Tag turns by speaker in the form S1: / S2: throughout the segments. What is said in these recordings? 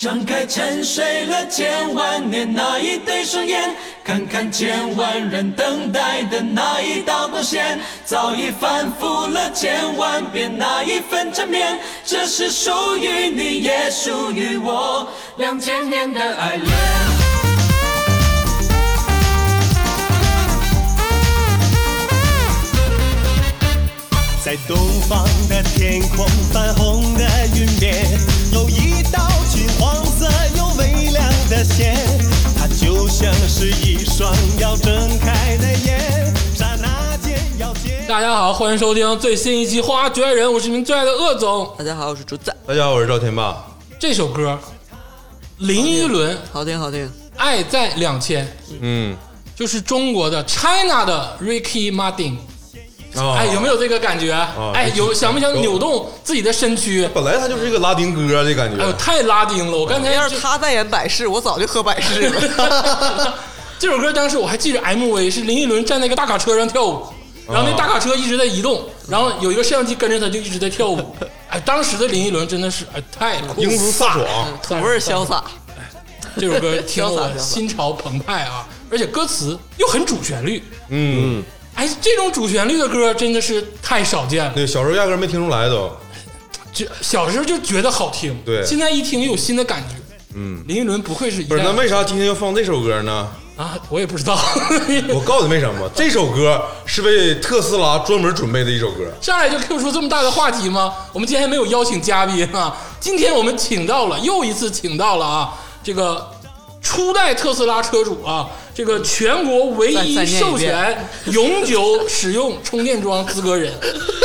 S1: 张开沉睡了千万年那一对双眼，看看千万人等待的那一道光线，早已反复了千万遍那一份缠绵，这是属于你也属于我两千年的爱恋。
S2: 在东方的天空，泛红的云边，有一道金黄色又微亮的线，它就像是一双要睁开的眼，刹那间要见。
S3: 大家好，欢迎收听最新一期《花绝爱人》，我是你们最爱的鄂总。
S4: 大家好，我是竹子，
S5: 大家好，我是赵天霸。
S3: 这首歌，林依轮《
S4: 好听好听，
S3: 爱在两千》，
S5: 嗯，
S3: 就是中国的 China 的 Ricky Martin。
S5: 啊
S3: 哎，有没有这个感觉？
S5: 哦
S3: 哎，有想没想扭动自己的身躯？
S5: 本来他就是一个拉丁歌的感觉
S3: 哎呦，，太拉丁了！我刚才
S4: 要
S3: 就是
S4: 他代言百事，我早就喝百事
S5: 哦
S4: 了。
S3: 这首歌当时我还记着 MV 是林依轮站在一个大卡车上跳舞，然后那大卡车一直在移
S5: 哦
S3: 动，然后有一个摄像机跟着他就一直在跳舞。哎，当时的林依轮真的是哎太酷
S5: 英姿飒爽。
S4: 土味儿潇洒，
S3: 这首歌听
S4: 潇洒
S3: 我
S4: 潇洒
S3: 心潮澎湃啊，而且歌词又很主旋律。
S5: 嗯，
S3: 哎，这种主旋律的歌真的是太少见了。
S5: 对，小时候压根儿没听出来都。
S3: 这小时候就觉得好听，
S5: 对
S3: 现在一听又有新的感觉。嗯，林依轮不愧是一
S5: 不是，
S3: 代
S5: 那为啥今天要放这首歌呢？
S3: 啊，我也不知道。
S5: 我告诉你为什么，这首歌是为特斯拉专门准备的一首歌。
S3: 上来就 Q 出这么大的话题吗？我们今天没有邀请嘉宾啊，今天我们请到了，又一次请到了啊，这个初代特斯拉车主啊，这个全国唯一
S4: 再再念一遍
S3: 授权永久使用充电桩资格人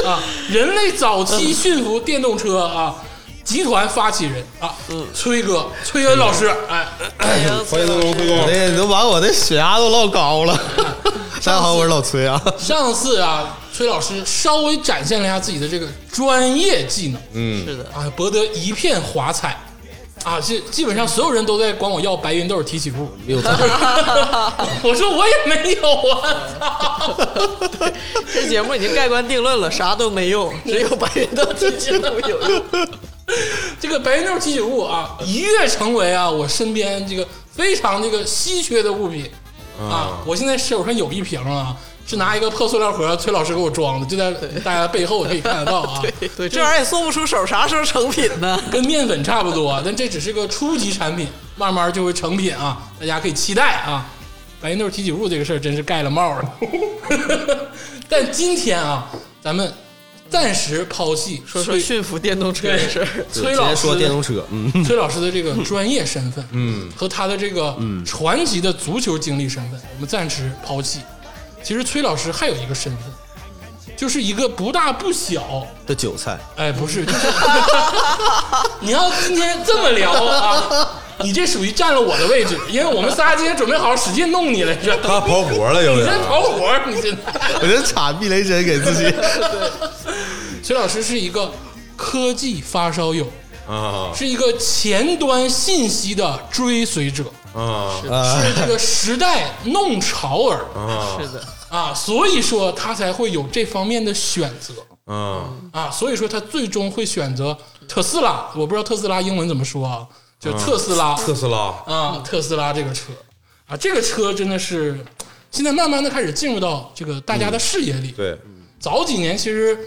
S3: 啊，人类早期驯服电动车啊集团发起人啊，崔哥，崔恩老师，哎，
S5: 欢迎东东，崔工。
S6: 那都把我的血压都唠高了。大家好，我是老崔啊。
S3: 上次啊，崔老师稍微展现了一下自己的这个专业技能，
S4: 是的，
S3: 啊，博得一片华彩啊！基基本上所有人都在管我要白云豆提取物，没有 我说我也没有啊，
S4: 这节目已经盖棺定论了，啥都没用，只有白云豆提取物有用。
S3: 这个白云豆提取物啊，一跃成为啊我身边这个非常这个稀缺的物品啊！我现在手上有一瓶啊。是拿一个破塑料盒，崔老师给我装的，就在大家背后可以看得到啊。
S4: 对，这玩意儿也送不出手，啥时候成品呢？
S3: 跟面粉差不多，但这只是个初级产品，慢慢就会成品啊，大家可以期待啊。白云豆提取物这个事儿真是盖了帽了， 但今天啊，咱们暂时抛弃
S4: 说说
S3: 崔
S4: 驯服电动车的事儿，
S3: 崔老师
S6: 说电
S3: 的
S6: 动车，嗯，
S3: 崔老师的 这个专业身份，嗯，和他的这个
S6: 嗯
S3: 传奇的足球经历身份，我们暂时抛弃。其实崔老师还有一个身份，就是一个不大不小，
S6: 的韭菜，
S3: 哎，不是，就是 你要今天这么聊啊，你这属于占了我的位置，因为我们仨今天准备好使劲弄你来着，
S5: 他跑活了，有
S3: 你
S5: 点
S3: 在。跑火儿，你现在。
S6: 我这插避雷针给自 己。
S3: 崔老师是一个科技发烧友，
S5: 啊
S3: 是一个前端信息的追随者，
S5: 啊
S3: 是这个时代弄潮儿
S5: 啊
S4: 是的，
S3: 啊，所以说他才会有这方面的选择
S5: 啊！
S3: 啊，所以说他最终会选择特斯拉。我不知道特斯拉英文怎么说啊，就特斯拉。
S5: 特斯拉，
S3: 啊，特斯拉这个车啊，这个车真的是现在慢慢的开始进入到这个大家的视野里。
S5: 对，
S3: 早几年其实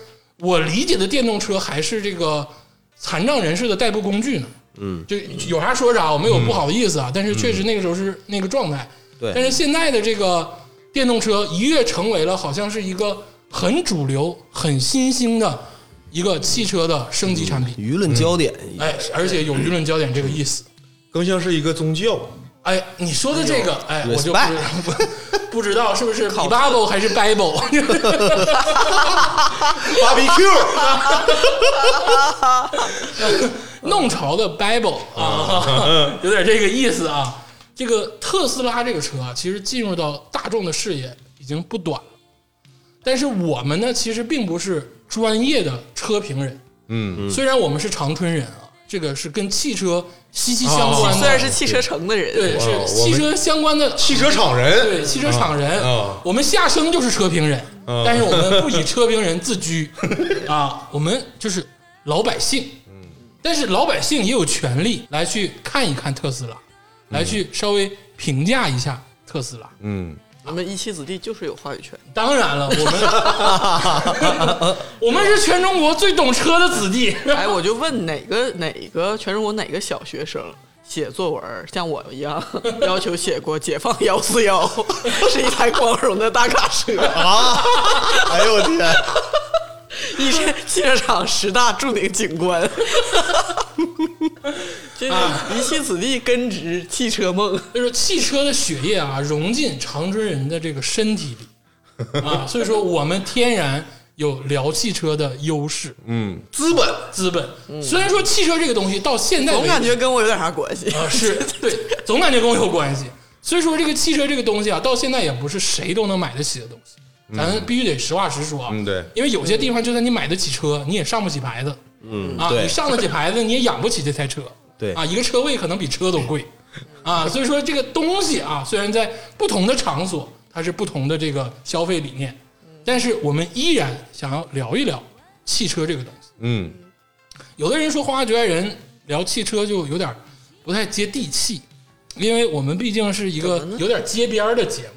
S3: 我理解的电动车还是这个残障人士的代步工具呢。嗯，就有啥说啥，我没有不好的意思啊，但是确实那个时候是那个状态。
S6: 对
S3: 但是现在的这个电动车一跃成为了好像是一个很主流、很新兴的一个汽车的升级产品。
S6: 舆论焦点，
S3: 哎，而且有舆论焦点这个意思。
S5: 更像是一个宗教。
S3: 哎，你说的这个，哎，我就不
S6: respect
S3: 不不知道是不是 Bible 还是 Bible，
S5: 芭比 Q，
S3: 弄潮的 Bible 啊，有点这个意思啊。这个特斯拉这个车啊，其实进入到大众的视野已经不短了，但是我们呢，其实并不是专业的车评人，
S5: 嗯，
S3: 虽然我们是长春人啊，这个是跟汽车息息相关的，
S4: 哦虽然是汽车城的人，
S3: 对
S5: 我
S3: 是汽车相关的
S5: 汽车厂
S3: 对，
S5: 人，
S3: 汽车厂人，
S5: 啊
S3: 我们下生就是车评人，
S5: 啊
S3: 但是我们不以车评人自居啊，我们就是老百姓。但是老百姓也有权利来去看一看特斯拉，来去稍微评价一下特斯拉。
S5: 嗯，
S4: 我们一妻子弟就是有话语权，
S3: 当然了，我们我们 是全中国最懂车的子弟。
S4: 哎，我就问哪个哪个全中国哪个小学生写作文儿像我一样要求写过“解放幺四幺”是一台光荣的大卡车，
S6: 啊！哎呦我天，
S4: 一是汽车厂十大著名景观， 这是一妻子弟根植汽车梦，
S3: 就是汽车的血液啊，融进长春人的这个身体里啊，所以说我们天然有聊汽车的优势，嗯，资本资本。虽然说汽车这个东西到现在为
S4: 总
S3: 止
S4: 感觉跟我有点啥关系。
S3: 啊，是对，总感觉跟我有关系。所以说这个汽车这个东西啊，到现在也不是谁都能买得起的东西，咱必须得实话实说啊。
S5: 嗯对
S3: 因为有些地方就算你买得起车，你也上不起牌子。嗯啊，
S6: 对
S3: 你上得起牌子，你也养不起这台车。
S6: 对
S3: 啊，一个车位可能比车都贵啊。所以说这个东西啊，虽然在不同的场所它是不同的这个消费理念，但是我们依然想要聊一聊汽车这个东西。
S5: 嗯，
S3: 有的人说《花花绝爱人》聊汽车就有点不太接地气，因为我们毕竟是一个有点街边儿的节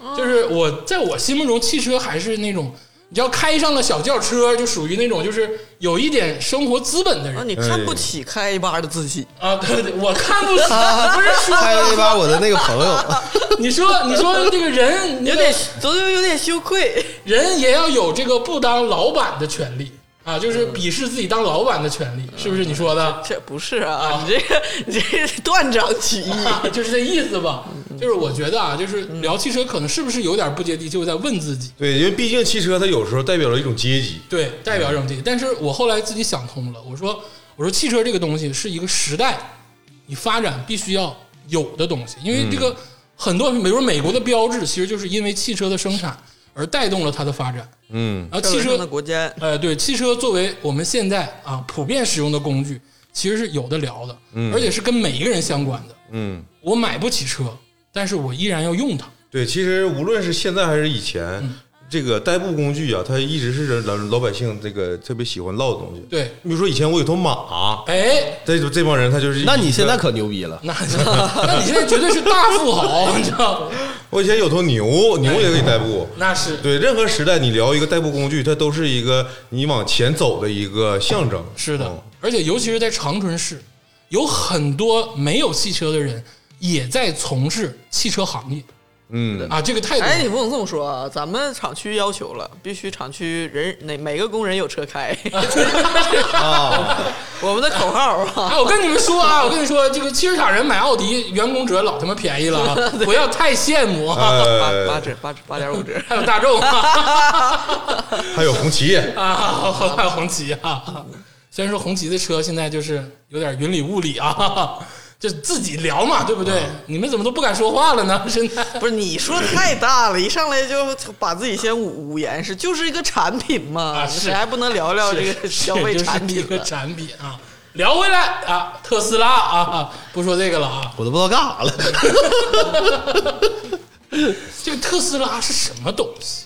S3: 目，
S4: 哦
S3: 就是我在我心目中，汽车还是那种你只要开上了小轿车，就属于那种就是有一点生活资本的
S4: 啊，
S3: 人
S4: 你看不起开一巴的自己，
S3: 啊。对对，我看不起，不是说
S6: 还 有一哎把我的那个朋 友，
S3: 你说你说这个人，你
S4: 有点，总有有点羞愧。
S3: 人也要有这个不当老板的权利啊，
S4: 嗯
S3: 就是鄙视自己当老板的权利，是不是你说的？
S4: 这不是啊，你这个 你这是断章取义。
S3: 就是这意思吧。就是我觉得啊，就是聊汽车可能是不是有点不接地气，我在问自己。
S5: 对，因为毕竟汽车它有时候代表了一种阶级，
S3: 对，代表这种地，但是我后来自己想通了，我说我说汽车这个东西是一个时代，你发展必须要有的东西，因为这个很多，比如说美国的标志，其实就是因为汽车的生产而带动了它的发展。
S5: 嗯，
S3: 然后汽车
S4: 的国家，
S3: 呃，对，汽车作为我们现在啊普遍使用的工具，其实是有的聊的，而且是跟每一个人相关的。
S5: 嗯，
S3: 我买不起车，但是我依然要用它。
S5: 对，其实无论是现在还是以前，这个代步工具啊，它一直是人老老百姓这个特别喜欢唠的东西。
S3: 对
S5: 你比如说以前我有头马，
S3: 哎，
S5: 这这帮人他就是，
S6: 那你现在可牛逼了，
S3: 那 那你现在绝对是大富豪， 你知道吗？
S5: 我以前有头牛，牛也可以代步。
S3: 那是
S5: 对，任何时代你聊一个代步工具，它都是一个你往前走的一个象征。
S3: 是
S5: 嗯
S3: 的，而且尤其是在长春市，有很多没有汽车的人也在从事汽车行业
S5: 嗯，
S3: 啊，这个太多了。
S4: 哎，你不能这么说啊！咱们厂区要求了，必须厂区人哪每个工人有车开。 我们的口号啊，
S3: 哎，我跟你们说啊，我跟你说，这个汽车厂人买奥迪，员工折老他妈便宜了啊，不要太羡慕啊。
S4: 八八
S5: 呃，
S4: 折八折八点五折。
S3: 还有大众啊，
S5: 还有红旗，
S3: 啊还有红旗啊。虽然说红旗的车现在就是有点云里雾里啊，就自己聊嘛，对不对？你们怎么都不敢说话了 呢？现在
S4: 啊不是你说太大了，一上来就把自己先捂捂严实，就是一个产品嘛，
S3: 啊是
S4: 谁还不能聊聊这
S3: 是
S4: 个 消费
S3: 就是
S4: 产
S3: 一
S4: 品
S3: 个
S4: 了？
S3: 产品啊。聊回来啊，特斯拉啊啊，不说这个了啊，
S6: 我都不知道干啥了。
S3: 这个特斯拉是什么东西？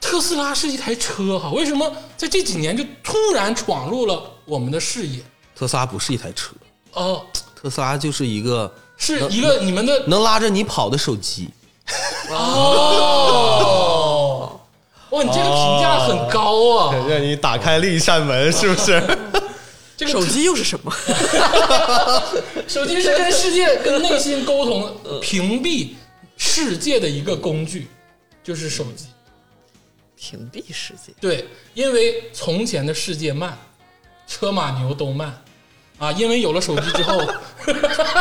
S3: 特斯拉是一台车哈、为什么在这几年就突然闯入了我们的视野？
S6: 特斯拉不是一台车，
S3: 哦、
S6: 特斯拉就是一个
S3: 是一个你们的
S6: 能拉着你跑的手机。
S3: 哦，哇，你这个评价很高啊！
S4: 哦
S6: 让你打开另一扇门，是不是？
S3: 这个
S4: 手机又是什么？
S3: 手机是跟世界、跟内心沟通、屏蔽世界的一个工具，就是手机。
S4: 屏蔽世界。
S3: 对，因为从前的世界慢，车马牛都慢啊。因为有了手机之后，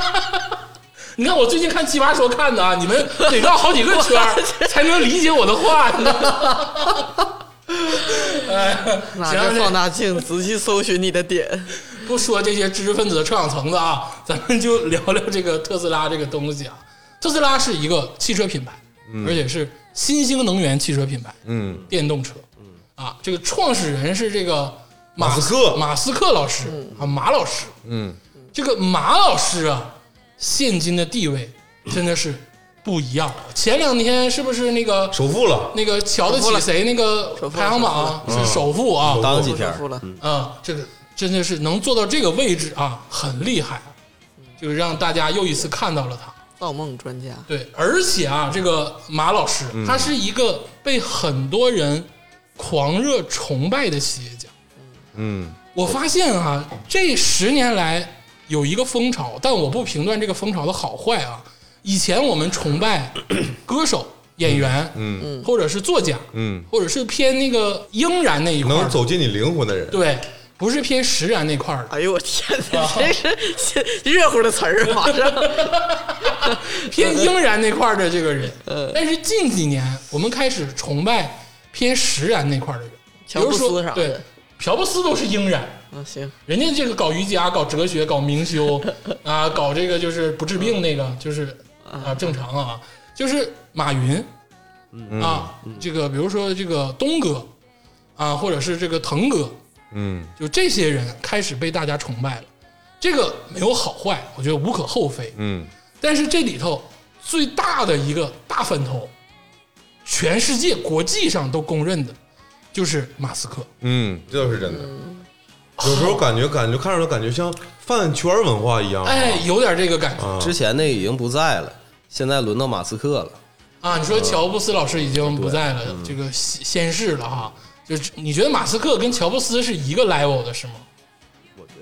S3: 你看我最近看《奇葩说》看的啊，你们得绕好几个圈儿才能理解我的话。你知道吗
S4: 拿
S3: 行啊
S4: 着
S3: 这
S4: 放大镜仔细搜寻你的 点，
S3: 不说这些知识分子的臭氧层子啊， 咱们就聊聊这个特斯拉这个东西啊。特斯拉是一个汽车品牌，而且是新兴能源汽车品牌，
S5: 嗯，
S3: 电动车，啊，这个创始人是这个
S5: 马斯克
S3: 马斯克老师啊，马老师，
S5: 嗯，
S3: 这个马老师啊，现今的地位真的是不一样了。前两天是不是那个
S5: 首富了，
S3: 那个瞧得起谁那个
S4: 首富了
S5: 嗯
S3: 排行榜啊是首富啊？
S6: 当几
S4: 我
S6: 天
S4: 首富了，
S3: 啊，这个真的是能做到这个位置啊，很厉害，就是让大家又一次看到了他。
S4: 盗梦专家，
S3: 对，而且啊，这个马老师
S5: 嗯
S3: 他是一个被很多人狂热崇拜的企业家。
S5: 嗯，
S3: 我发现啊，这十年来有一个风潮，但我不评断这个风潮的好坏啊。以前我们崇 拜歌手、演员，嗯，或者是作家，
S5: 嗯，
S3: 或者是偏那个英然那一块
S5: 能
S3: 儿，
S5: 走进你灵魂的人，
S3: 对，不是偏实然那块儿的。
S4: 哎呦我天
S3: 啊
S4: 哪，这是热乎的词儿，马上啊
S3: 偏英然那块儿的这个人，
S4: 呃
S3: 但是近几年我们开始崇拜偏实然那块儿的人，比
S4: 乔布
S3: 如
S4: 斯
S3: 说
S4: 啥的
S3: 对，乔布斯都是英然，
S4: 啊行，
S3: 人家这个搞瑜伽、搞哲学、搞明修啊，搞这个就是不治病那个，就是啊正常啊，就是马云
S5: 嗯
S3: 啊，这个比如说这个东哥啊，或者是这个腾哥，
S5: 嗯
S3: 就这些人开始被大家崇拜了，这个没有好坏，我觉得无可厚非，
S5: 嗯，
S3: 但是这里头最大的一个大分头，全世界国际上都公认的，就是马斯克。
S5: 嗯，这倒是真的。有时候感觉感觉看着他感觉像饭圈文化一样，
S3: 哎，有点这个感觉
S5: 啊，
S6: 之前那已经不在了，现在轮到马斯克了。
S3: 啊！你说乔布斯老师已经不在
S5: 嗯
S3: 了，这个先先逝了哈。就是你觉得马斯克跟乔布斯是一个 level 的是吗？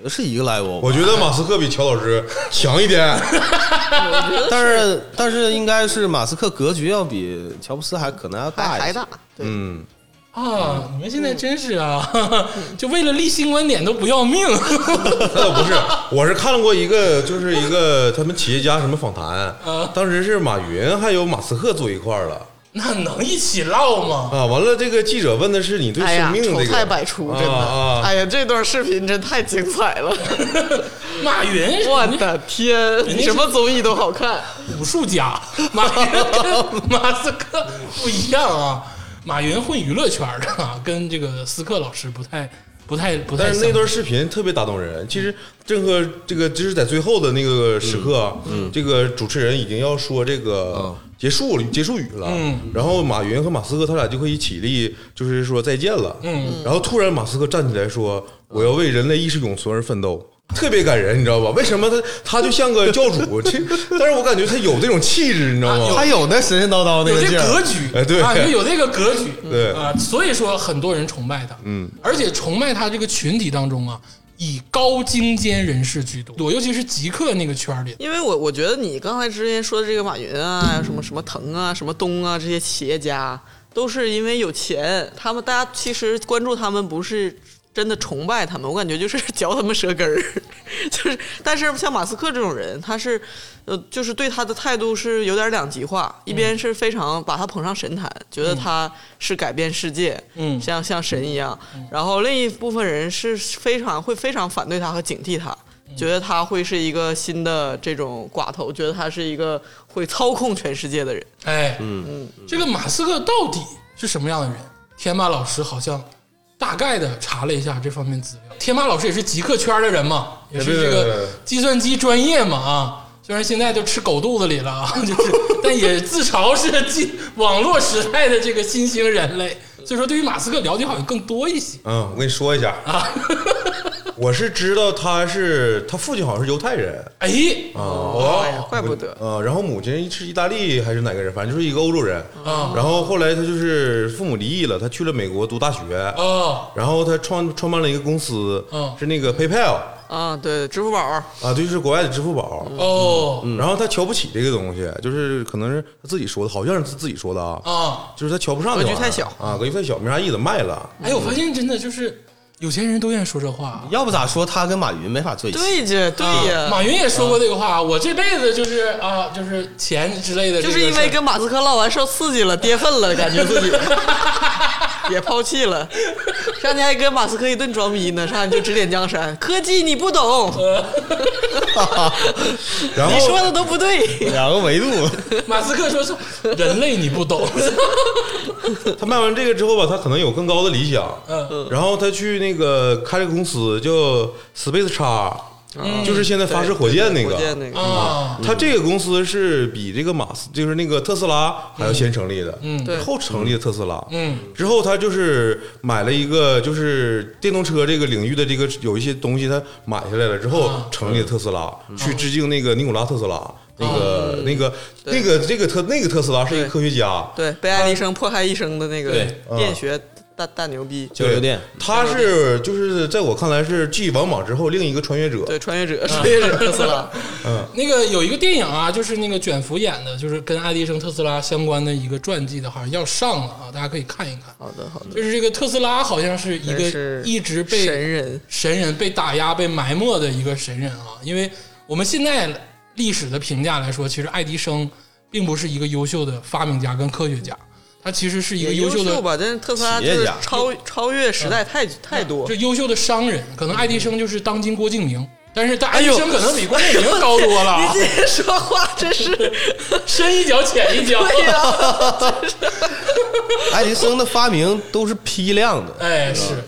S6: 是一个 level，
S5: 我觉得马斯克比乔老师强一点，
S6: 但是但是应该是马斯克格局要比乔布斯还可能要大
S4: 还
S6: 一些
S4: 还大，对，
S5: 嗯，
S3: 啊，你们现在
S4: 嗯
S3: 真是啊，就为了立新观点都不要命。
S5: 那倒不是，我是看过一个，就是一个他们企业家什么访谈，当时是马云还有马斯克坐一块儿了
S3: 那能一起唠吗？
S5: 啊。完了，这个记者问的是你对
S4: 哎
S5: 生
S4: 呀，
S5: 命
S4: 丑
S5: 这
S4: 态
S5: 个
S4: 百出，真的
S5: 啊啊，
S4: 哎呀，这段视频真太精彩了，
S3: 马云是
S4: 我的天，
S3: 家是
S4: 什么综艺都好看，
S3: 武术家，马云跟马斯克不一样啊。马云混娱乐圈的、啊，跟这个斯克老师不太、不太、不太
S5: 但
S3: 相。
S5: 是那段视频特别打动人。其实郑和这个就是在最后的那个时刻啊，这个主持人已经要说这个结束了，结束语了。然后马云和马斯克他俩就可以起立，就是说再见了。然后突然马斯克站起来说：“我要为人类意识永存而奋斗。”特别感人，你知道吧？为什么他他就像个教主？这，但是我感觉他有这种气质，你知道吗？
S6: 还啊有那神神叨叨那
S3: 有
S6: 个
S3: 这
S6: 劲
S3: 格
S6: 儿，
S3: 局，
S5: 哎对
S3: 啊，有这个格局，
S5: 对
S3: 啊，所以说很多人崇拜他，
S5: 嗯，
S3: 而且崇拜他这个群体当中啊，以高精尖人士居多，尤其是极客那个圈儿里，
S4: 因为我我觉得你刚才之前说的这个马云啊，什么什么腾啊，什么东啊，这些企业家都是因为有钱，他们大家其实关注他们不是。真的崇拜他们，我感觉就是嚼他们舌根儿， 就是。但是像马斯克这种人，他是，呃，就是对他的态度是有点两极化，一边是非常把他捧上神坛，觉得他是改变世界，
S3: 嗯
S4: 像像神一样。然后另一部分人是非常会非常反对他和警惕他，
S3: 嗯
S4: 觉得他会是一个新的这种寡头，觉得他是一个会操控全世界的人。
S3: 哎，嗯，这个马斯克到底是什么样的人？天马老师好像大概的查了一下这方面资料。天马老师也是极客圈的人嘛，也是这
S5: 哎对对
S3: 个
S5: 对
S3: 计算机专业嘛啊。虽然现在都吃狗肚子里了啊， 就是，但也自嘲是进网络时代的这个新兴人类，所以说对于马斯克了解好像更多一些。
S5: 嗯，我跟你说一下啊，我是知道他是他父亲好像是犹太人，
S3: 哎，
S5: 啊，
S4: 哎呀
S5: 哦，
S4: 怪不得
S5: 啊，然后母亲是意大利还是哪个人，反正就是一个欧洲人。
S3: 啊
S5: 然后后来他就是父母离异了，他去了美国读大学，
S4: 啊
S3: 哦，
S5: 然后他创创办了一个公司
S3: 嗯，
S5: 是那个 PayPal
S4: 啊，对，支付宝，
S5: 啊，就是国外的支付宝。
S3: 哦，
S4: 嗯
S5: 然后他瞧不起这个东西，就是可能是他自己说的，好像是自己说的啊，
S3: 啊，
S5: 就是他瞧不上
S4: 格局
S5: 这玩意儿
S4: 太小
S5: 啊，格局太小，没啥意思，卖了。
S3: 哎，我发现真的就是有钱人都愿意说这话啊，
S6: 要不咋说他跟马云没法坐一起？
S4: 对着对呀、
S3: 马云也说过这个话，我这辈子就是啊，就是钱之类的这
S4: 嗯就
S3: 个事儿，
S4: 是因为跟马斯克唠完受刺激了，跌份了，感觉自己 也抛弃了。上天还跟马斯克一顿装逼呢，上去就指点江山，科技你不懂，
S5: 然后
S4: 嗯你说的都不对。
S6: 两个 维度，
S3: 马斯克说 是人类你不懂，
S5: 他卖完这个之后吧，他可能有更高的理想，
S3: 嗯
S5: 然后他去那个开了个公司叫 Space 叉，
S4: 嗯
S5: 就是现在发射火箭那
S4: 火
S5: 个。
S4: 箭那个，
S3: 啊，
S5: 它这个公司是比这个马斯，就是那个特斯拉还要先成立的，
S3: 嗯
S4: 对
S5: 后成立的特斯拉，
S3: 嗯，
S5: 之后他就是买了一个，就是电动车这个领域的这个有一些东西，他买下来了之后
S3: 啊嗯
S5: 成立了特斯拉，去致敬那个尼古拉特斯拉，那个那个那个这个特那个特斯拉是一个
S4: 对
S5: 科学家，
S4: 对，被爱迪生迫害一生的那个
S6: 对
S5: 嗯
S4: 电学大大牛逼，
S6: 交流电，
S5: 他是就是在我看来是继王莽之后另一个穿越者，
S4: 对，穿越者，穿越者特斯拉，嗯
S3: 那个有一个电影啊，就是那个卷福演的，就是跟爱迪生、特斯拉相关的一个传记的，好像要上了啊，大家可以看一看。
S4: 好的好的，
S3: 就是这个特斯拉好像是一
S4: 但
S3: 个
S4: 是
S3: 一直被
S4: 神人，
S3: 神人被打压、被埋没的一个神人啊。因为我们现在历史的评价来说，其实爱迪生并不是一个优秀的发明家跟科学家，他其实是一个
S4: 也优
S3: 秀的
S4: 吧，但是特斯拉
S6: 企
S4: 就
S6: 业
S4: 是
S6: 家
S4: 超超越时代太太多
S3: 就，优秀的商人。可能爱迪生就是当今郭敬明，但是他爱
S4: 哎
S3: 迪
S4: 呦
S3: 生可能比郭敬明高多了啊
S4: 你，今天说话真是
S3: 深一脚浅一脚。啊
S4: 对呀，
S6: 爱迪生的发明都是批量 的，
S3: 哎，是，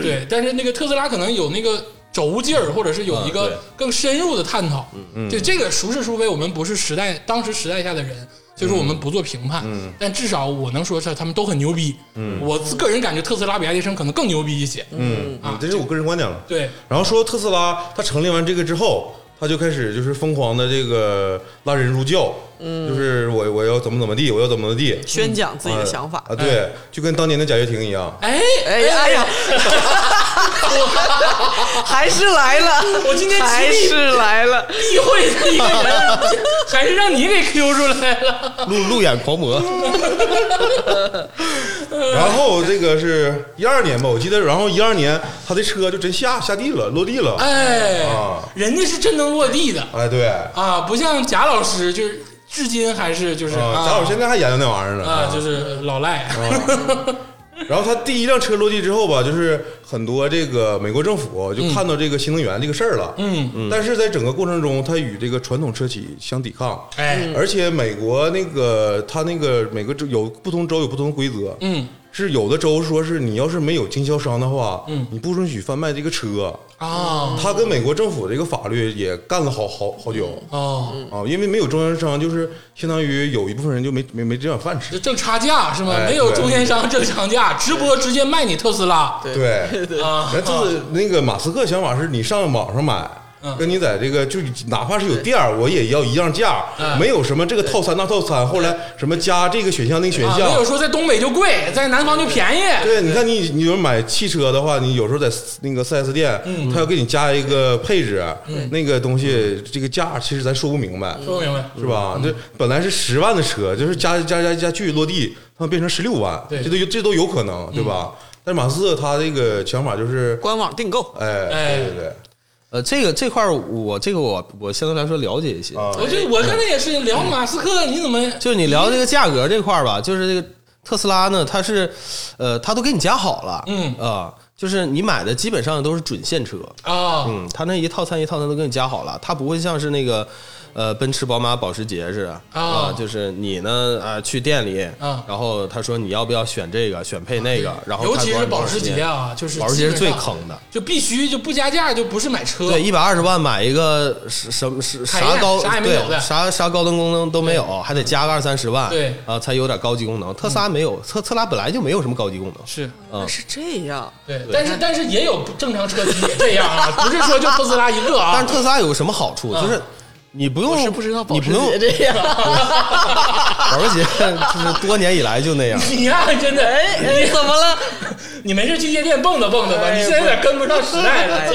S3: 对，但是那个特斯拉可能有那个轴劲儿，或者是有一
S6: 嗯对
S3: 个更深入的探讨。啊嗯，就这个孰是孰非，我们不是时代当时时代下的人，所以说我们不做评判。嗯，但至少我能说是他们都很牛逼。嗯，我自个人感觉特斯拉比爱迪生可能更牛逼一些。嗯，
S5: 嗯，嗯这是我个人观点了。
S3: 对，
S5: 然后说特斯拉，他成立完这个之后，他就开始就是疯狂的这个拉人入教，嗯，就是我我要怎么怎么地，我要怎么怎么地，
S4: 宣讲自己的想法
S5: 啊，，对，就跟当年的贾跃亭一样，
S3: 哎
S4: 哎呀哎呀， 还是来了，
S3: 我今天
S4: 还
S3: 极力
S4: 是来了，
S3: 避讳的一个 人，还是让你给 Q 出来了。
S6: 路路演狂魔，
S3: 嗯
S5: 然后这个是一二年吧，我记得，然后一二年他的车就真下下地了，落地了，
S3: 哎
S5: 啊，
S3: 人家是真能落地的
S5: 哎，对，
S3: 啊，不像贾老师，就是至今还是就是
S5: 啊，贾老师现在还研究那玩意儿呢，
S3: 啊，就是老 赖。
S5: 然后他第一辆车落地之后吧，就是很多这个美国政府就看到这个新能源这个事儿了，
S3: 嗯
S5: 嗯，但是在整个过程中，它与这个传统车企相抵抗，
S6: 嗯
S3: 哎，
S5: 而且美国那个它那个每个州有不同州有不同规则，
S3: 嗯
S5: 是有的州说是你要是没有经销商的话，嗯，你不允许贩卖这个车，
S3: 啊
S5: 它跟美国政府这个法律也干了好好好久。
S6: 嗯
S3: 哦，
S5: 啊，因为没有中间商，就是相当于有一部分人就没没没这碗饭
S3: 这
S5: 吃。
S3: 挣差价是吗？
S5: 哎
S3: 没有中间商挣差价，直播直接卖你特斯拉
S5: 对，
S3: 啊
S5: 人就是那个马斯克想法是你上网上买
S3: 嗯。
S5: 跟你在这个就哪怕是有店儿，我也要一样价
S3: 嗯，
S5: 没有什么这个套餐那套餐，后来什么加这个选项那个选
S3: 啊！
S5: 项
S3: 没，有说在东北就贵，在南方就便宜。
S5: 对，你看你你有买汽车的话，你有时候在那个 4S 店，他要给你加一个配置，那个东西这个价其实咱说不明白，
S3: 说明白？
S5: 是吧？这本来是十万的车，就是加加加加去落地，它变成十六万，
S3: 对
S5: 这都有这都有可能，对吧？但是马斯克他这个想法就是，
S4: 官网订购，
S5: 哎，
S3: 哎
S5: 对对对，
S6: 呃，这个这块儿我这个我我相对来说了解一些，
S5: 啊
S3: 我就我刚才也是聊马斯克，你怎么
S6: 就是你聊这个价格这块儿吧，就是这个特斯拉呢，它是，呃，它都给你加好了，
S3: 嗯
S6: 啊、就是你买的基本上都是准现车，
S3: 啊？
S6: 嗯，它那一套餐一套餐都给你加好了，它不会像是那个，呃，奔驰、宝马、保时捷似的啊、
S3: 哦
S6: 就是你呢啊、去店里，
S3: 嗯
S6: 然后他说你要不要选这个，选配那个，然后
S3: 尤
S6: 看
S3: 其
S6: 多
S3: 是
S6: 少多
S3: 保
S6: 少
S3: 时
S6: 钱
S3: 捷，啊，就是
S6: 保时捷是最
S3: 基本上
S6: 坑的，
S3: 就必须就不加价就不是买车。
S6: 对，一百二十万买一个什什么是
S3: 凯宴
S6: 啥高
S3: 啥也没有
S6: 对
S3: 的
S6: 啥啥高端功能都没有，还得加个二三十万，
S3: 对嗯
S6: 啊，才有点高级功能。特斯拉没有，特特斯拉本来就没有什么高级功能，
S3: 是。
S6: 嗯
S4: 是这样，
S3: 对，但是但是也有正常车企也这样 啊，不是说就特斯拉一个
S6: 但
S3: 啊嗯
S6: 是，特斯拉有个什么好处，就是你不用
S4: 我是哦不知道保
S6: 你
S4: 时
S6: 不用
S4: 捷这样，
S6: 保时捷就是多年以来就那 样。
S3: 你呀、真的，
S4: 哎哎，怎么了？
S3: 你没事去夜店蹦跶蹦跶吧，
S4: 哎
S3: 你现在有点跟不上时代
S6: 哎
S3: 了。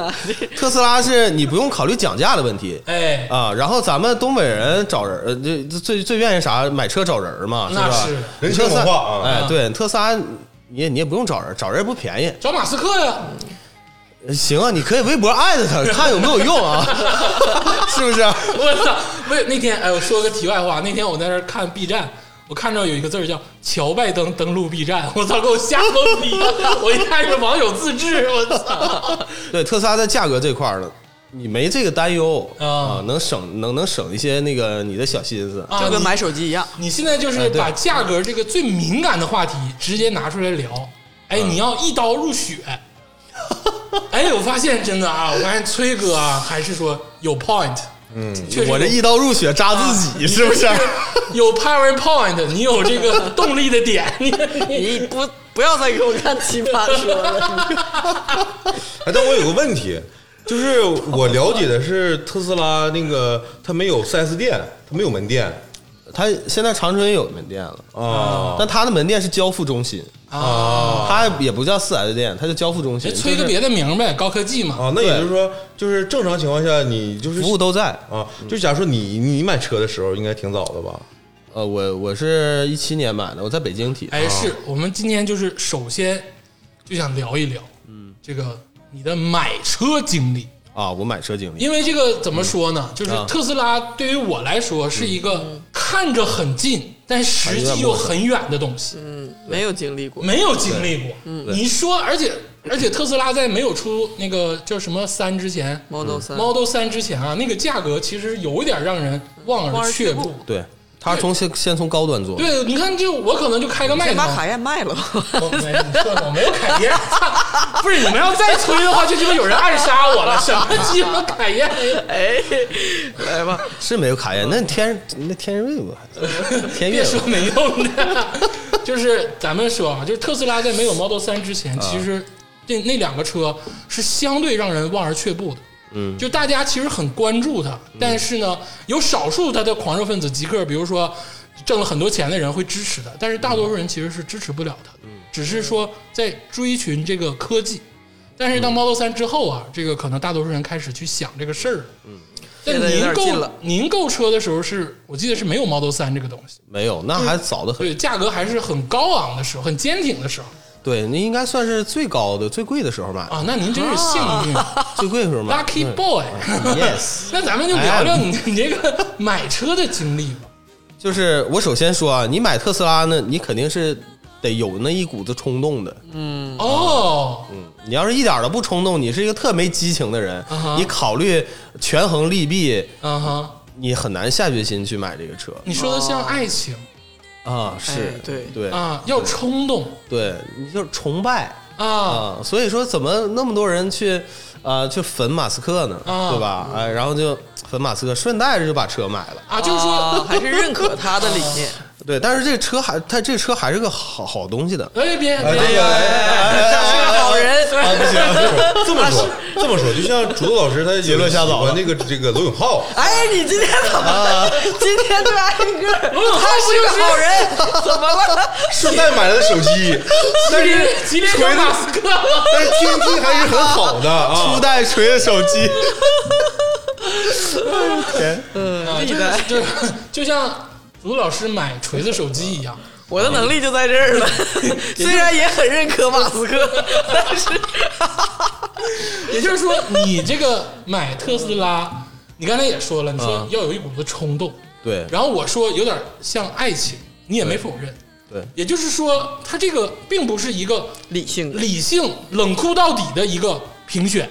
S3: 操
S6: 特斯拉是你不用考虑讲价的问题。
S3: 哎，
S6: 啊，然后咱们东北人找人，呃，这最最愿意啥？买车找人嘛，
S3: 那
S6: 吧
S3: 是？
S5: 人情
S6: 特斯拉
S5: 文化啊
S6: 哎，对，特斯拉你也你也不用找人，找人也不便宜，
S3: 找马斯克呀、
S6: 行啊，你可以微博艾特他，看有没有用啊， 是不是？
S3: 我操！不是那天，哎，我说个题外话，那天我在那儿看 B 站。我看到有一个字儿叫“乔拜登登陆 B 站”，我操，给我吓懵逼！我一看是网友自制，我 操！
S6: 对，特斯拉在价格这块儿呢，你没这个担忧
S3: 啊
S6: 啊，能省能能省一些那个你的小心思。
S3: 啊，
S4: 就跟
S3: 你
S4: 买手机一 样，
S3: 你现在就是把价格这个最嗯 敏感的话题直接拿出来聊，哎，你要一刀入血，哎，我发现真的啊，我发现崔哥啊，还是说有 point，嗯，确实啊
S6: 我这一刀入血扎自己，是 不是？
S3: 有 PowerPoint，你有这个动力的点，你你
S4: 你不不要再给我看奇葩说 了，
S5: 哎，但我有个问题，就是我了解的是特斯拉那个它没有 4S 店，它没有门店
S6: 他现在长春也有门店了，
S5: 啊。
S6: 但他的门店是交付中心，
S3: 啊，
S6: 他也不叫四 S 店，他叫交付中
S3: 这
S6: 心，
S3: 吹哎个
S6: 就是
S3: 别的名儿呗，高科技嘛，
S5: 啊，那也就是说，就是正常情况下，你就是
S6: 服务都在。
S5: 啊，就假如说你你买车的时候，应该挺早的吧？
S6: 呃，我我是一七年买的，我在北京提的。
S3: 哎，是我们今天就是首先就想聊一聊，嗯，这个你的买车经历，
S6: 啊，我买车经历
S3: 因为这个怎么说呢，就是
S6: 啊
S3: 特斯拉对于我来说是一个看着很近，但实际又很远的东西，嗯
S4: 没有经历过，
S3: 没有经历过。你说，而且而且特斯拉在没有出那个叫什么三之前
S4: Model 三
S3: ，Model 三之前啊，那个价格其实有一点让人望
S4: 望
S3: 而
S4: 而
S3: 却
S4: 却
S3: 步
S4: 步。
S6: 对，他从先先从高端做，
S3: 对，你看，就我可能就开个麦
S4: 先把
S3: 当劳
S4: 卡宴卖了吧。
S3: 我没你说的我没有凯宴， 不是你们要再催的话，就鸡巴有人暗杀我了。什么鸡巴凯宴？
S4: 哎，来吧，
S6: 是没有卡宴。那天那天瑞 吧，天
S3: 别
S6: 悦吧
S3: 说没用的， 就是咱们说啊，就是特斯拉在没有 Model 三之前，
S4: 啊
S3: 其实那那两个车是相对让人望而却步的。嗯，就大家其实很关注它，
S4: 嗯
S3: 但是呢，有少数它的狂热分子极客，比如说挣了很多钱的人会支持它，但是大多数人其实是支持不了它的，
S4: 嗯
S3: 只是说在追寻这个科技。但
S4: 嗯
S3: 是到 Model 三之后啊，这个可能大多数人开始去想这个事儿了。嗯，但
S4: 现在有
S3: 您
S4: 点近
S3: 购
S4: 了
S3: 您购车的时候是，我记得是没有 Model 三这个东西。
S6: 没有，那还早得很。
S3: 对，价格还是很高昂的时候，很坚挺的时候
S6: 对，那应该算是最高的、最贵的时候买的，
S3: 啊，那您真是幸运、
S6: 最贵的时候
S3: l u
S6: 买
S3: c k y
S6: 的。
S3: boy。
S6: Yes，
S3: 那咱们就聊
S5: 哎
S3: 聊你 你这个买车的经历吧。
S6: 就是我首先说啊，你买特斯拉呢，你肯定是得有那一股子冲动的。
S5: 嗯
S3: 哦，
S6: 你要是一点儿都不冲动，你是一个特没激情的人
S3: 啊哈，
S6: 你考虑权衡利弊，
S3: 啊哈，
S6: 你很难下决心去买这个车
S3: 你说的像爱情
S6: 啊。是
S4: 哎，对
S5: 嗯
S6: 对
S3: 啊，要冲动
S6: 对，你就是崇拜
S5: 嗯
S3: 啊，
S6: 啊。所以说，怎么那么多人去呃去粉马斯克呢？
S3: 啊
S6: 对吧？哎，然后就粉马斯克，顺带着就把车买了。
S3: 啊，就是说，
S4: 啊还是认可他的理 念。
S6: 对，但是这车还，它这车还是个好好东西的。
S3: 哎，别别
S5: 哎
S3: 别，
S4: 他是个好人，
S5: 这么说，这么说，就像竹子老师他结
S6: 论下早了
S5: 那个这个罗永浩，
S4: 哎，你今天怎么？今天对挨个儿，他是个好人，怎么了？
S5: 顺带买了手机，但是
S3: 吉列
S5: 锤
S3: 马
S5: 子，
S3: 斯克吗？
S5: 但是听力还是很好的
S6: 初
S5: 啊。
S6: 代锤子手机，
S3: 啊就是就是 就像卢老师买锤子手机一样，
S4: 我的能力就在这 儿了，虽然也很认可马斯克，但是
S3: 也就是说，你这个买特斯拉，你刚才也说了，你说要有一股子冲动，
S6: 啊对
S3: 然后我说有点像爱情，你也没否认。
S6: 对
S3: 也就是说，它这个并不是一个
S4: 理性的，
S3: 理性、冷酷到底的一个评选，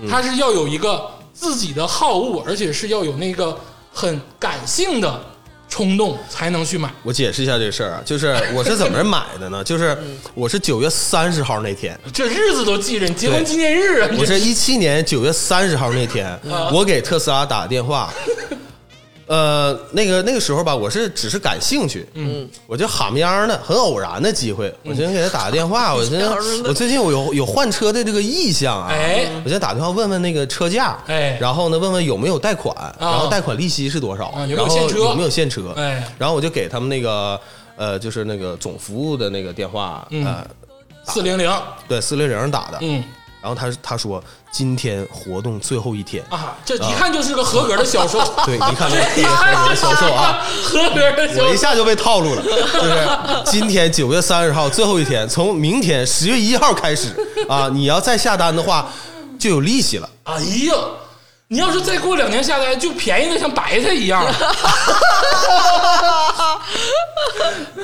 S6: 嗯
S3: 它是要有一个自己的好恶，而且是要有那个很感性的冲动才能去买。
S6: 我解释一下这个事儿啊，就是我是怎么买的呢？就是我是九月三十号那天，
S3: 这日子都记着，你结婚纪念日啊！你
S6: 我
S3: 这
S6: 是一七年九月三十号那天，
S3: 嗯
S6: 我给特斯拉打 电话。呃，那个那个时候吧，我是只是感兴趣，嗯，我就哈么样的，很偶然的机会，
S3: 嗯
S6: 我先给他打个 电话，我先我最近我有有换车的这个意向啊，
S3: 哎
S6: 我先打电话问问那个车价，
S3: 哎啊
S6: 然后呢问问有没有贷款，然后贷款利息是多少，
S3: 啊有没有
S6: 然后
S3: 现车
S6: 有没有现车，
S3: 哎
S6: 然后我就给他们那个呃就是那个总服务的那个电话，呃，
S3: 四零零，
S6: 对四零零打的，
S3: 嗯
S6: 然后他他说今天活动最后一天，
S3: 啊，这一看就是个合格的销售。
S6: 对，你看这个
S3: 一
S6: 合格的销售啊，，
S3: 合格的
S6: 我
S3: 销
S6: 一
S3: 售。
S6: 下就被套路了。就是今天九月三十号最后一天，从明天十月一号开始啊，你要再下单的话就有利息了。
S3: 哎呀，你要是再过两年下单，就便宜的像白菜一样了。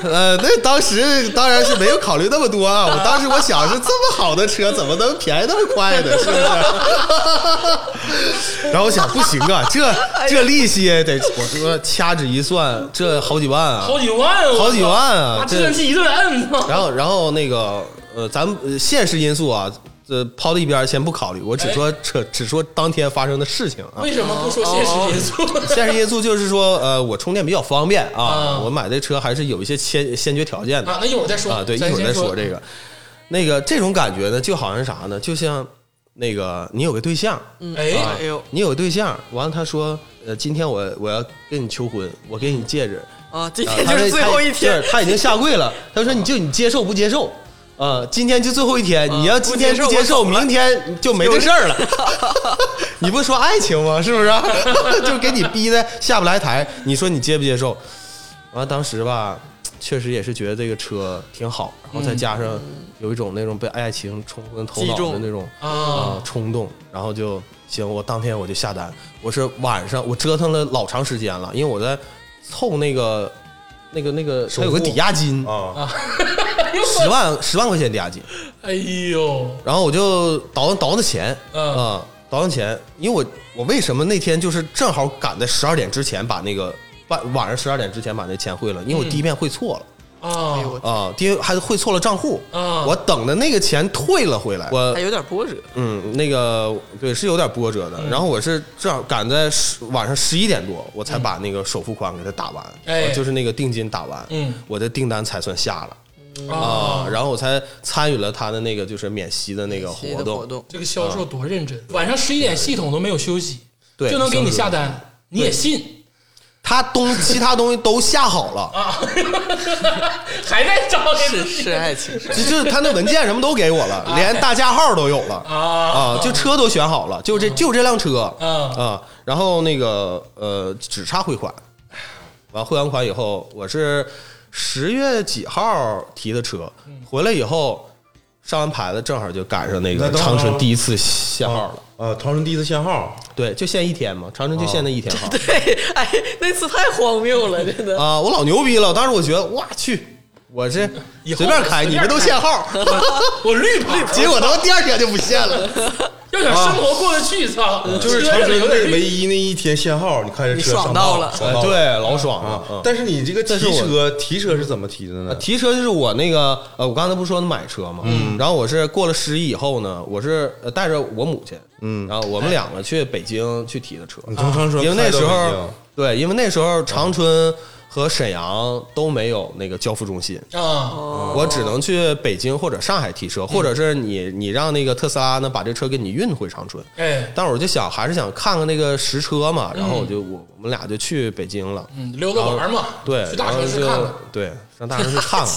S6: 呃，那当时当然是没有考虑那么多啊，我当时我想是这么好的车怎么能便宜那么快呢？是 不是？然后我想不行啊，这这利息得我说掐指一算，这好几万啊，
S3: 好几万啊，
S6: 好几万啊
S3: 拿
S6: 这
S3: 计算器一顿摁，
S6: 然后，然后那个呃，咱们呃现实因素啊，呃抛到一边儿，先不考虑，我只说只只说当天发生的事情啊。
S3: 哎为什么不说现实因素？
S6: 现实因素就是说，呃，我充电比较方便啊，
S3: 啊
S6: 我买这车还是有一些先先决条件的
S3: 啊，那一会儿再说
S6: 啊，对，一
S3: 咱
S6: 会儿
S3: 先
S6: 再
S3: 说
S6: 说这个。那个这种感觉呢，就好像啥呢？就像那个你有个对象，啊
S3: 哎
S4: 哎，呦，
S6: 你有个对象，完了他说，呃，今天我我要跟你求婚，我给你戒指，
S4: 啊，今
S6: 啊
S4: 天
S6: 他
S4: 就是
S6: 这
S4: 最
S6: 他
S4: 后一天
S6: 对，他已经下跪了。他说：“你就你接受不接受？啊，今天就最后一天，你要今天
S4: 啊不接
S6: 接
S4: 受
S6: 受，明天就没这事 儿了。你不说爱情吗？是不 是？就给你逼的下不来台。你说你接不接受？完、了，当时吧，确实也是觉得这个车挺好，然后再加上有一种那种被爱情冲昏头脑
S4: 嗯击中
S6: 的那种
S3: 啊，
S6: 啊冲动，然后就行，我当天我就下单。我是晚上我折腾了老长时间了，因为我在凑那个那个那个还有个
S5: 付
S6: 抵押金，
S5: 啊，
S6: 十万十万块钱抵押金，
S3: 哎呦，
S6: 然后我就倒腾倒腾钱，
S3: 嗯
S6: 啊倒腾钱，因为我我为什么那天就是正好赶在十二点之前把那个晚晚上十二点之前把那钱汇了，因为我第一遍汇错了。
S3: 啊，
S6: 啊，第一还是汇错了账户
S3: 啊
S6: 我等的那个钱退了回来，我
S4: 还有点波折，
S6: 嗯，那个对是有点波折的。然后我是正好赶在十晚上十一点多，我才把那个首付款给他打完，
S3: 哎
S6: 呃就是那个定金打完，
S3: 嗯
S6: 我的订单才算下了
S3: 啊，
S6: 然后我才参与了他的那个就是免息的那个
S4: 这
S6: 活
S4: 个
S6: 动，
S4: 活动，
S3: 这个销售多认真，晚上十一点系统都没有休息，
S6: 对
S3: 就能给你下单，你也信
S6: 他东 其他东西都下好了，
S3: 啊？还在找
S4: 是是爱情，
S6: 就就是他那文件什么都给我了，连大架号都有了。
S3: 啊
S6: 啊，就车都选好了，就这就这辆车，
S3: 啊
S6: 啊，然后那个呃，只差汇款，完汇完款以后，我是十月几号提的车，回来以后上完牌子，正好就赶上那
S5: 那
S6: 个
S5: 等会儿
S6: 长春第一次限号了，
S5: 啊，长春第一次限号，
S6: 对，就限一天嘛，长春就限那一天号
S4: 对，哎，那次太荒谬了，真的，
S6: 啊，我老牛逼了，当时我觉得哇去，我这
S3: 以后
S6: 随便
S3: 我
S6: 开，
S3: 随
S6: 你
S3: 便
S6: 们都
S3: 开
S6: 限号，
S3: 我绿牌，
S6: 结果他妈第二天就不限了，
S3: 要想生活过得去，操，
S5: 就是
S3: 车
S5: 长
S3: 上
S5: 春
S3: 有
S5: 唯
S3: 点
S5: 唯
S3: 绿。
S5: 一那一天限号，你看这
S4: 你
S5: 车
S4: 爽
S5: 上
S4: 到
S5: 道
S4: 了
S5: 爽
S6: 哎
S5: 到了
S6: 对，老爽了
S5: 啊，
S6: 嗯
S5: 但是你这个提
S6: 这是我
S5: 车提车是怎么提的呢？
S6: 提车就是我那个呃，我刚才不是说买车嘛，然后我是过了十一以后呢，我是呃带着我母亲，嗯，然后我们两个去北京去提的车，
S5: 哎你从长春
S6: 因为
S5: 开
S6: 那
S5: 到
S6: 时
S5: 北
S6: 候
S5: 京
S6: 对，因为那时候长春和沈阳都没有那个交付中心，
S3: 啊，
S6: 我只能去北京或者上海提车，或者是你你让那个特斯拉呢把这车给你运回长春，
S3: 哎，
S6: 但是我就想还是想看看那个实车嘛，然后我就我我们俩就去北京了，
S3: 嗯，溜达玩嘛，
S6: 对，
S3: 去大
S6: 然后
S3: 城市
S6: 就
S3: 看看，
S6: 对，上大城市看 看。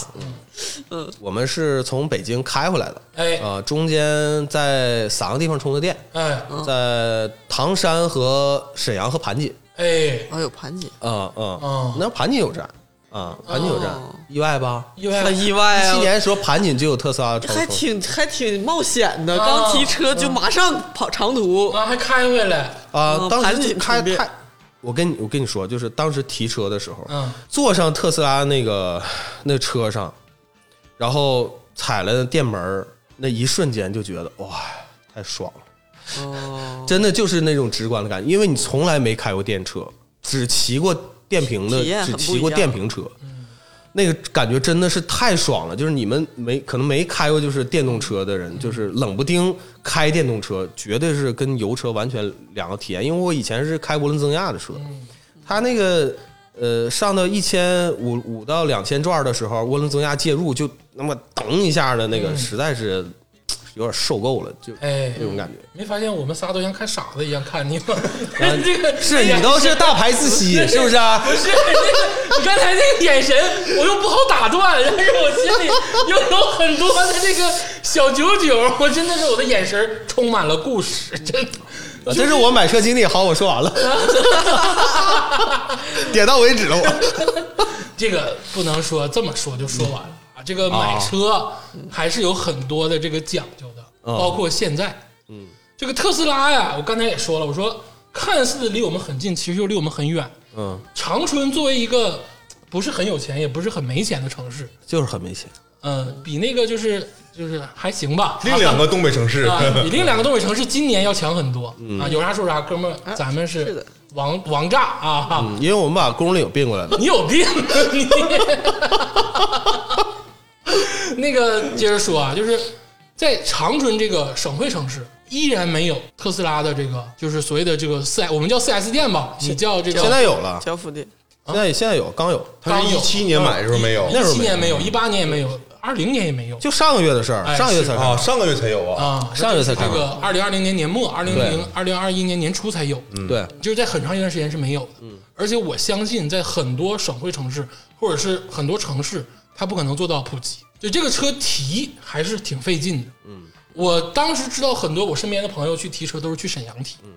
S6: 嗯，我们是从北京开回来的，
S3: 哎
S6: 呃，中间在三个地方充的电，
S3: 哎
S6: 在唐山和沈阳和盘锦，
S3: 哎，
S4: 哎呦，盘姐，
S6: 啊
S3: 哦
S6: 嗯，那盘锦有站啊，盘锦有站
S4: 哦，
S6: 意外吧？
S3: 意外
S4: 很意外
S6: 一
S4: 啊
S6: 七，年的时候，盘锦就有特斯拉超
S4: 还
S6: 充，
S4: 挺还挺冒险的，
S3: 啊
S4: 刚提车就马上跑长途，
S3: 啊，还开回来，
S6: 啊
S4: 嗯，
S6: 当
S4: 盘
S6: 时
S4: 锦
S6: 就开
S4: 充电
S6: 开，我跟你我跟你说，就是当时提车的时候，
S3: 嗯
S6: 坐上特斯拉那个那车上，然后踩了电门儿那一瞬间就觉得哇，太爽了！
S4: 哦，
S6: 真的就是那种直观的感觉，因为你从来没开过电车，只骑过电瓶的
S4: 体验，很
S6: 只
S4: 不
S6: 骑过
S4: 一样
S6: 电瓶车。那个感觉真的是太爽了，就是你们没可能没开过就是电动车的人，就是冷不丁开电动车，绝对是跟油车完全两个体验。因为我以前是开涡轮增压的车，它那个呃上到一千五五到两千转的时候，涡轮增压介入就那么噔一下的
S4: 嗯
S6: 那个，实在是有点受够了，就
S3: 哎
S6: 那，种感觉。
S3: 没发现我们仨都像看傻子一样看你 吗？
S6: 啊
S3: 这个哎
S6: 是你都是大牌自喜，是不是啊？
S3: 不是这个， 你刚才那个眼神，我又不好打断，但是我心里又有很多的这个小九九，我真的是我的眼神充满了故事，真的。
S6: 这是我买车经历。好，我说 完了，点到为止了。我
S3: 这个不能说这么说就说完了啊。这个买车还是有很多的这个讲究的，
S6: 嗯
S3: 包括现在，嗯，这个特斯拉呀，我刚才也说了，我说看似离我们很近，其实又离我们很远。
S6: 嗯，
S3: 长春作为一个不是很有钱，也不是很没钱的城市，
S6: 就是很没钱。
S3: 嗯、比那个就是就是还行吧，
S5: 另两个嗯东北城市，
S3: 啊，比另两个东北城市今年要强很多啊。有啥说啥，哥们儿，咱们
S4: 啊是
S3: 是
S4: 的
S3: 王王炸啊！哈
S6: 嗯，因为我们把公里有并过来了。
S3: 你有病！ 你那个接着说啊，就是在长春这个省会城市，依然没有特斯拉的这个，就是所谓的这个四 S，我们叫四 S 店吧，你叫这个。啊
S6: 现在有了，
S4: 交付店
S6: 现在现在有，刚有，
S5: 他是一七年买的时候没有
S3: 一
S6: 那时候
S3: 七
S6: 没有
S3: 年没有，一八年也没有，二零年也没有
S6: 就上个月的事儿，
S3: 哎
S6: 上个月才
S5: 啊，
S6: 看。
S5: 上个月才有啊。
S3: 啊。
S6: 上月才
S3: 这
S6: 看
S3: 个二零二零年年末，二零零
S6: 对嗯
S3: 二零二一年年初才有。
S6: 对，
S3: 就是在很长一段时间是没有的。
S6: 嗯
S3: 而且我相信，在很多省会城市或者是很多城市，它不可能做到普及。就这个车提还是挺费劲的。嗯，我当时知道很多我身边的朋友去提车都是去沈阳提。
S6: 嗯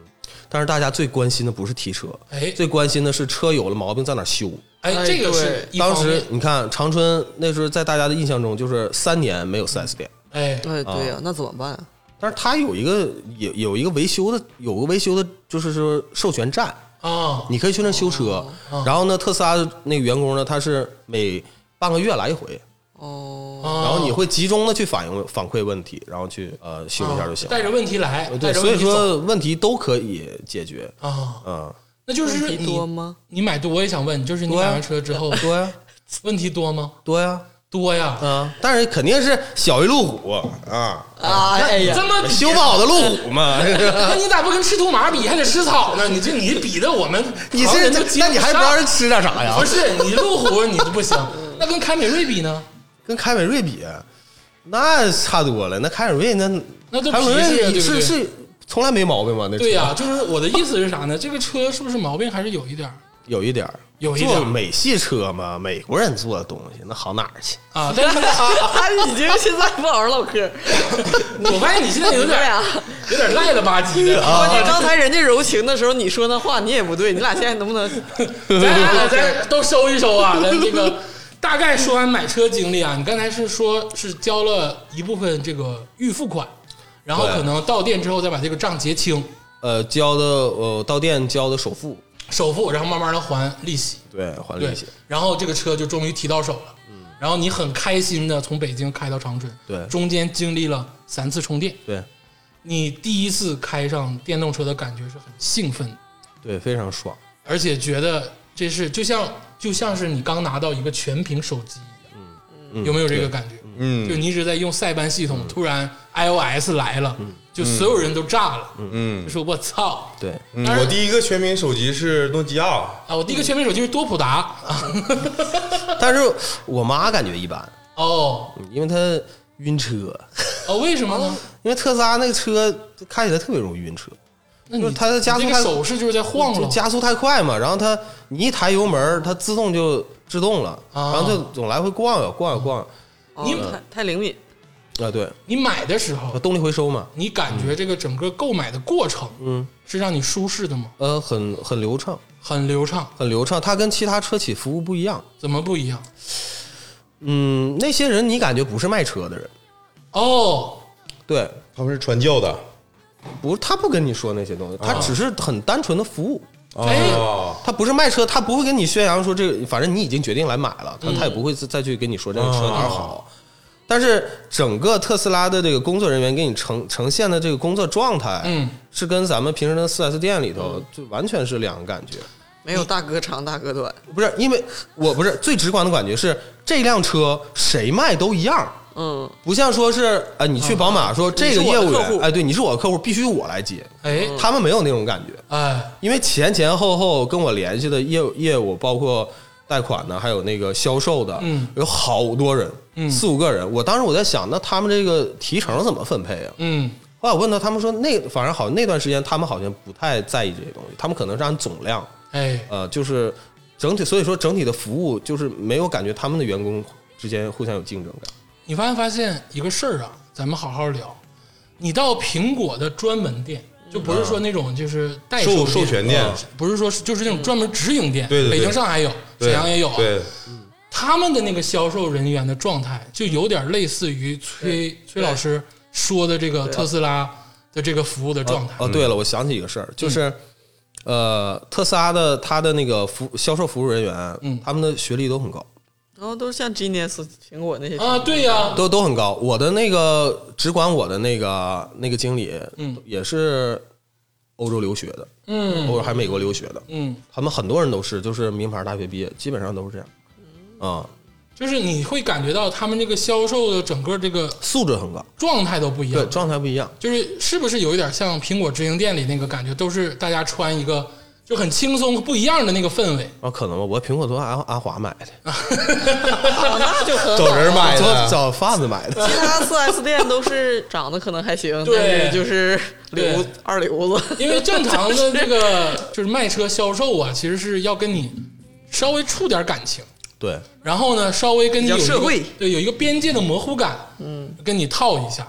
S6: 但是大家最关心的不是提车，
S3: 哎
S6: 最关心的是车有了毛病在哪儿修。
S3: 哎，
S4: 哎
S3: 这个是
S4: 对
S3: 一
S6: 当
S3: 方面
S6: 时。你看长春那时候在大家的印象中就是三年没有四 S 店，
S3: 哎，
S4: 哎，对呀、那怎么办啊？
S6: 但是它有一个有有一个维修的有个维修的，就是说授权站，
S3: 啊，
S6: 你可以去那儿修车。
S3: 哦
S6: 然后呢，特斯拉那个员工呢，他是每半个月来一回，
S4: 哦，
S3: 然
S6: 然后你会集中的去反映反馈问题，然后去呃修一下就行。
S3: 哦带着问题来，带
S6: 呃对，
S3: 着
S6: 所
S3: 问
S6: 以
S3: 题走
S6: 说问题都可以解决。
S3: 啊，
S6: 嗯，
S3: 那就是
S4: 问题
S3: 你
S4: 多吗？
S3: 你买多，我也想问，就是你
S6: 多呀
S3: 买完车之后，
S6: 多呀，
S3: 问题多吗？
S6: 多呀，
S3: 多呀，
S6: 啊嗯，但是肯定是小一路虎啊，
S4: 啊，哎呀，
S3: 这么比
S6: 修不好的路虎 嘛。
S3: 那你咋不跟吃土马比，还得吃草呢？你这你比的我们
S6: 你
S3: 旁
S6: 是
S3: 人都接
S6: 那你还不
S3: 上
S6: 让人吃嗯点啥呀
S3: 不？是你路虎你都不 行，那跟凯美瑞比呢？
S6: 跟凯美瑞比，那差多了。那凯美瑞那
S3: 那都
S6: 凯美
S3: 皮实呀
S6: 瑞
S3: 对
S6: 是
S3: 不对
S6: 是是从来没毛病吗？那车
S3: 对呀、就是我的意思是啥呢？这个车是不是毛病还是有一点儿
S6: 有一点儿
S3: 有一点儿
S6: 做美系车嘛，美国人做的东西那好哪儿去？
S3: 啊？但是
S4: 他已经现在不好好唠嗑。
S3: 我发现你现在有
S4: 对
S3: 点儿啊
S4: 呀、
S3: 有点儿赖了吧唧的
S4: 不
S3: 啊！
S4: 哦过你刚才人家柔情的时候，你说那话你也不对，你俩现在能不能？
S3: 咱俩咱都收一收啊！咱这个 大概说完买车经历啊，你刚才是说是交了一部分这个预付款，然后
S6: 对
S3: 可能到店之后再把这个账结清，
S6: 呃，交的呃到店交的首付，
S3: 首付，然后慢慢的还利息。
S6: 对，还
S3: 对
S6: 利息。，
S3: 然后这个车就终于提到手了。嗯，然后你很开心的从北京开到长春，
S6: 对
S3: 中间经历了三次充电。
S6: 对
S3: 你第一次开上电动车的感觉是很兴奋的，
S6: 对，非常爽。
S3: 而且觉得这是就像就像是你刚拿到一个全屏手机一样，嗯有没有这个感觉？嗯，就你一直在用塞班系
S6: 嗯
S3: 统，突然 iOS 来了，就所有人都炸了，嗯，就说我操！
S6: 对，
S5: 嗯
S3: 当然
S5: 我第一个全屏手机是诺基亚，
S3: 啊，我第一个全屏手机是多普达，
S6: 嗯但是我妈感觉一般，
S3: 哦
S6: 因为她晕车，
S3: 哦，为什么呢？
S6: 因为特斯拉那个车开起来特别容易晕车，
S3: 那
S6: 就
S3: 你
S6: 是它的加
S3: 你
S6: 速
S3: 这个
S6: 太
S3: 手势就是在晃
S6: 就
S3: 了，
S6: 加速太快嘛，然后它你一抬油门儿，它自动就制动了，
S3: 啊
S6: 然后就总来回逛悠逛悠逛悠
S3: 你
S4: 哦、太太灵敏，
S6: 啊，对，
S3: 你买的时
S5: 嗯
S3: 候，
S6: 动力回收嘛，
S3: 你感觉这个整个购买的过程，嗯，是让你舒适的吗？
S6: 呃，很很流畅，
S3: 很流畅，
S6: 很流畅，它跟其他车企服务不一样。
S3: 怎么不一样？
S6: 嗯，那些人你感觉不是卖车的人，
S3: 哦，
S6: 对，
S5: 他们是传教的。
S6: 不，他不跟你说那些东西，他只是很单纯的服务，
S3: 哎
S5: 啊，
S6: 他不是卖车，他不会跟你宣扬说这个，反正你已经决定来买了，他他也不会再去跟你说这个车哪儿好。但是整个特斯拉的这个工作人员给你呈呈现的这个工作状态，
S3: 嗯，
S6: 是跟咱们平时的四 S 店里头就完全是两个感觉。
S4: 没有大哥长大哥短。
S6: 不是因为我不是最直观的感觉是这辆车谁卖都一样，
S4: 嗯，
S6: 不像说是呃你去宝马说这个业务
S4: 你是我的客
S6: 员
S4: 户
S6: 哎对你是我的客户必须我来接，
S3: 哎
S5: 嗯
S6: 他们没有那种感觉。
S3: 哎，
S6: 因为前前后后跟我联系的业务业务，包括贷款的，还有那个销售的，
S3: 嗯
S6: 有好多人，
S3: 嗯
S6: 四五个人。我当时我在想，那他们这个提成怎么分配啊？
S3: 嗯，
S6: 后来我问他，他们说那反正好像那段时间他们好像不太在意这些东西，他们可能是按总量，
S3: 哎，
S6: 呃，就是整体，所以说整体的服务就是没有感觉他们的员工之间互相有竞争感。
S3: 你发没发现一个事儿啊？咱们好好聊。你到苹果的专门店，就不是说那种就是代
S5: 嗯授
S3: 店呃
S5: 授权店，嗯
S3: 不是说是就是那种专门直营店，
S5: 对对对
S3: 北京、上海有，
S5: 对
S3: 沈阳也有啊，
S5: 对，
S3: 他们的那个销售人员的状态，就有点类似于崔崔老师说的这个特斯拉的这个服务的状态。嗯
S6: 哦，对了，我想起一个事儿，就是，呃，特斯拉的他的那个服销售服务人员，
S3: 嗯
S6: 他们的学历都很高。
S4: 然后都是像 Genius、苹果那些，
S3: 啊，对呀、
S6: 都都很高。我的那个只管我的那个那个经理，
S3: 嗯
S6: 也是欧洲留学的，
S3: 嗯
S6: 欧洲还美国留学的，
S3: 嗯，
S6: 他们很多人都是，就是名牌大学毕业，基本上都是这样，啊、
S3: 就是你会感觉到他们这个销售的整个这个
S6: 素质很高，
S3: 状态都不一
S6: 对
S3: 样，
S6: 状态不一样。
S3: 就是是不是有一点像苹果直营店里那个感觉，都是大家穿一个就很轻松不一样的那个氛围。
S6: 啊，可能吧，我苹果都阿阿华买的，
S4: 哦那就很好。
S5: 找人买
S6: 找
S5: 的，
S6: 找贩子买 的。
S4: 其他四 S 店都是长得可能还行，
S3: 对
S4: 但是就是
S3: 对
S4: 瘤二瘤子，
S3: 因为正常的这个 就是卖车销售啊，其实是要跟你稍微触点感情，
S6: 对，
S3: 然后呢，稍微跟你有一个
S4: 比较社会
S3: 对有一个边界的模糊感，嗯，跟你套一下。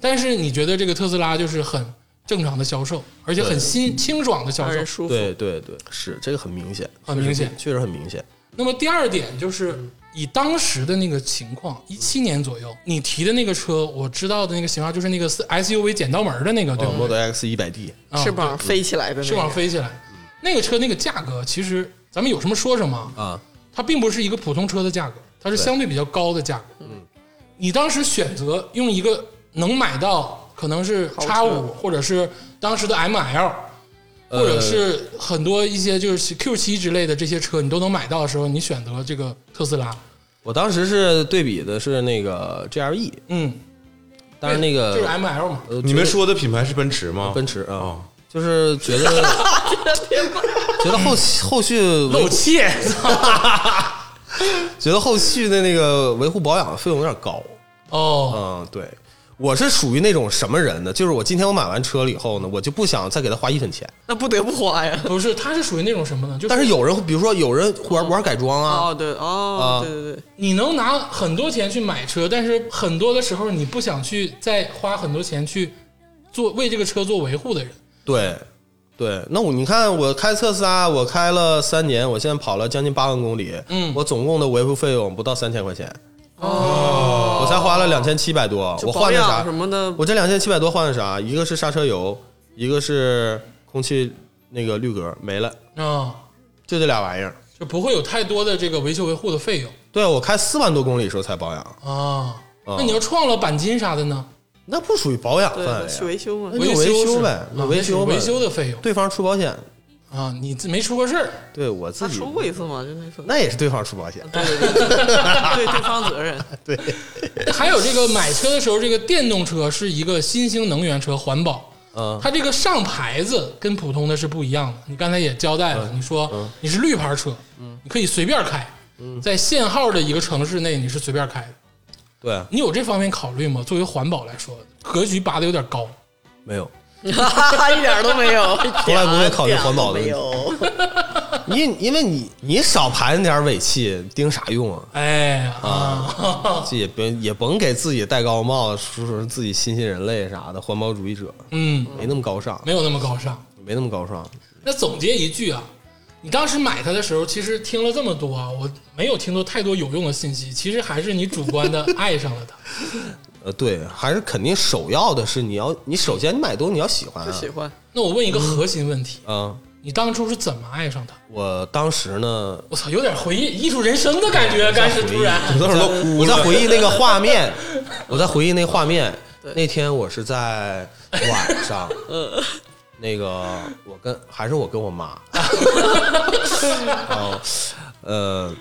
S3: 但是你觉得这个特斯拉就是很正常的销售，而且很新清爽的销
S4: 让
S3: 售
S4: 人，舒服。
S6: 对对对，是这个很明显，
S3: 很明显。
S6: 确实很明显。
S3: 那么第二点就是以当时的那个情况，一七年左右，你提的那个车，我知道的那个型号就是那个 SUV 剪刀门的那个，对
S6: 哦
S3: 吧？
S6: ，Model X 一百 D，
S3: 啊
S4: 翅膀飞起来的那
S3: 翅膀
S4: 个，
S3: 飞起来，嗯那个车那个价格，其实咱们有什么说什么啊。
S6: 啊，
S3: 它并不是一个普通车的价格，它是相对比较高的价格。嗯，你当时选择用一个能买到可能是叉五，或者是当时的 M L，或者是很多一些就是 Q 七之类的这些车，你都能买到的时候，你选择这个特斯拉。
S6: 我当时是对比的是那个 GLE，
S3: 嗯，
S6: 但是那个
S3: 就是 M L 嘛，
S6: 呃
S5: 你们说的品牌是奔驰吗？
S6: 奔驰啊
S5: 哦，
S6: 就是觉得 觉得后
S3: 嗯
S6: 后续维
S3: 露怯，
S6: 觉得后续的那个维护保养费用有点高。
S3: 哦，
S6: 嗯，对，我是属于那种什么人呢？就是我今天我买完车了以后呢，我就不想再给他花一分钱。
S4: 那不得不花呀。
S3: 不是，它是属于那种什么呢？就
S6: 但是有人，比如说有人玩玩改装啊，
S4: 哦，对，哦
S6: 啊，
S4: 对对对，
S3: 你能拿很多钱去买车，但是很多的时候你不想去再花很多钱去做为这个车做维护的人。
S6: 对，对。那我你看，我开特斯拉，我开了三年，我现在跑了将近八万公里，
S3: 嗯
S6: 我总共的维护费用不到三千块钱，哦，我才花了两千七百多，
S4: 就
S6: 我
S4: 保
S6: 换的
S4: 养
S6: 啥
S4: 什？么的，
S6: 我这两千七百多换的啥？一个是刹车油，一个是空气那个滤格没了，
S3: 啊、
S6: 就这俩玩意儿。
S3: 就不会有太多的这个维修维护的费用
S6: 对我开四万多公里的时候才保养，
S3: 啊。
S6: 啊
S3: 那你要撞了钣金啥的呢？
S6: 那不属于保养
S4: 对
S6: 范
S4: 去
S6: 围啊、
S4: 维修嘛
S6: 那。就维修呗
S3: 是
S6: 那
S3: 啊
S6: 维修呗
S3: 维修的费用
S6: 对方出保险，
S3: 啊。你自没出过事儿，
S6: 对我
S4: 他
S6: 自己
S4: 出过一次嘛，就那次，
S6: 那也是对方出保险，
S4: 对对方责任，
S3: 还有这个买车的时候，这个电动车是一个新兴能源车，环保。
S6: 嗯
S3: 它这个上牌子跟普通的是不一样的。你刚才也交代了，你说你是绿牌车，你可以随便开，在限号的一个城市内你是随便开的。
S6: 对，
S3: 你有这方面考虑吗？作为环保来说，格局拔的有点高。
S6: 没有，
S4: 一点都没 有，
S6: 从来不会考虑环保的
S4: 没
S6: 问题。
S4: 有。
S6: 你因为你你少排那点尾气，顶啥用啊？
S3: 哎啊，
S6: 这也别也甭给自己戴高帽，说说自己新兴人类啥的，环保主义者
S3: 嗯，
S6: 没那么高尚，
S3: 没有那么高尚。
S6: 没那么高尚。
S3: 那总结一句啊，你当时买它的时候，其实听了这么多啊，我没有听到太多有用的信息，其实还是你主观的爱上了它。
S6: 呃，对，还是肯定首要的是你要，你首先你买东西你要喜欢啊，
S4: 喜欢
S3: 那我问一个核心问题，
S6: 嗯，
S3: 你当初是怎么爱上它？
S6: 我当时呢，
S3: 我操，有点回忆艺术人生的感觉，但是突然
S6: 我在我在回忆那个画面，我在回忆那个画面。那天我是在晚 上，
S3: 嗯
S6: 那个我跟还是我跟 我妈，哦，呃，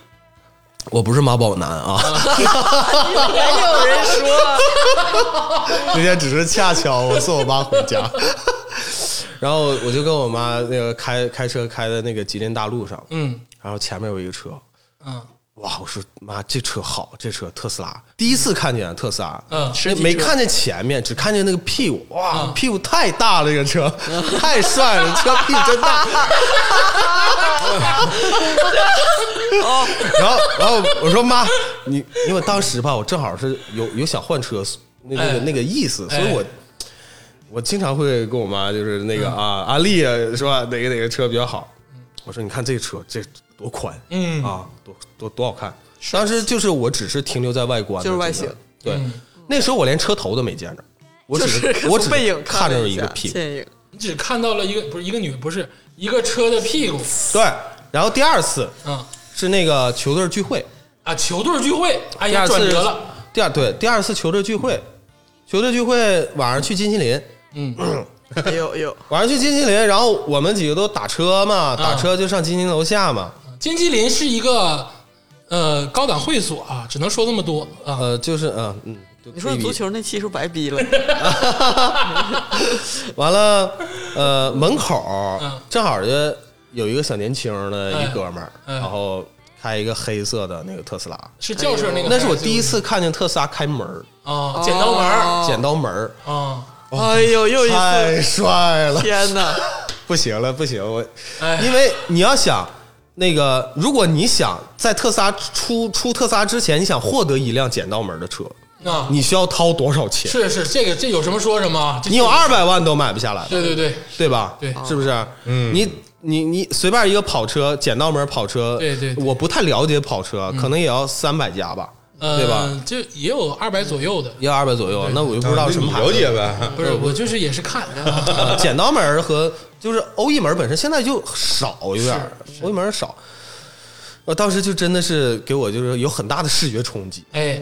S6: 我不是妈宝男啊，
S4: 还 有人说，
S6: 那天只是恰巧我送我妈回 家，然后我就跟我妈那个开开车开的那个吉林大路上，
S3: 嗯
S6: 然后前面有一个车，
S3: 嗯
S6: 哇，我说妈，这车好，这车特斯拉，第一次看见特斯拉，
S3: 嗯
S6: 那没看见前面，只看见那个屁股，哇，屁股太大了，这个车
S3: 嗯
S6: 太帅了，车屁股真大。
S3: 哦
S6: 然后，然后我说妈，你因为当时吧，我正好是有有想换车那那个
S3: 哎
S6: 那个意思，所
S3: 哎
S6: 以我。我经常会跟我妈就是那
S3: 嗯
S6: 个啊，安利啊，是吧？哪个哪个车比较好？我说你看这车这多宽，
S3: 嗯
S6: 啊，多多多好看。当时就是我只是停留在外观的，
S4: 就是外
S6: 真的
S4: 形。
S6: 对，
S3: 嗯
S6: 那时候我连车头都没见着，我只是我只
S4: 从背
S6: 是
S4: 影
S6: 看
S4: 了
S6: 着
S4: 一
S6: 一个
S4: 下
S6: 屁股。
S4: 倩影，
S3: 你只看到了一个不是一个女，不是一个车的屁股，
S6: 对，然后第二次
S3: 嗯
S6: 是那个球队聚会，
S3: 啊，球队聚会，哎
S6: 第
S3: 呀，
S6: 二
S3: 转
S6: 次
S3: 折了，，
S6: 第二对第二次球队聚会，球队聚会晚上去金麒麟，
S4: 哎呦呦，
S6: 晚上去金麒麟，然后
S3: 嗯
S6: 我们几个都打车嘛，打车就上金麒麟楼下嘛，
S3: 金麒麟是一个呃，高档会所啊，只能说这么多啊。
S6: 呃，就是嗯嗯，就
S4: 你说
S6: KB
S4: 足球那期是不是白逼 了？
S6: 完了，呃，门口儿
S3: 嗯
S6: 正好就有一个小年轻的一哥们儿，
S3: 嗯
S6: 然后开一个黑色的那个特斯拉，
S3: 是轿车那个牌子，
S6: 哎那是我第一次看见特斯拉开门儿，
S3: 啊，剪刀门儿
S6: 剪刀门儿，
S3: 啊，
S4: 哎呦，又一次，
S6: 太帅了！
S4: 天哪！
S6: 不行了，不行，我
S3: 哎，
S6: 因为你要想。那个，如果你想在特斯拉出出特斯拉之前，你想获得一辆剪刀门儿的车，
S3: 啊，
S6: 你需要掏多少钱？
S3: 是是这个这有什么说什么啊，这
S6: 你有二百万都买不下来。
S3: 对对对
S6: 对吧？
S3: 对
S6: 是不是？嗯，你你你随便一个跑车，剪刀门跑车，
S3: 对对对嗯
S6: 我不太了解跑车，可能也要三百加吧，
S3: 呃，
S6: 对吧？？
S3: 就也有二百左右的，
S6: 要二百左右，那我就不知道什么牌
S5: 了
S6: 子。
S5: 解呗。
S3: 不是我就是也是看 啊，
S6: 呃剪刀门和就是欧意门本身现在就少有点儿，欧意门少。我当时就真的是给我就是有很大的视觉冲击，
S3: 哎，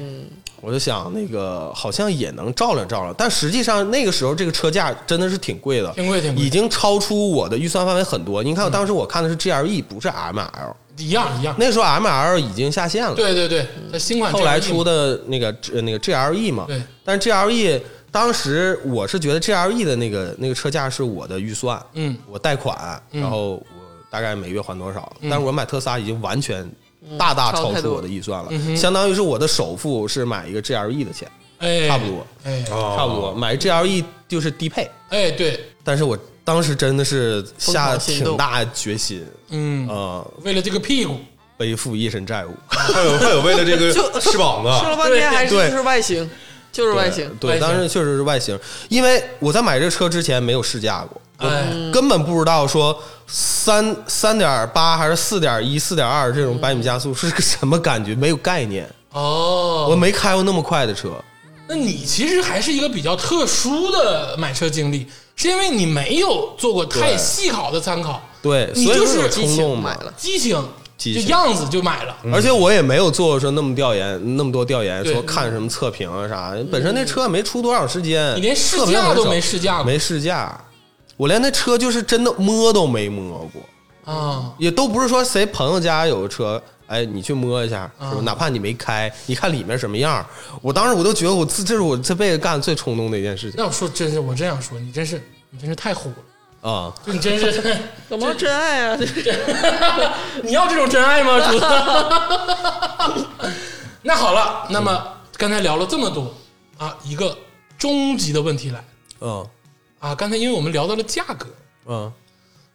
S6: 我就想那个好像也能照亮照亮，但实际上那个时候这个车价真的是挺贵的，
S3: 挺贵挺贵嗯
S6: 已经超出我的预算范围很多。你看当时我看的是 GLE，不是 ML，
S3: 一样一样，
S6: 那时候 M L 已经下线了，
S3: 对对对，那新款
S6: 后来出
S3: 的
S6: 的那个呃那个 G L E 嘛
S3: E 对，
S6: 但是 G L E 当时我是觉得 G L E 的那个那个车价是我的预算，
S3: 嗯，嗯
S6: 我贷款，然后我大概每月还多少，但是我买特斯拉已经完全大大
S4: 超
S6: 超
S4: 太
S6: 出
S4: 多
S6: 我的预算
S3: 嗯
S6: 了，相当于是我的首付是买一个 G L E 的钱，
S3: 哎
S6: 差不多，
S3: 哎
S5: 哦
S6: 差不多买 G L E 就是低配，
S3: 哎对，
S6: 但是我当时真的是下
S4: 疯狂心动
S6: 挺大决心，
S3: 嗯，
S6: 呃，
S3: 为了这个屁股，
S6: 背负一身债务。
S5: 还有还有，为了这个翅膀
S4: 说了
S5: 子，
S4: 半天还是就
S6: 对
S4: 是外形，就是外形。
S6: 对，
S3: 外形
S6: 当时确实是外形，因为我在买这车之前没有试驾过，
S3: 哎
S6: 我根本不知道说三三点八还是四点一、四点二这种百米加速是个什么感觉，没有概念，
S3: 哦，
S6: 我没开过那么快的车。
S3: 那你其实还是一个比较特殊的买车经历，是因为你没有做过太细考的参考，
S6: 对，
S3: 你
S6: 所以
S3: 就
S6: 我
S3: 是
S6: 有
S3: 激
S6: 冲动
S4: 情
S6: 嘛
S4: 买了，
S3: 激情，
S6: 激
S3: 就
S6: 情
S3: 样子就买了，
S6: 而且我也没有做过说那么调研，那么多调研，
S3: 嗯对
S6: 说看什么测评啊啥，本身那车没出多少时间，
S3: 你连试
S6: 测评
S3: 驾
S6: 很
S3: 都
S6: 少
S3: 没试驾过
S6: 没试驾，我连那车就是真的摸都没摸过。
S3: 啊，
S6: 也都不是说谁朋友家有个车，哎，你去摸一下，
S3: 啊
S6: 是吧？哪怕你没开，你看里面什么样儿。我当时我都觉得我自这是我这辈子干的最冲动的一件事情
S3: 那我说真是，我真想说，你真是你真是太虎了，
S6: 啊、
S3: 就你真是，
S4: 怎么真爱啊？这是
S3: 你要这种真爱吗，主子？那好了，那么刚才聊了这么多啊，一个终极的问题来
S6: 嗯
S3: 啊，刚才因为我们聊到了价格，
S6: 嗯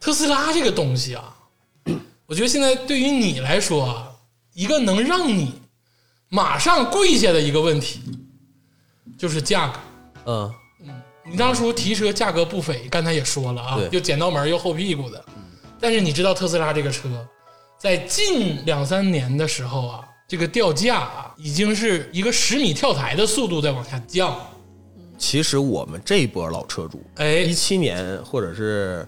S3: 特斯拉这个东西啊， 我觉得现在对于你来说啊，一个能让你马上跪下的一个问题，就是价格。
S6: 嗯，
S3: 你当初提车价格不菲，刚才也说了啊
S6: 对，嗯
S3: 又剪刀门又后屁股的。但是你知道特斯拉这个车，在近两三年的时候啊，这个掉价啊，已经是一个十米跳台的速度在往下降。
S6: 其实我们这一波老车主，
S3: 哎
S6: 一七年或者是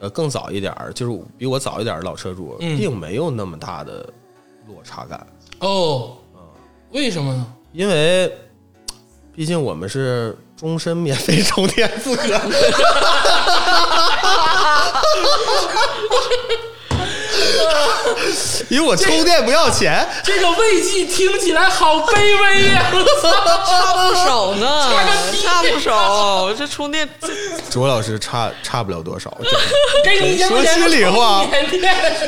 S6: 呃更早一点儿，就是比我早一点儿的老车主，
S3: 嗯
S6: 并没有那么大的落差感，
S3: 哦，
S6: 嗯
S3: 为什么呢？
S6: 因为毕竟我们是终身免费充电资 格。因为我充电不要钱，
S3: 这个慰藉听起来好卑微 呀、
S4: 差不少呢
S3: 差个屁，
S4: 差不少。这充电这
S6: 卓老师差差不了多少。真
S3: 给你一千块钱
S6: 说心里话
S3: 充电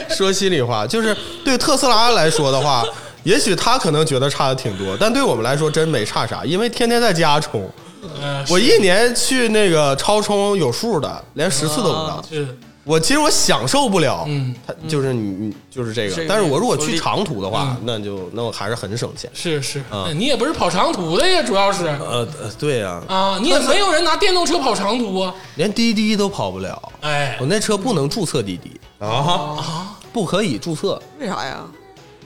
S6: 的说心里话，就是对特斯拉来说的话， 也许他可能觉得差的挺多，但对我们来说真没差啥，因为天天在家充。
S3: 呃
S6: 我一年去那个超充有数的，连十次都不到。
S3: 是
S6: 我其实我享受不了，
S3: 嗯，
S6: 它就是你你就是这
S4: 这
S6: 个
S4: 个，
S6: 但是我如果
S4: 合
S6: 去
S4: 理
S6: 长途的话，那就那我还是很省钱。
S3: 是是，那
S6: 嗯
S3: 你也不是跑长途的呀，主要是
S6: 呃，呃对呀、
S3: 啊，你也没有人拿电动车跑长途啊。
S6: 连滴滴都跑不了，
S3: 哎
S6: 我，那车不能注册滴滴，
S5: 啊，
S6: 不可以注册，
S4: 为啥呀？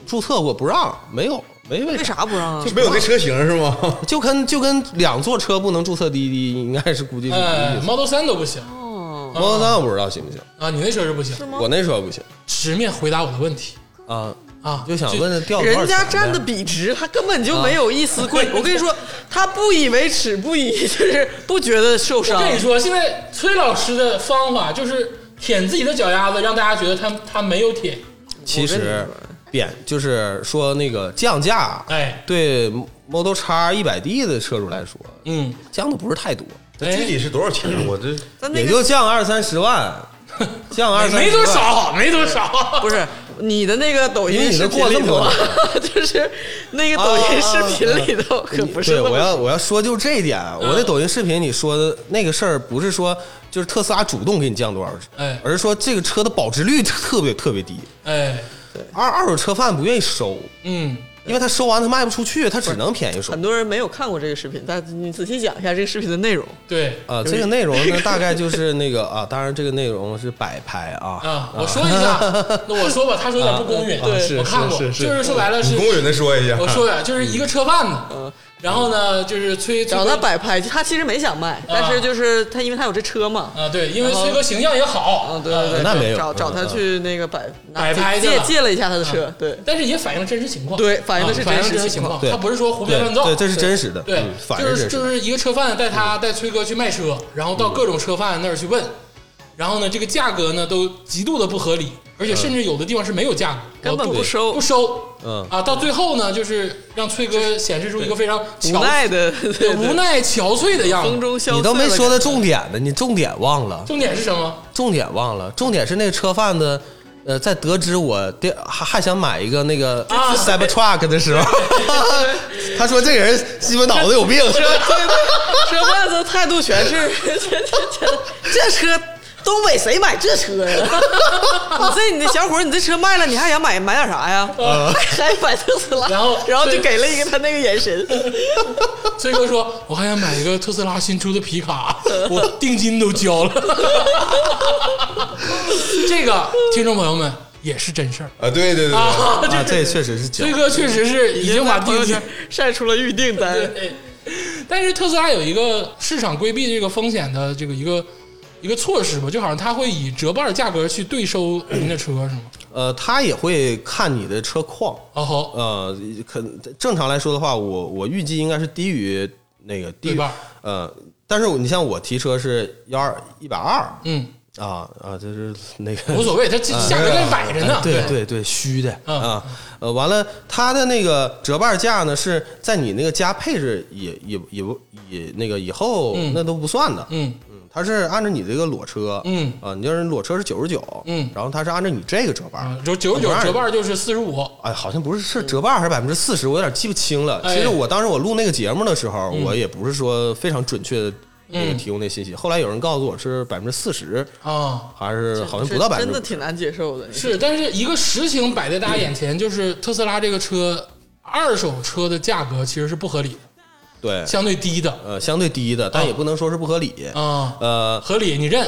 S6: 注册过不让，没有没为
S4: 为啥不让啊？
S5: 没有这车型是吗？
S6: 就跟就跟两座车不能注册滴滴，应该是估嗯计是
S3: 哎嗯
S6: 一个意思。
S3: ，Model 三都不行
S4: 哦，
S6: 摩托三我不知道行不行，
S3: 啊，你那车是不行。
S4: 吗
S6: 我那车不行
S3: 直面回答我的问题
S6: 啊，
S3: 啊，
S6: 就想问他掉多少
S4: 人家
S6: 钱呗
S4: 站的笔直，他根本就没有一丝跪。我跟你说，他不以为耻，不以就是不觉得受
S3: 我
S4: 伤。
S3: 跟你说，现在崔老师的方法就是舔自己的脚丫子，让大家觉得他他没有舔。
S6: 其实贬就是说那个降价，
S3: 哎，
S6: 对 Model X 一百 D 的车主来说，
S3: 嗯，
S6: 降的不是太多，
S3: 哎
S5: 那具体是多少钱？我这
S4: 但那
S6: 也
S4: 个
S6: 就降二三 十万，降二
S3: 哎
S6: 三
S3: 没多，少，没多少，
S4: 不是你的那个抖
S6: 因为
S4: 音
S6: 你
S4: 视
S6: 都
S4: 频
S6: 过
S4: 里
S6: 这么
S4: 头
S6: 多
S4: 啊
S6: 年，
S4: 就是那个抖音视频里 头可不是
S6: 对，
S4: 那
S6: 我
S4: 么嗯
S6: 要我要说就这一点，我在抖音视频里说的那个事儿，不是说就是特斯拉主动给你降多少，
S3: 哎
S6: 而是说这个车的保值率特别特别低，
S3: 哎，
S6: 二二手车贩不愿意收，
S3: 嗯，
S6: 因为他收完他卖不出去，他只能便宜收
S4: 很。多人没有看过这个视频，但你仔细讲一下这个视频的内容。
S3: 对
S6: 啊，这个内容呢，大概就是那个啊，当然这个内容是摆拍啊，
S3: 啊，我说一 下，那我说吧，他说有点不公允，
S6: 啊是
S3: 我看过，
S6: 是是
S3: 就是说白了是
S5: 你，公允的说一下，
S3: 我说呀，就是一个车贩
S6: 嗯
S3: 子，然后呢，就是崔崔
S4: 找他
S3: 哥
S4: 摆拍，他其实没想卖，但是就是他，因为他有这车嘛，
S3: 啊，对，因为崔哥形象也好，啊
S4: 嗯，对对对，
S6: 那没有
S4: 找
S6: 嗯
S4: 找他去那个摆拿
S3: 摆拍去
S4: 借
S3: 了
S4: 借了一下他的车，对，
S3: 但是也反映了真实情况，
S4: 对反映的
S3: 啊
S4: 是
S3: 反映
S4: 真实
S3: 真实
S4: 情
S3: 情
S4: 况
S3: 况，
S6: 对
S3: 他不是说胡编
S6: 对
S3: 乱造，
S6: 对，这是真实的，
S3: 对
S6: 嗯，反
S3: 就
S6: 正
S3: 是
S6: 真
S3: 就
S6: 实的。
S3: 是一个车贩带他带崔哥去卖车，然后到各种车贩那儿去问，然后呢，这个价格呢都极度的不合理，而且甚至有的地方是没有价格，
S4: 根本不收
S3: 不收。
S6: 嗯
S3: 啊，到最后呢，就是让崔哥显示出一个非常
S4: 无
S3: 憔
S4: 奈的，
S3: 对
S4: 对
S3: 无，奈憔悴的样
S4: 风
S3: 子。
S4: 中消
S6: 你都没说到重点呢，你重点忘了，
S3: 重点是什么？
S6: 重点忘了，重点是那个车贩子，呃，在得知我第还还想买一个那个
S3: 啊
S6: Cybertruck 的时候， 他说这个人鸡巴脑子有病，
S4: 车贩子态度全是， 这车东北谁买这车呀？你这你这小伙儿，你这车卖了，你还想买买点啥呀？还买特斯拉？
S3: 啊然后
S4: 然后就给了一个他那个眼神，
S3: 崔哥说：“我还想买一个特斯拉新出的皮卡， 我定金都交了。” 这个听众朋友们也是真事儿
S5: 啊，对对对对，
S3: 啊，
S6: 啊，
S3: 这
S6: 这
S3: 是
S6: 确实是假
S3: 崔。哥确实是已经把
S4: 朋
S3: 定
S4: 友
S3: 金
S4: 圈晒出了预订单。
S3: 对，但是特斯拉有一个市场规避这个风险的这个一个一个措施吧，就好像它会以折半价格去对收您的车，是吗？
S6: 呃，他也会看你的车况，
S3: 哦吼，
S6: 呃，可正常来说的话，我我预计应该是低于那个低
S3: 对
S6: 于
S3: 半
S6: 呃，但是你像我提车是幺二一百二
S3: 嗯，
S6: 啊啊，就是那个
S3: 无所谓，它这价格在摆着呢。
S6: 哎对对对，虚的
S3: 嗯
S6: 啊，呃，完了，它的那个折半价呢，是在你那个加配置也也也不也那个以后
S3: 嗯
S6: 那都不算的，
S3: 嗯
S6: 嗯，它是按照你这个裸车，
S3: 嗯
S6: 啊，你要是裸车是九十九，
S3: 嗯
S6: 然后它是按照你这个折半
S3: 啊，，就九十九折半就是四十五。
S6: 哎，好像不是是折半还是百分之四十，我有点记不清了。
S3: 哎
S6: 其实我当时我录那个节目的时候，我也不是说非常准确的那个
S3: 嗯
S6: 提供那信息，后来有人告诉我是百分之四十，
S3: 啊，
S6: 还是好像不到百分
S4: 真
S6: 之
S4: 的挺难接受的。
S3: 是，但是一个实情摆在大家眼前，就是特斯拉这个车二手车的价格其实是不合理，
S6: 对，
S3: 相对低的
S6: 呃，相对低的，但也不能说是不合理。
S3: 啊，
S6: 呃，
S3: 合理你认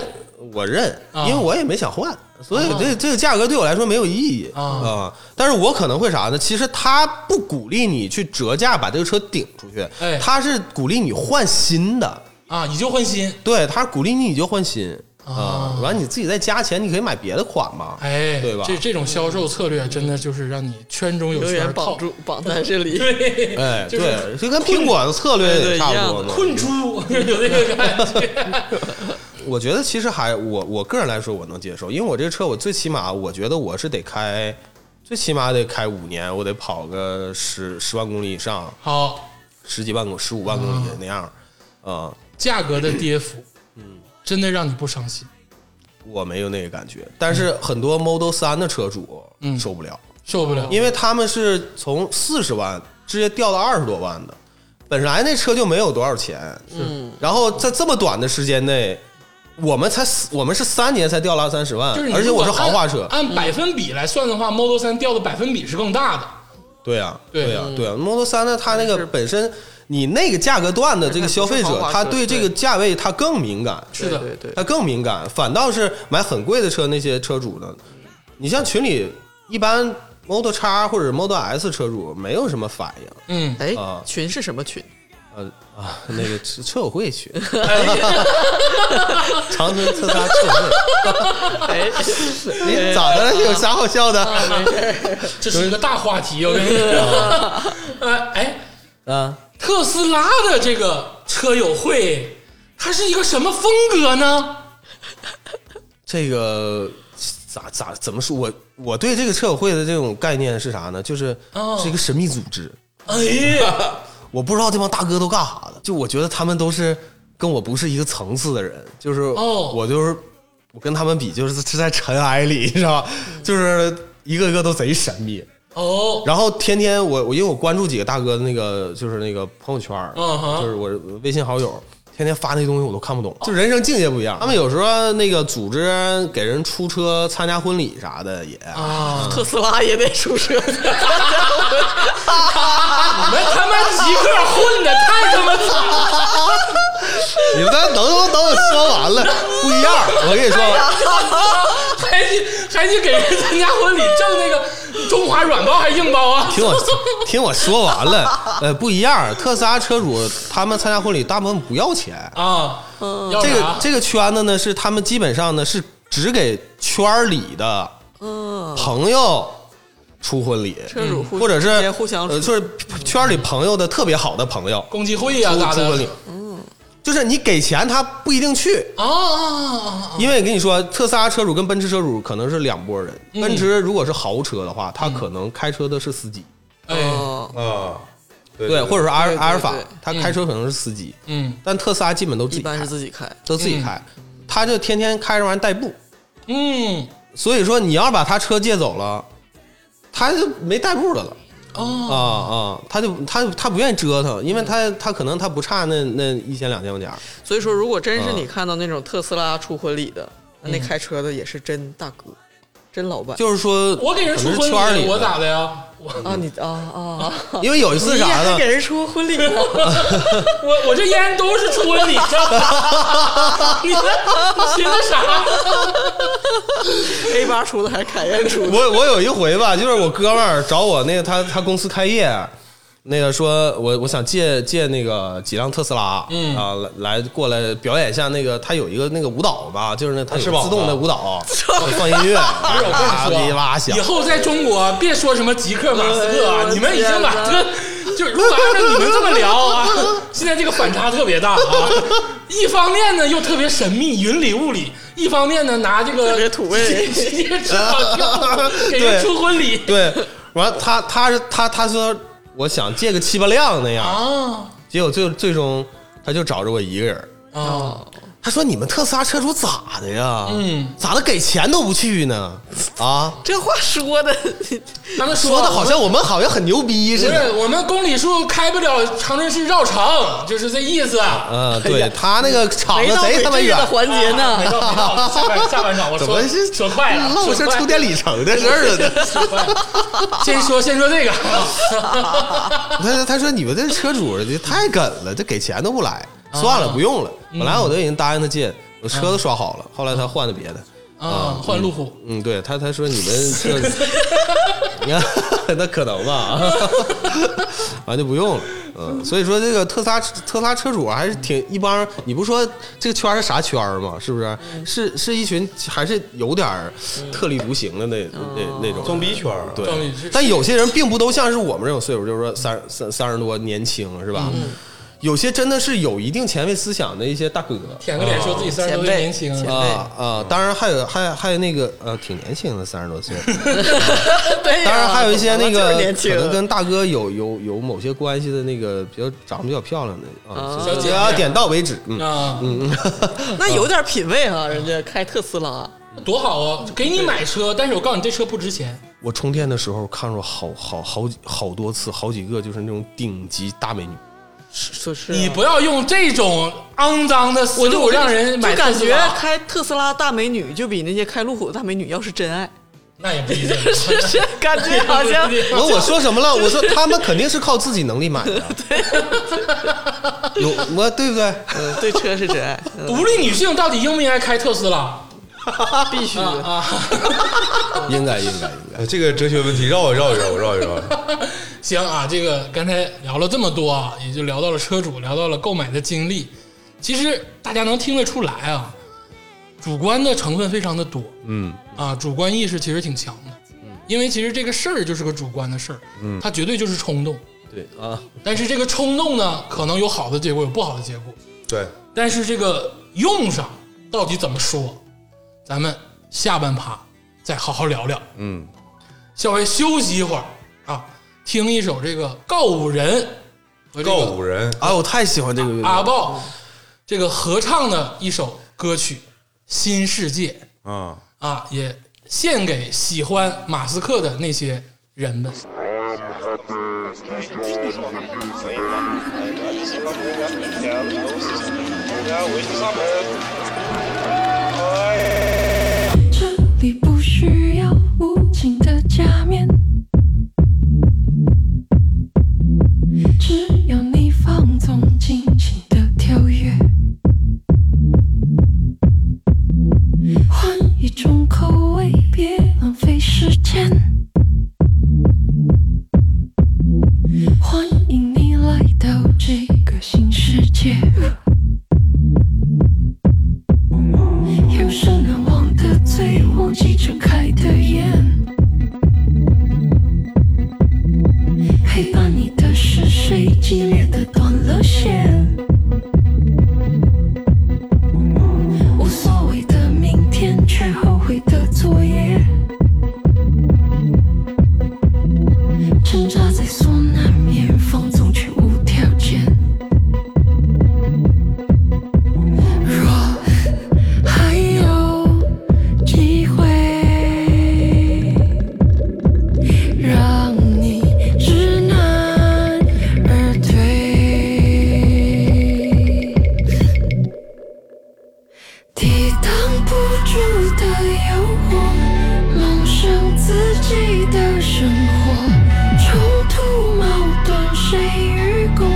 S6: 我认，
S3: 啊
S6: 因为我也没想换，所以这这个价格对我来说没有意义
S3: 啊
S6: 但是我可能会啥呢？其实他不鼓励你去折价把这个车顶出去
S3: 哎，
S6: 他是鼓励你换新的。
S3: 啊，以旧换新。
S6: 对，他鼓励你你就换新
S3: 啊
S6: 啊，完、你自己再加钱，你可以买别的款嘛。
S3: 哎，
S6: 对吧
S3: 这这种销售策略真的就是让你圈中有
S4: 永
S3: 圈
S4: 远
S3: 套
S4: 绑，住绑在这里，
S3: 对，
S6: 哎，
S3: 就是
S6: 对，就跟苹果的策略
S4: 对
S6: 也
S4: 对
S6: 差
S4: 一样
S6: 不多
S4: 的
S6: 嘛。
S3: 困出， 有这个感觉。
S6: 我觉得其实还我我个人来说我能接受，因为我这个车我最起码我觉得我是得开，最起码得开五年，我得跑个十十万公里以上，
S3: 好，
S6: 十几万公十五万公里那样，啊、
S3: 价格的跌幅，嗯，真的让你不伤心，
S6: 我没有那个感觉。但是很多 Model 三的车主
S3: 嗯
S6: 受不了，
S3: 受不了。
S6: 因为他们是从四十万直接掉到二十多万的，本来那车就没有多少钱，嗯，然后在这么短的时间内，我们才四我们是三年才掉了三十万
S3: 就是，你
S6: 而且
S3: 如
S6: 我
S3: 果
S6: 是豪华车
S3: 按，按百分比来算的话，Model 三掉的百分比是更大的。
S6: 对呀、啊，
S3: 对嗯
S6: 对呀、对呀、m o d e l 三呢，它那个本身你那个价格段的这个消费
S4: 而且它不是
S6: 者
S4: 豪华，车
S6: 他对这个价位他更敏感，
S3: 是的，
S4: 对对对，
S6: 他更敏感，反倒是买很贵的车那些车主呢，你像群里一般 Model X 或者 Model S 车主没有什么反应。
S3: 嗯，
S4: 哎
S6: 啊，
S4: 群是什么群？
S6: 呃啊，那个车车友 会去，长春特斯拉车 友
S4: 哎，
S6: 会， 你咋的了？
S3: 哎
S6: 有啥好笑的？
S3: 这是一个大话题， 我跟你说。呃，哎，
S6: 啊，
S3: 特斯拉的这个车友会，它是一个什么风格呢？
S6: 这个咋咋怎么说？我我对这个车友会的这种概念是啥呢？就是
S3: 哦
S6: 是一个神秘组织，
S3: 哎呀，
S6: 我不知道这帮大哥都干啥的，就我觉得他们都是跟我不是一个层次的人，就是
S3: 哦
S6: 我就是我跟他们比，就是是在尘埃里，是吧？就是一个一个都贼神秘，
S3: 哦，
S6: 然后天天我我因为我关注几个大哥的那个就是那个朋友圈儿，
S3: 嗯哼
S6: 就是我微信好友，天天发那东西我都看不懂，就哦人生境界不一样。他们有时候那个组织给人出车参加婚礼啥的也，
S3: 啊
S4: 特斯拉也得出车。
S3: 你们他妈极客混的太他妈惨了！
S6: 你们等等我等我说完 了，不一样。我跟你说，
S3: 还去还去给人参加婚礼挣那个中华软包还硬包啊？
S6: 听我听我说完了，呃，不一样。特斯拉车主他们参加婚礼大部分不要钱，
S3: 啊，要
S6: 这个
S3: 啥
S6: 这个圈子呢是他们基本上呢是只给圈儿里的朋友出婚礼，
S4: 嗯
S6: 嗯
S4: 车主互
S6: 或者是
S4: 互相
S6: 呃，就是圈儿里朋友的特别好的朋友
S3: 共济会呀、啊
S4: 啊
S6: 出
S3: 咋
S6: 出婚礼
S3: 的？。
S4: 嗯
S6: 就是你给钱，他不一定去，
S3: 啊啊啊
S4: 嗯
S3: 啊！
S6: 因为跟你说，特斯拉车主跟奔驰车主可能是两拨人。
S4: 嗯
S6: 奔驰如果是豪车的话，他可能开车的是司机，
S3: 哎，
S4: 哦，
S5: 啊，对
S6: 对，或者是阿
S4: 嗯
S6: 尔
S4: 对对
S6: 阿尔法
S4: 对，
S6: 他开车可能是司机，
S3: 嗯
S6: 但特斯拉基本都自
S4: 一
S6: 己开
S4: 般，是自己开。
S6: 都自己开，他就天天开着玩意儿代步。
S3: 嗯，
S6: 所以说，你要是把他车借走了，他就没代步的了。
S3: 哦，
S6: 啊啊，他就他他不愿意折腾，因为他他可能他不差那那一千两千块钱儿。
S4: 所以说，如果真
S6: 啊
S4: 是你看到那种特斯拉出婚礼的，那那开车的也是真大哥，真老板。
S6: 嗯就是说，
S3: 我给人出
S6: 可能是圈儿
S3: 婚
S6: 里
S3: 礼，
S6: 的
S3: 我咋的呀？我
S4: 啊，你啊啊，
S6: 因为有一次
S4: 你也
S6: 啥
S4: 还
S6: 呢
S4: 给？人出婚礼呢？
S3: 我我这烟都是出婚礼的， 你这寻思啥？
S4: A 八出的还是凯宴出的？
S6: 我我有一回吧，就是我哥们儿找我那个他他公司开业，那个说我我想借借那个几辆特斯拉，嗯啊来来过来表演一下那个他有一个那个舞蹈吧，就是那他
S5: 是吧
S6: 有自动的 舞蹈，放音乐，啊
S3: 不是我
S6: 哇
S3: 跟你
S6: 哩
S3: 说，啊
S6: 哇响
S3: 以。后在中国别说什么极客马斯克啊，
S4: 哎呦
S3: 你们已经把
S4: 我
S3: 这
S4: 天哪
S3: 个。就是如果按照你们这么聊啊，现在这个反差特别大啊！一方面呢又特别神秘、云里雾里，一方面呢拿这个
S4: 特别土味
S3: 直接指导票给人
S6: 对
S3: 出婚礼
S6: 对，完了他他是他他说我想借个七八辆那样，
S3: 啊
S6: 结果最最终他就找着我一个人儿。
S3: 啊！
S6: 他说：“你们特斯拉车主咋的呀？
S3: 嗯，
S6: 咋的给钱都不去呢？啊，
S4: 这话说的，
S3: 他们
S6: 说的好像我们好像很牛逼
S3: 不
S6: 似的。
S3: 是我们公里数开不了长春市绕城，就是这意思。啊
S6: 嗯，对他那个厂
S4: 没
S6: 子
S4: 到
S6: 贼
S4: 鬼
S6: 他妈
S4: 这
S6: 远啊
S4: 个，环节
S3: 哎 啊没
S4: 呢。
S3: 到没到，下半下半场我
S6: 怎
S3: 说
S6: 么是
S3: 说快了，
S6: 唠
S3: 说
S6: 是
S3: 快
S6: 充电里程的事儿 了呢？
S3: 说快了先说先说 这个，
S4: 啊
S6: 他他说你们这车主这太梗了，这给钱都不来，
S3: 啊
S6: 算了，不用了。
S3: 嗯
S6: 本来我都已经答应他借，我车都刷好了，后来他换的别的。
S3: 啊，换路虎。
S6: 嗯，对他他说你们这，你看那可能吧，完就不用了。嗯，所以说这个特斯拉特斯拉车主还是挺一帮，你不说这个圈儿是啥圈儿吗？是不是？是是一群还是有点儿特立独行的那那那种
S5: 装逼圈儿，
S6: 对
S3: 装逼是，
S6: 但有些人并不都像是我们这种岁数，就是说三三三十多年轻是吧？有些真的是有一定前卫思想的一些大哥
S3: 舔个脸说自己三十多岁年轻，
S4: 前辈
S6: 啊啊，当然还有还还有那个呃挺年轻的三十多岁，
S4: 对呀
S6: 当然还有一些那
S4: 我
S6: 个
S4: 就是年轻
S6: 可能跟大哥有有有某些关系的那个比较长得比较漂亮的啊，
S4: 啊
S6: 就就要点到为止，嗯，
S3: 啊，
S4: 那有点品位啊，人家开特斯拉，
S3: 多好啊！给你买车，但是我告诉你，这车不值钱。
S6: 我充电的时候看着好好好几好多次，好几个就是那种顶级大 美女，
S4: 是是啊
S3: 你不要用这种肮脏的思
S4: 我就
S3: 路
S4: 我就
S3: 让人买
S4: 就
S3: 特
S4: 感
S3: 斯
S4: 觉
S3: 拉，
S4: 开特斯拉大美女就比那些开路虎的大美女要是真 爱，
S3: 那也不一定。
S4: 是感觉好像
S6: 我我说什么了？我说他们肯定是靠自己能力买的，啊有我 对不对？
S4: 嗯对车是真爱，嗯
S3: 独立女性到底应不应该开特斯拉？
S4: 必须
S3: 啊
S4: 的。
S6: 应该应该应该。
S5: 呃这个哲学问题绕一绕一绕，绕一绕。
S3: 行啊，这个刚才聊了这么多啊，也就聊到了车主，聊到了购买的经历。其实大家能听得出来啊，主观的成分非常的多，嗯，啊，主观意识其实挺强的，嗯，因为其实这个事儿就是个主观的事儿，嗯，它绝对就是冲动，
S6: 对啊，
S3: 但是这个冲动呢，可能有好的结果，有不好的结果，
S5: 对，
S3: 但是这个用上到底怎么说，咱们下半趴再好好聊聊，
S5: 嗯，
S3: 稍微休息一会儿啊，听一首这个告五人和这
S5: 告
S3: 个
S5: 五人，
S6: 啊，我太喜欢这个乐队
S3: 阿
S6: 了，
S3: 豹这个合唱的一首歌曲《新世界
S5: 啊，》
S3: 啊，也献给喜欢马斯克的那些人们。
S7: 这里不需要无情的假面，只要你放纵，尽情的跳跃，换一种口味，别浪费时间。欢迎你来到这个新世界。有生难忘的醉，忘记睁开的眼。陪伴你的是谁？激烈的断了线。无所谓的明天，却后悔的作业。挣扎在所难免，放纵却无条件。若。还有机会让你知难而退，抵挡不住的诱惑，梦想自己的生活，冲突矛盾谁与共？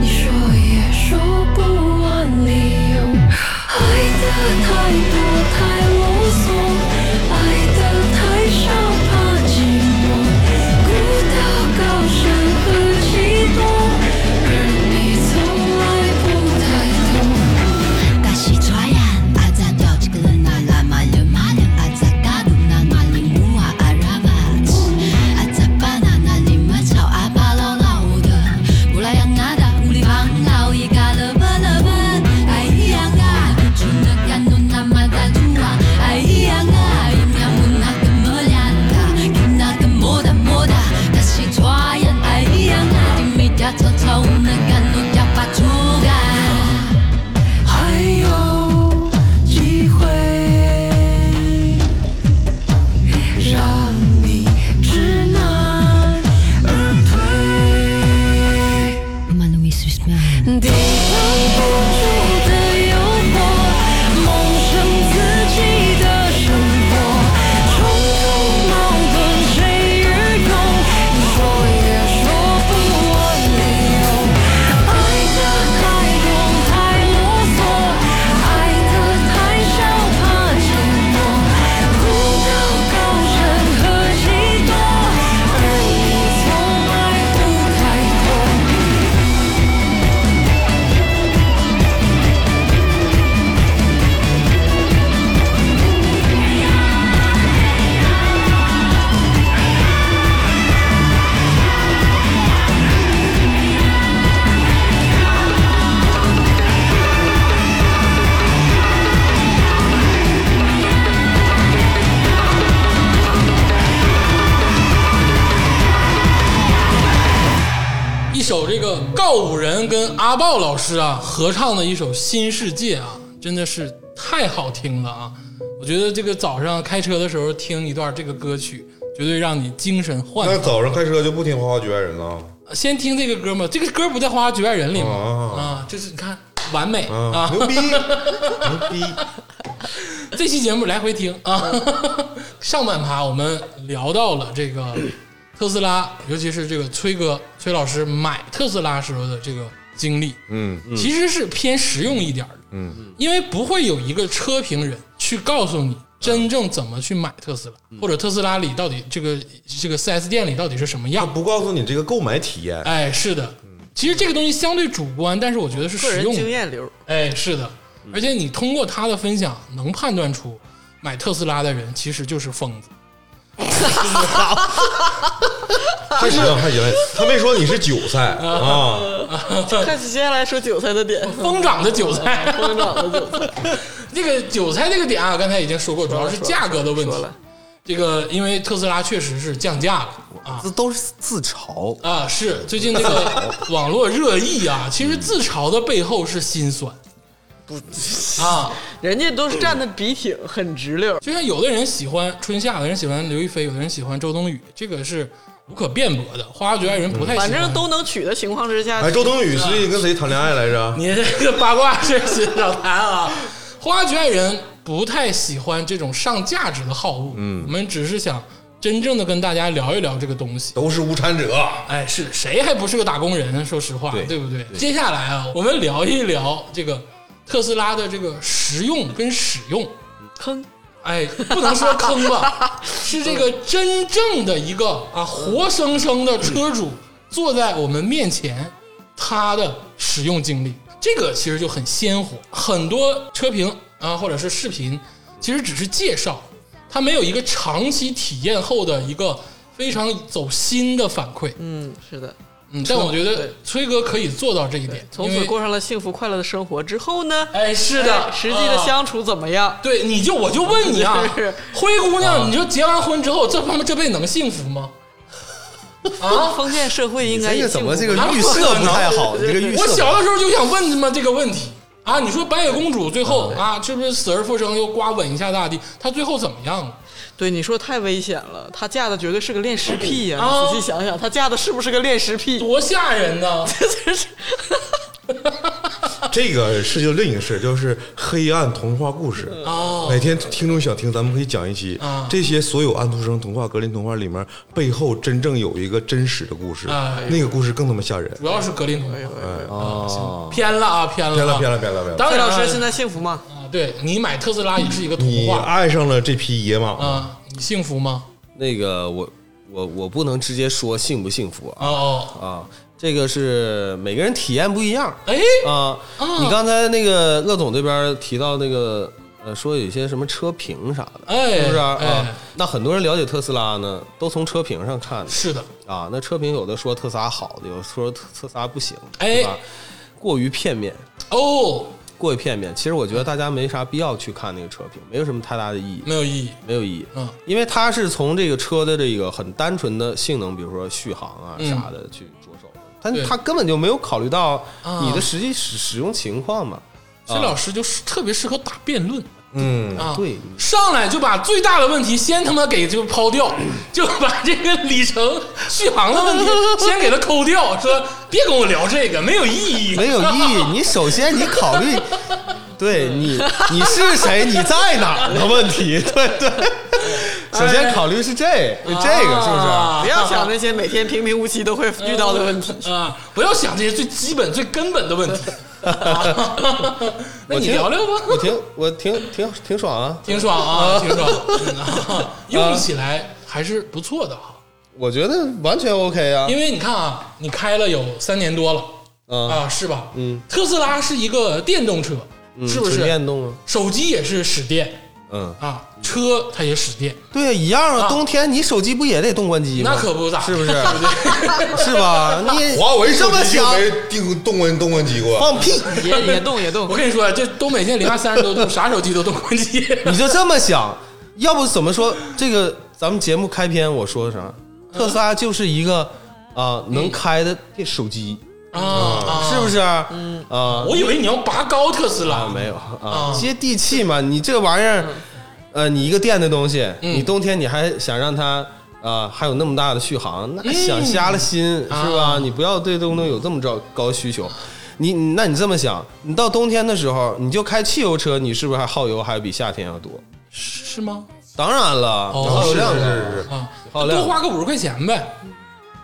S7: 你说也说不完理由。爱的太多太啰嗦，爱的太少怕寂寞，孤岛高山和几多，而你从来不抬头。
S8: Tahu negan dapat juga
S7: 还有机会让你知难而退。
S8: Manui Swiss Man.
S7: 抵挡不住的诱惑，梦想自己的生活，冲突矛盾谁与共？你说也说不完理由。爱的太多太啰嗦，爱的太少怕寂寞，孤岛高山和几多，而你从来不开口。
S3: 一首这个告五人跟阿豹老师啊合唱的一首《新世界》啊，真的是太好听了啊！我觉得这个早上开车的时候听一段这个歌曲，绝对让你精神焕
S5: 那
S3: 发。
S5: 早上开车就不听《花花局外人》了
S3: 先听这个歌嘛，这个歌不在《花花局外人》里吗？
S5: 啊
S3: 啊，就是你看完美
S5: 啊，
S3: 啊！
S5: 牛逼，牛逼，
S3: 这期节目来回听 啊。上半趴我们聊到了这个特斯拉，尤其是这个崔哥崔老师买特斯拉时候的这个经历，
S5: 嗯，
S3: 其实是偏实用一点儿的，
S5: 嗯，
S3: 因为不会有一个车评人去告诉你真正怎么去买特斯拉，
S5: 嗯
S3: 或者特斯拉里到底这个这个 4S 店里到底是什么
S5: 他
S3: 样。
S5: 不嗯告诉你这个购买体验，
S3: 哎，是的，其实这个东西相对主观，但是我觉得是
S4: 个
S3: 实
S4: 人
S3: 用
S4: 经
S3: 的。
S4: 验流，
S3: 哎，是的，
S4: 嗯
S3: 而且你通过他的分享能判断出买特斯拉的人其实就是疯子。
S5: 太行 太行，他没说你是韭菜啊，
S4: 看接下来说韭菜 的点，
S3: 疯长的韭菜，
S4: 嗯 疯长的韭菜
S3: 这个韭菜这个点啊，刚才已经说过，主要是价格的问题
S4: 说了。
S3: 这个因为特斯拉确实是降价了
S4: 嗯
S3: 啊
S6: 这都是自嘲。
S3: 啊，是最近这 个网络热议啊，其实
S4: 嗯
S3: 自嘲的背后是心酸。不 啊，
S4: 人家都是站的笔挺，很直溜。
S3: 就像有的人喜欢春夏，有的人喜欢刘亦菲，有的人喜欢周冬雨，这个是无可辩驳的。花花绝爱人不太喜欢，
S4: 反正都能娶的情况之下，
S5: 哎，周冬雨最近跟谁谈恋爱来着？
S3: 你这个八卦事寻少谈啊。花绝爱人不太喜欢这种上价值的好物，嗯，我们只是想真正的跟大家聊一聊这个东西。
S5: 都是无产者，
S3: 哎，是谁还不是个打工人？说实话，
S6: 对
S3: 不对？接下来啊，我们聊一聊这个特斯拉的这个实用跟使用。
S4: 坑
S3: 哎，不能说坑 吧，是这个真正的一个啊，活生生的车主坐在我们面前，他的使用经历，这个其实就很鲜活。很多车评啊，或者是视频，其实只是介绍，它没有一个长期体验后的一个非常走心的反馈。
S4: 嗯，是的。
S3: 嗯，但我觉得
S4: 对
S3: 崔哥可以做到这一点，
S4: 从
S3: 因
S4: 此
S3: 为
S4: 过上了幸福快乐的生活之后呢？
S3: 哎，是的，
S4: 哎实际的
S3: 啊
S4: 相处怎么样？
S3: 对，你就我就问你啊
S4: 是，
S3: 灰姑娘，你说结完婚之后，这他妈这辈子能幸福吗？啊，
S4: 封建社会应该
S6: 这
S4: 也
S6: 个怎么这
S4: 幸福
S6: 个
S4: 吧
S6: 预设不 太好？你这个预设啊
S3: 我
S6: 不太
S3: 小
S6: 好，
S3: 的时候就想问他妈这个问题啊！你说白雪公主最后啊，是不是死而复生又刮吻一下大地？她最后怎么样了？
S4: 对你说太危险了，她嫁的绝对是个恋尸癖呀、
S3: 啊
S4: 你仔细想想，她嫁的是不是个恋尸 癖？
S3: 多吓人呢！
S5: 这个是就另一个事，就是黑暗童话故事。
S3: 哦，
S5: 哪天听众想听，咱们可以讲一期
S3: 啊。
S5: 这些所有安徒生童话、格林童话里面背后真正有一个真实的故事
S3: 哎，
S5: 那个故事更他妈吓人。
S3: 主要是格林童话，啊
S6: 哦
S3: 行偏了啊，偏了啊，
S5: 偏了，偏了，偏了，偏了。
S3: 当
S4: 魏
S3: 然
S4: 老
S3: 了，
S4: 师现在幸福吗？
S3: 啊对你买特斯拉也是一个童
S5: 你啊
S3: 话
S5: 爱上了这匹野马，
S3: 啊，你幸福吗？
S6: 那个我我我不能直接说幸不幸福啊
S3: 哦，
S6: 啊，这个是每个人体验不一样
S3: 哎，
S6: 啊。你刚才那个乐总这边提到那个呃，说有一些什么车评啥的，
S3: 哎
S6: 是不是啊
S3: 哎
S6: 啊？那很多人了解特斯拉呢，都从车评上看的
S3: 是的，
S6: 啊。那车评有的说特斯拉好的，有的说特特斯拉不行，
S3: 哎
S6: 是吧？过于片面。
S3: 哦，
S6: 过于片面，其实我觉得大家没啥必要去看那个车评，没有什么太大的意义。
S3: 没有意义，
S6: 没有意义。
S3: 嗯
S6: 因为它是从这个车的这个很单纯的性能，比如说续航啊啥的去着手，但
S3: 嗯对
S6: 它根本就没有考虑到
S3: 啊
S6: 你的实际使使用情况嘛。
S3: 崔老师就是特别适合打辩论。
S5: 嗯，
S3: 啊，
S6: 哎对
S3: 上来就把最大的问题先他妈给就抛 掉，就把这个里程续航的问题先给它抠掉，说别跟我聊这个，没有意义。
S6: 没有意义。你首先你考 虑，对你你是谁，你在哪儿的问题， 对对。首先考虑是这这个是不是？
S3: 哎啊
S4: 不要想那些每天平平无奇都会遇到 的问题。
S3: 啊！不要想这些最基本、最根本的问 题。那你
S6: 我听
S3: 聊聊
S6: 我
S3: 吧，
S6: 挺我挺挺挺爽啊！
S3: 挺爽 啊，挺爽，嗯啊用起来还是不错的哈。
S6: 我觉得完全 OK 啊
S3: 因。为你看啊，你开了有三年多了
S6: 嗯
S3: 啊，是吧？
S6: 嗯，
S3: 特斯拉是一个电动车，是不
S6: 纯
S3: 是？
S6: 电动啊？
S3: 手机也是使电，
S6: 嗯，
S3: 啊，车它也使电，
S6: 对呀，一样
S3: 啊
S6: 啊。冬天你手机不也得冻关机吗？
S3: 那可不咋，
S6: 是不是？是吧？你
S5: 华为
S6: 这么想
S5: 手机就没定动温动温机过，
S6: 放屁！
S4: 也也动也动
S3: 我，跟你说，这东北现在零下三十多度，啥手机都动关 机。
S6: 你就这么想，要不怎么说这个？咱们节目开篇我说啥？特斯拉就是一个啊、能开的电手机，
S3: 啊啊！
S6: 是不是？嗯啊，
S3: 我以为你要拔高特斯
S6: 啊
S3: 拉，
S6: 没有啊
S3: 啊，
S6: 接地气嘛。你这玩意儿，呃，你一个电的东西，你冬天你还想让它。啊、还有那么大的续航，那想瞎了心、是吧？
S3: 嗯啊
S6: 你不要对东东有这么着高需求，你你那你这么想，你到冬天的时候你就开汽油车，你是不是还耗油还比夏天要多？
S3: 是是吗？
S6: 当然了，
S3: 哦
S6: 耗油量
S5: 是
S6: 高
S5: 是是
S3: 啊，
S6: 耗
S3: 多
S6: 量
S3: 花个五十块钱呗，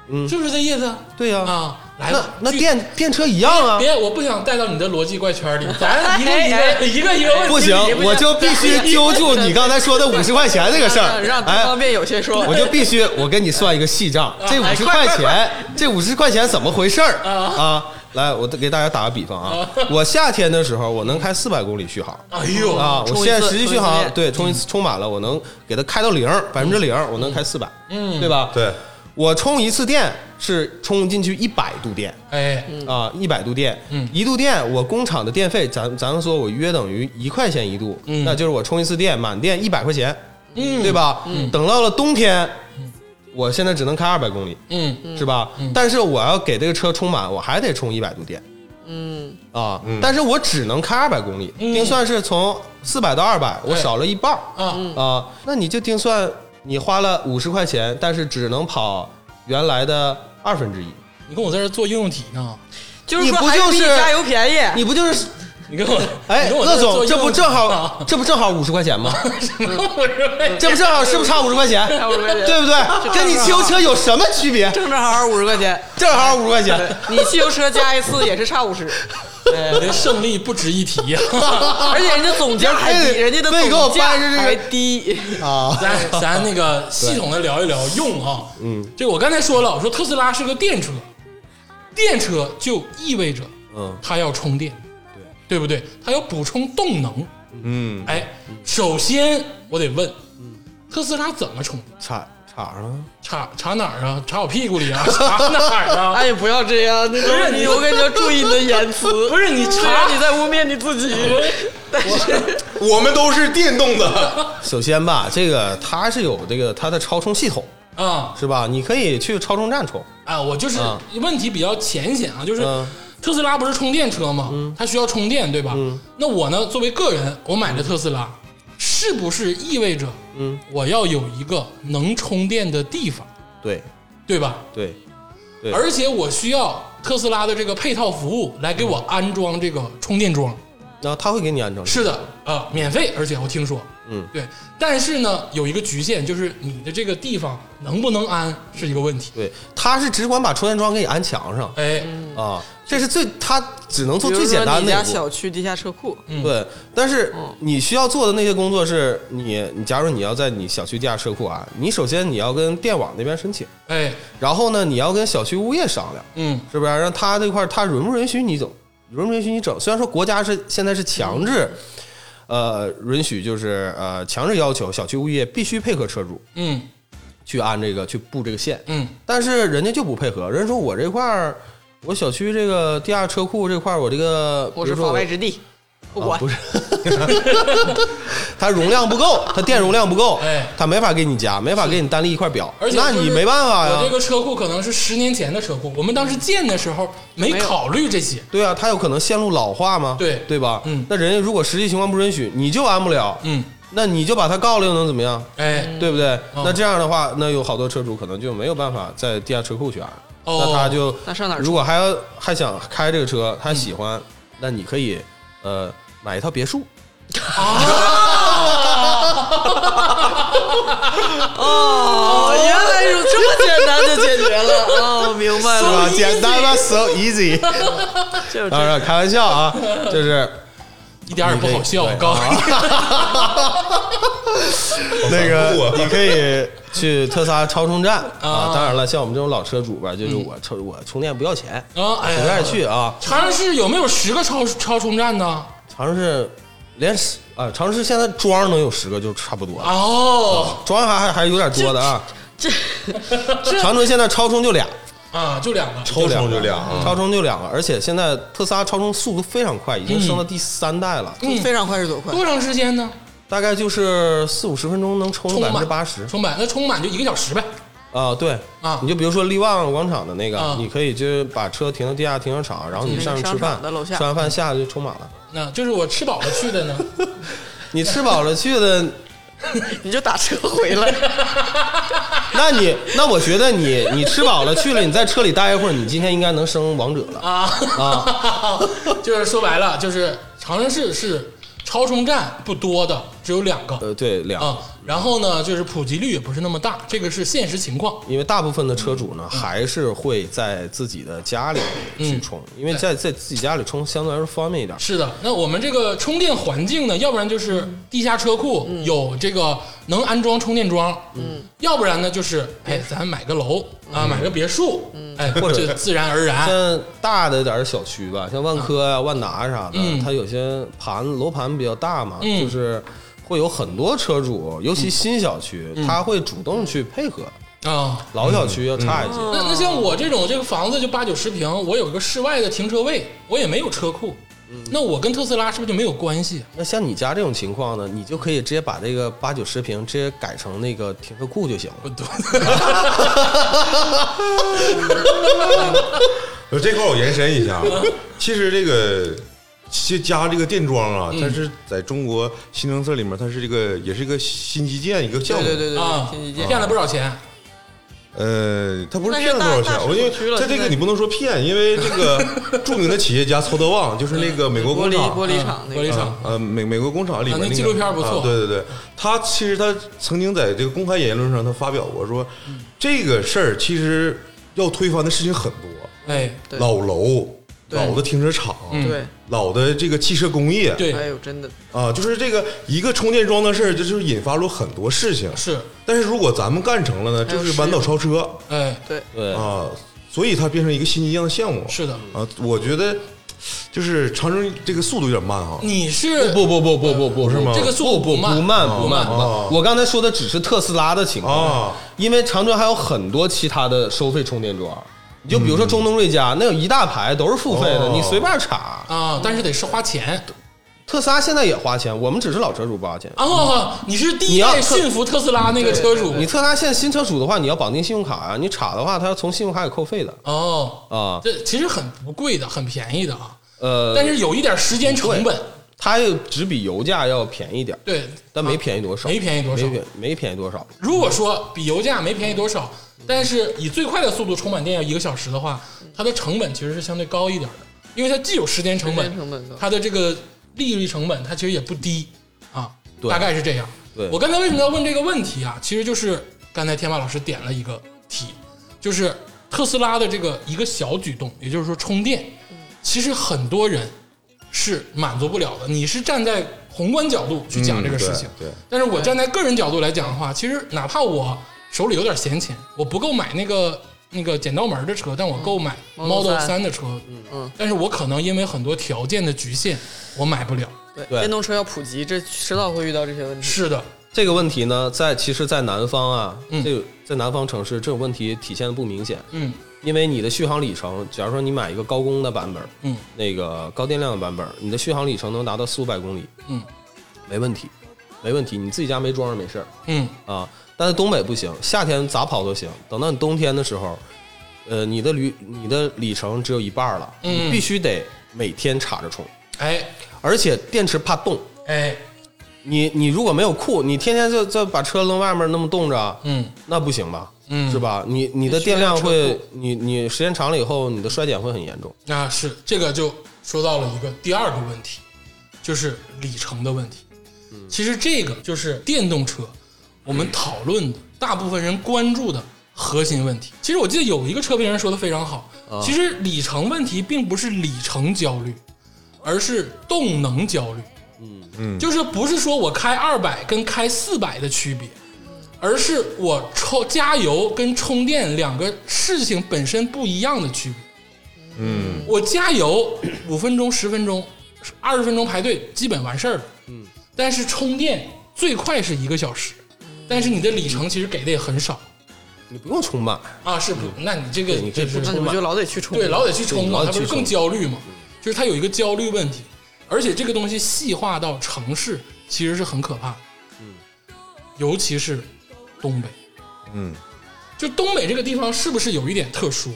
S6: 嗯
S3: 是不是这意思？
S6: 对呀、
S3: 啊，来
S6: 那
S3: 吧，
S6: 那
S3: 去
S6: 电电车一样啊，
S3: 别，我不想带到你的逻辑怪圈里， 咱一个一
S4: 哎哎
S3: 个一个一个问题
S6: 不行
S3: 捋，
S6: 我就必须 揪住你刚才说的五十块钱这个事
S4: 让，让
S6: 儿
S4: 让方
S6: 哎。
S4: 便有些说。
S6: 我就必须，我跟你算一个细账，这五十块钱，这五十块钱怎么回事儿啊？来，我给大家打个比方啊，我夏天的时候我能开四百公里续航，
S3: 哎呦
S6: 啊，我
S4: 充一
S6: 现在
S4: 次
S6: 实际
S4: 充
S6: 续
S4: 一次
S6: 航
S4: 电
S6: 对充一次充满了，我能给它开到零百分之零，我能开四百，嗯，对吧？
S5: 对，
S6: 我充一次电是充进去一百度电
S3: 哎，
S6: 啊，一百度电，
S3: 嗯
S6: 一度电我工厂的电费，咱咱们说我约等于一块钱一度，
S3: 嗯
S6: 那就是我充一次电满电一百块钱，
S3: 嗯
S6: 对吧？等到了冬天，我现在只能开二百公里，
S3: 嗯
S6: 是吧？但是我要给这个车充满，我还得充一百度电。嗯啊，但是我只能开二百公里，定算是从四百到二百，我
S3: 对
S6: 少了一半儿
S3: 啊，
S6: 啊。那你就定算你花了五十块钱，但是只能跑原来的二分之一。
S3: 你跟我在这做应用题呢？
S4: 就是
S6: 你
S4: 说
S6: 不
S4: 还
S6: 就是
S4: 比你加油便宜，
S6: 你不就是
S3: 你跟我
S6: 哎，
S3: 你跟我
S6: 乐
S3: 在做啊
S6: 总，这
S3: 应
S6: 不
S3: 用题
S6: 正好
S3: 呢
S6: 这不正好五十块钱吗？
S3: 我说
S6: 这不正好是不是差五十块钱？
S4: 50块钱
S6: 对不对？跟你汽油车有什么区别？
S4: 正正好好五十块 钱。
S6: 正好五十块钱。
S4: 你汽油车加一次也是差 五十，
S3: 哎我的胜利不值一提呀、
S4: 啊而且人家总价还低，人家的
S6: 哎非给我
S4: 总价
S6: 掰着这个
S4: 还 低。
S6: 啊，
S3: 咱咱那个系统的聊一聊用啊，嗯，这我刚才说了，我说特斯拉是个电车，电车就意味着，嗯，它要充电，对对不对？它要补充动能，
S5: 嗯，
S3: 哎，首先我得问，特斯拉怎么充？
S6: 插插上了。
S3: 插插哪儿啊？插我屁股里啊？插哪儿 啊？
S4: 哎呀，不要这样，你
S3: 是你
S4: 你，我跟你说，注意你的言 辞。
S3: 不是你
S4: 虽然
S3: 插
S4: 你在污蔑你自己，但是
S5: 我们都是电动的，
S6: 首先吧，这个它是有这个它的超充系统，
S3: 啊
S6: 是吧？你可以去超充站充。
S3: 啊！我就是
S6: 嗯
S3: 问题比较浅显啊，就是
S6: 嗯
S3: 特斯拉不是充电车吗？它需要充电，对吧？
S6: 嗯
S3: 那我呢，作为个人，我买了特斯拉，是不是意味着，嗯，我要有一个能充电的地方，
S6: 对
S3: 对吧？
S6: 对，对
S3: 而且我需要特斯拉的这个配套服务来给我安装这个充电桩。
S6: 然后它会给你安装。
S3: 是的，呃，免费，而且我听说，
S6: 嗯，
S3: 对。但是呢，有一个局限，就是你的这个地方能不能安是一个问题。
S6: 对，它是只管把充电桩给你安墙上
S3: 哎，
S6: 啊，这是最它只能做
S4: 嗯比
S6: 最
S4: 如
S6: 简
S4: 说
S6: 单
S4: 你
S6: 的
S4: 家
S6: 一步。嗯
S4: 小嗯区地下车库，
S6: 对，但是你需要做的那些工作是你，你假如你要在你小区地下车库啊，你首先你要跟电网那边申请，
S3: 哎，
S6: 然后呢，你要跟小区物业商量，
S3: 嗯，
S6: 是不是让他这块儿他允不允许你整，允不允许你整？虽然说国家是现在是强制，
S4: 嗯
S6: 呃，允许就是呃强制要求小区物业必须配合车主
S3: 嗯，
S6: 去按这个去布这个线，
S3: 嗯，
S6: 但是人家就不配合，人家说我这块儿。我小区这个地下车库这块儿，我这个
S4: 我是
S6: 比如说
S4: 法外之地，不
S6: 啊
S4: 管
S6: 不。是，它容量不够，它电容量不够，
S3: 哎
S6: 它没法给你加，没法给你单立一块表，
S3: 而且
S6: 那
S3: 就是
S6: 你没办法呀
S3: 我这。个车库可能是十年前的车库，我们当时建的时候没
S4: 有
S3: 考虑这些。
S6: 对啊，它有可能线路老化吗？
S3: 对
S6: 对吧？
S3: 嗯
S6: 那人家如果实际情况不允许，你就安不了，
S3: 嗯，
S6: 那你就把它告了又能怎么样？
S3: 哎，
S6: 对不对？
S4: 哦
S3: 嗯
S6: 那这样的话，那有好多车主可能就没有办法在地下车库去安，
S3: 哦
S6: 那他就
S4: 那上哪儿住
S6: 如果还要还想开这个车，他喜
S4: 嗯
S6: 欢，那你可以呃买一套别墅，
S4: 哦，原来有这么简单就解决了。哦，明白
S6: 是
S4: 了，
S6: 吧？简单吧，so easy。
S4: 就是
S6: 当
S4: 这
S6: 然开玩笑 啊，就是
S3: 一点儿也不好笑，我
S6: 你可以啊
S3: 告诉你，
S6: 那
S5: 我
S6: 个你可以去特斯拉超充站啊
S3: 啊。
S6: 当然了，像我们这种老车主吧，就是我充我充电不要钱，
S3: 啊，哎呀
S6: 随便去啊。
S3: 长安市有没有十个超超充站呢？
S6: 长市连十啊，长市现在桩能有十个就差不多了，
S3: 哦，
S6: 桩还还还有点多的啊。
S4: 这
S6: 长春现在超充就俩，
S3: 啊，就两个，嗯
S5: 超充就俩啊，
S6: 超充就两个，而且现在特斯拉超充速度非常快，已经升到
S3: 嗯
S6: 第三代了，
S4: 样非常快是多快？
S3: 多长时间呢？
S6: 大概就是四五十分钟能充
S3: 充
S6: 百
S3: 满
S6: 分之八十
S3: 充满那充满就一个小时呗。
S6: 啊。对
S3: 啊
S6: 你就比如说力旺广场的那个
S3: 啊，
S6: 你可以就把车停到地下停车场，然后你上去吃
S4: 商
S6: 饭
S4: 场的楼，下
S6: 吃完饭下来就充满了。
S3: 那就是我吃饱了去的 呢。
S6: 你 吃饱了去的，
S4: 你就打车回来。
S6: 那你那我觉得你你吃饱了去了，你在车里待一会儿，你今天应该能升王者了。
S3: 啊啊，就是说白了，就是长春市是超充站不多的，只有两个
S6: 呃，对，两
S3: 啊。然后呢，就是普及率也不是那么大，这个是现实情况。
S6: 因为大部分的车
S4: 嗯
S6: 主呢，还是会在自己的家里去充，因为在在自己家里充相对来说方便一点。
S3: 是的，那我们这个充电环境呢，要不然就是地下车库
S4: 嗯
S3: 有这个能安装充电桩，嗯，要不然呢
S4: 嗯
S3: 就是哎，咱买个楼啊，买个别墅，哎，
S6: 或者
S3: 这自然而 然，
S6: 像大的点儿小区吧，像万科呀、万达啥的，它有些盘楼盘比较大嘛，
S3: 嗯
S6: 就是会有很多车主，尤其新小区，他会主动去配合，
S3: 啊。
S6: 老小区要差一些。
S3: 那那像我这种这个房子就八九十平，我有一个室外的停车位，我也没有车库，
S4: 嗯
S3: 那我跟特斯拉是不是就没有关系？
S6: 那像你家这种情况呢，你就可以直接把这个八九十平直接改成那个停车库就行了。
S3: 不对，
S5: 呃，这块儿我延伸一下，啊
S4: 嗯
S5: 其实这个其实加这个电桩啊，它
S4: 嗯
S5: 是在中国新政策里面，它是这个也是一个新基建一个项
S4: 对
S5: 目。
S4: 对对对对，
S3: 啊
S4: 天津，建
S3: 骗了不少钱。
S5: 呃，它不是
S4: 但是
S5: 骗了多少
S4: 大
S5: 钱
S4: 大，
S5: 我因为
S4: 市区了
S5: 它这
S4: 现
S5: 个
S4: 在
S5: 你不能说骗，因为这 个著名的企业家曹德旺，就是那个美国
S4: 玻
S5: 工
S4: 璃
S5: 厂
S4: 玻璃厂
S3: 嗯
S4: 那
S3: 玻璃
S4: 个，嗯
S3: 厂，
S5: 呃，美美国工厂里面
S3: 啊那
S5: 那个
S3: 纪录片不错
S5: 啊对对对，他其实他曾经在这个公开言论上，他发表过说，
S3: 嗯
S5: 这个事儿其实要推翻的事情很多，
S3: 哎，
S4: 对
S5: 老楼、
S4: 对
S5: 老的停车场、
S3: 嗯
S4: 对，
S5: 老的这个汽车工业，
S4: 哎
S3: 对，
S4: 呦，真的
S5: 啊，就是这个一个充电桩的事儿，就是引发了很多事情。
S3: 是，
S5: 但是如果咱们干成了呢，
S4: 还有
S5: 就是弯道超车
S3: 哎，
S4: 对，
S6: 对，
S5: 啊，所以它变成一个新一样的项目。
S3: 是的，
S5: 啊，我觉得就是长征这个速度有点慢啊哈。
S3: 你是
S6: 不不不不不不是
S5: 吗
S3: 这个速度
S6: 不
S3: 慢
S6: 不慢不慢
S3: 不
S6: 不
S3: 慢
S5: 哦
S6: 慢。我刚才说的只是特斯拉的情况
S5: 啊，
S6: 因为长春还有很多其他的收费充电桩。你就比如说中东瑞家，那有一大排都是付费的，
S5: 哦
S6: 你随便查。
S3: 啊，但是得是花钱
S6: 特斯拉现在也花钱，我们只是老车主不花钱。
S3: 啊。你是第一
S6: 你要
S3: 代
S6: 特
S3: 驯服特斯拉那个车主
S6: 你特斯拉现在新车主的话，你要绑定信用卡啊，你查的话，它要从信用卡里扣费的
S3: 哦，
S6: 啊。
S3: 这其实很不贵的，很便宜的啊，
S6: 呃，
S3: 但是有一点时间成本，
S6: 它又只比油价要便宜点儿，
S3: 对，
S6: 但没便宜多少，
S3: 没便宜多少
S6: 没便没便宜多少。
S3: 如果说比油价没便宜多少，但是以最快的速度充满电要一个小时的话，它的成本其实是相对高一点的，因为它既有时间成
S4: 时
S3: 本，
S4: 间成本高
S3: 它的这个利率成本它其实也不低啊，
S6: 对
S3: 大概是这样。
S6: 对
S3: 我刚才为什么要问这个问题啊？其实就是刚才天霸老师点了一个题，就是特斯拉的这个一个小举动，也就是说充电，其实很多人是满足不了的。你是站在宏观角度去讲这个事情，
S5: 嗯对对
S3: 但是我站在个人角度来讲的话，其实哪怕我手里有点闲钱，我不够买那个那个剪刀门的车，但我购买
S4: Model
S3: Model
S4: 3
S3: 3的车，
S4: 嗯，
S3: 但是我可能因为很多条件的局限，我买不了。
S4: 对，
S6: 对
S4: 电动车要普及，这迟早会遇到这些问题。
S3: 是的，
S6: 这个问题呢，在其实，在南方啊，
S3: 嗯
S6: 这个在南方城市这种问题体现的不明显，
S3: 嗯
S6: 因为你的续航里程，假如说你买一个高功的版本，
S3: 嗯
S6: 那个高电量的版本，你的续航里程能达到四五百公里，
S3: 嗯，
S6: 没问题，没问题，你自己家没装上没事儿。
S3: 嗯，
S6: 啊。但是东北不行，夏天咋跑都行，等到你冬天的时候，呃，你的旅你的里程只有一半了，
S3: 嗯
S6: 你必须得每天插着充，
S3: 哎
S6: 而且电池怕冻。
S3: 哎，
S6: 你你如果没有库，你天天就就把车扔外面那么冻着，
S3: 嗯
S6: 那不行吧？
S3: 嗯
S6: 是吧？你你的
S4: 必须要
S6: 电量
S4: 车库
S6: 会，你你时间长了以后，你的衰减会很严重。
S3: 那啊是这个就说到了一个第二个问题，就是里程的问题。其实这个就是电动车我们讨论的大部分人关注的核心问题。其实我记得有一个车评人说的非常好，其实里程问题并不是里程焦虑，而是动能焦虑。嗯嗯，就是不是说我开二百跟开四百的区别，而是我充加油跟充电两个事情本身不一样的区别。嗯，我加油五分钟、十分钟、二十分钟排队基本完事儿了。嗯，但是充电最快是一个小时，但是你的里程其实给的也很少
S6: 你不用充满，
S3: 啊，是不？那你这个
S6: 嗯对你可以
S3: 这是
S6: 不
S4: 那你不就老得去充？
S3: 对，老得去充嘛，
S6: 老
S3: 他不
S6: 得去嗯
S3: 是
S6: 充
S3: 更焦虑嘛？就是他有一个焦虑问题，而且这个东西细化到城市其实是很可怕的，嗯，尤其是东北，
S5: 嗯，
S3: 就东北这个地方是不是有一点特殊？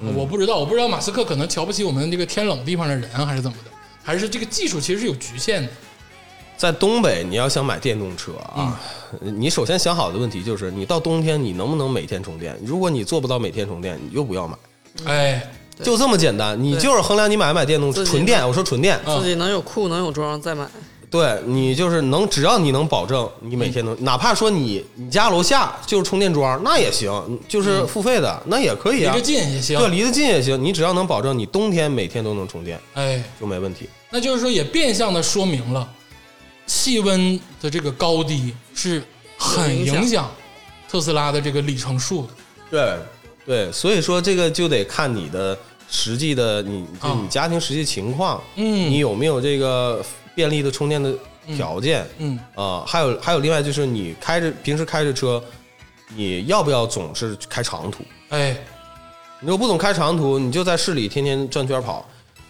S6: 嗯
S3: 我不知道，我不知道马斯克可能瞧不起我们这个天冷地方的人，啊还是怎么的，还是这个技术其实是有局限的。
S6: 在东北，你要想买电动车啊，你首先想好的问题就是，你到冬天你能不能每天充电？如果你做不到每天充电，你就不要买，
S3: 哎，
S6: 就这么简单。你就是衡量你买不买电动
S4: 自己
S6: 纯电，我说纯电，
S3: 啊
S4: 自己能有库能有装再买，
S6: 对你就是能，只要你能保证你每天能，
S3: 嗯
S6: 哪怕说你你家楼下就是充电桩，那也行，就是付费的，那也可以
S3: 离
S6: 啊
S3: 着，近也行。
S6: 对，离得近也行，你只要能保证你冬天每天都能充电，
S3: 哎，
S6: 就没问题。
S3: 那就是说也变相的说明了气温的这个高低是很影响特斯拉的这个里程数的。
S6: 对对，所以说这个就得看你的实际的你就
S3: 啊
S6: 你家庭实际情况，
S3: 嗯
S6: 你有没有这个便利的充电的条件，
S3: 嗯
S6: 啊、还有还有另外就是你开着平时开着车，你要不要总是开长途？
S3: 哎，
S6: 你如果不总开长途，你就在市里天天转圈跑，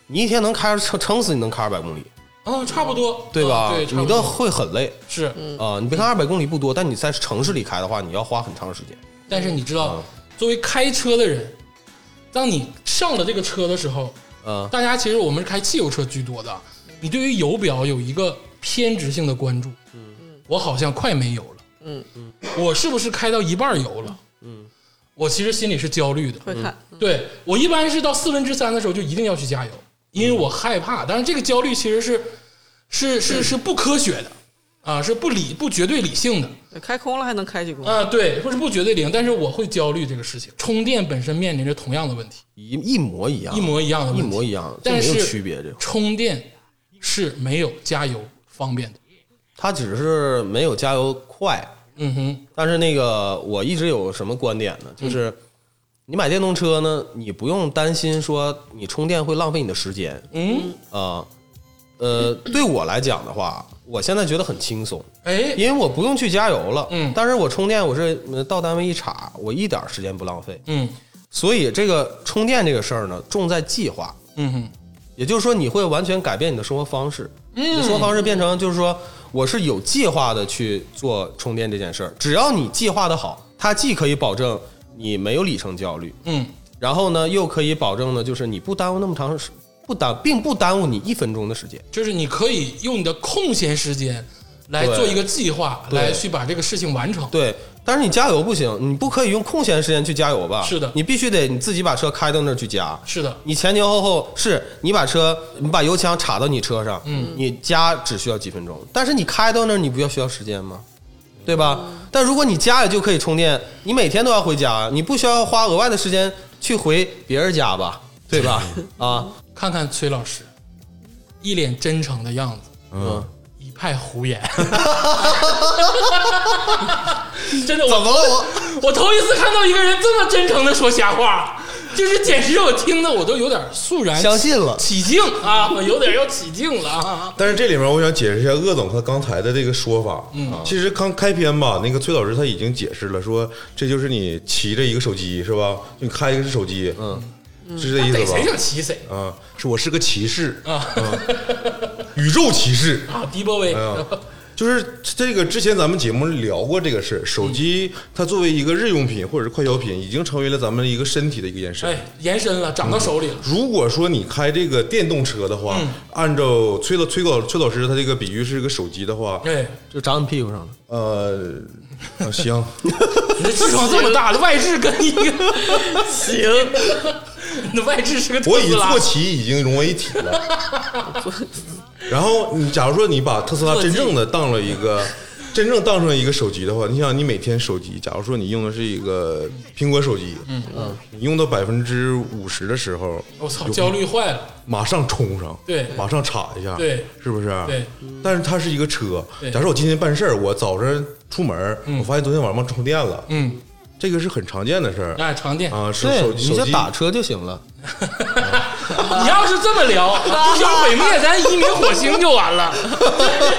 S6: 你一天能开撑撑死你能开二百公里，
S3: 啊，差不多，
S6: 对吧？
S3: 嗯对，差不
S6: 你
S3: 多嗯
S6: 都会很累
S3: 是，
S6: 啊、你别看二百公里不多，但你在城市里开的话，你要花很长时间。
S3: 但是你知
S6: 嗯
S3: 道，作为开车的人，当你上了这个车的时候，
S6: 嗯
S3: 大家其实我们是开汽油车居多的，你对于油表有一个偏执性的关注。嗯我好像快没油了。嗯嗯，我是不是开到一半油了？嗯，我其实心里是焦虑的。
S4: 会看，
S3: 对我一般是到四分之三的时候就一定要去加油，因为我害怕。但是这个焦虑其实是是是是不科学的啊，是不理不绝对理性的。
S4: 开空了还能开几 公里？
S3: 啊，对，不是不绝对零，但是我会焦虑这个事情。充电本身面临着同样的问题，
S6: 一一模一样，
S3: 一模一样的问
S6: 一
S3: 题，
S6: 模一样这
S3: 但
S6: 没有
S3: 是
S6: 区别这
S3: 充电是没有加油方便的。
S6: 它只是没有加油快。
S3: 嗯哼，
S6: 但是那个我一直有什么观点呢？
S3: 嗯
S6: 就是你买电动车呢，你不用担心说你充电会浪费你的时间
S3: 嗯，
S6: 啊、呃，对我来讲的话，我现在觉得很轻松，
S3: 哎，
S6: 因为我不用去加油了。
S3: 嗯
S6: 但是我充电我是呃到单位一插，我一点儿时间不浪费。
S3: 嗯
S6: 所以这个充电这个事儿呢，重在计划。
S3: 嗯哼，
S6: 也就是说，你会完全改变你的生活方式，你
S3: 嗯
S6: 的生活方式变成就是说，我是有计划的去做充电这件事儿。只要你计划的好，它既可以保证你没有里程焦虑，
S3: 嗯
S6: 然后呢，又可以保证呢，就是你不耽误那么长时，不耽并不耽误你一分钟的时间。
S3: 就是你可以用你的空闲时间来
S6: 对
S3: 做一个计划，
S6: 对
S3: 来去把这个事情完成。
S6: 对，但是你加油不行，你不可以用空闲时间去加油吧？
S3: 是的
S6: 你必须得你自己把车开到那儿去加。
S3: 是的，
S6: 你前前后后是你把车，你把油枪插到你车上，嗯，你加只需要几分钟，但是你开到那儿，你不要需要时间吗？对吧？但如果你家里就可以充电，你每天都要回家，你不需要花额外的时间去回别人家吧？对吧？啊，
S3: 看看崔老师一脸真诚的样子，
S6: 嗯，
S3: 一派胡 言。真的，我
S6: 怎么了我？
S3: 我头一次看到一个人这么真诚的说瞎话，就是简直让我听的我都有点肃然
S6: 相信了
S3: 起敬啊，我有点要起敬了啊。
S5: 但是这里面我想解释一下鄂总他刚才的这个说法。嗯，其实刚开篇吧，那个崔老师他已经解释了说，这就是你骑着一个手机是吧？就你开一个是手机，嗯，是这意
S3: 逮
S5: 思吧
S3: 哎谁？想骑谁
S5: 啊，是我是个骑士，
S3: 啊
S5: 宇宙骑士。
S3: 啊！迪波威
S5: 哎呀，就是这个，之前咱们节目聊过这个事儿，手机它作为一个日用品或者是快消品，已经成为了咱们一个身体的一个延伸。
S3: 哎，延伸了，长到手里了。
S5: 如果说你开这个电动车的话，
S3: 嗯
S5: 按照崔老崔老崔老师他这个比喻是一个手机的话，
S3: 哎，
S6: 就长你屁股上了。
S5: 呃，啊 行，
S3: 你的痔疮这么大，的外痔跟一个 行， 你的外痔是个
S5: 我
S3: 特
S5: 已
S3: 斯拉
S5: 坐，骑已经融为一体了。 然后你假如说你把特斯拉真正的当了一个。 真正当成一个手机的话，你想你每天手机，假如说你用的是一个苹果手机，嗯嗯，你用到百分之五十的时候，
S3: 我操，焦虑坏了。
S5: 马上冲上，
S3: 对
S5: 马上插一下，
S3: 对
S5: 是不是？
S3: 对。
S5: 但是它是一个车
S3: 对，
S5: 假设我今天办事儿，我早上出门儿，我发现昨天晚上忘充电了，
S3: 嗯，
S5: 这个是很常见的事儿
S3: 哎，床垫，
S5: 啊。手
S6: 对
S5: 手，
S6: 你
S5: 手
S6: 就
S5: 机
S6: 打车就行了。
S3: 你要是这么聊，地球毁灭，咱移民火星就完了，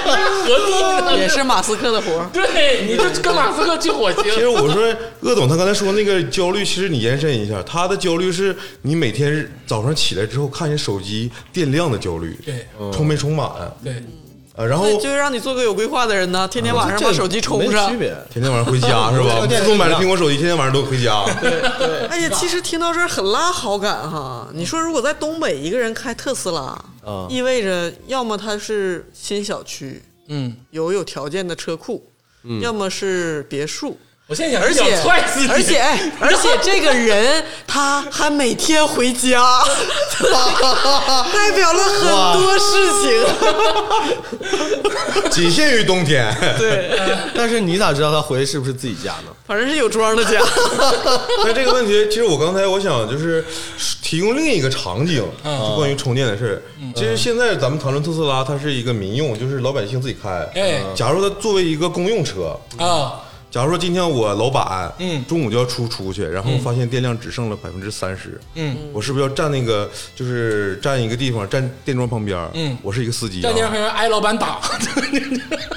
S3: 何必呢？
S4: 也是马斯克的活儿。
S3: 对，你就跟马斯克去火
S5: 其实
S3: 星。
S5: 我说，鄂总他刚才说那个焦虑，其实你延伸一下，他的焦虑是你每天早上起来之后看见手机电量的焦虑，
S3: 对，
S5: 充没充满
S6: 嗯
S3: 对，
S5: 啊，然后
S4: 对，就是让你做个有规划的人呢，天天晚
S3: 哦
S4: 上把手机充
S6: 没
S4: 上
S6: 区。别。
S5: 天天晚上回家是吧？
S6: 这个电
S5: 自
S6: 视
S5: 从买了苹果手机，天天晚上都回家，
S4: 哎呀，其实听到这儿很拉好感哈。你说如果在东北一个人开特斯拉，
S3: 啊
S6: 嗯
S4: 意味着要么他是新小区
S3: 嗯，
S4: 有有条件的车库，要么是别墅。
S3: 我现在想
S4: 而且
S3: 想踹死你，
S4: 而且哎 而且这个人他还每天回 家，代表了很多事
S5: 仅限于冬天。
S4: 情。对，
S6: 但是你咋知道他回去是不是自己家呢？
S4: 反正是有庄 的家。
S5: 但这个问题，其实我刚才我想就是提供另一个场景，
S3: 嗯
S5: 就关于充电的事儿。其实现在咱们谈论特斯拉，它是一个民用，就是老百姓自己开。嗯
S3: 哎
S5: 假如它作为一个公用车，
S3: 啊，
S5: 假如说今天我老板，
S3: 嗯
S5: 中午就要出出去，然后发现电量只剩了百分之三十，
S3: 嗯，
S5: 我是不是要站那个就是站一个地方，站电桩旁边儿？
S3: 嗯
S5: 我是一个司机、啊，
S3: 站街上让挨老板 打，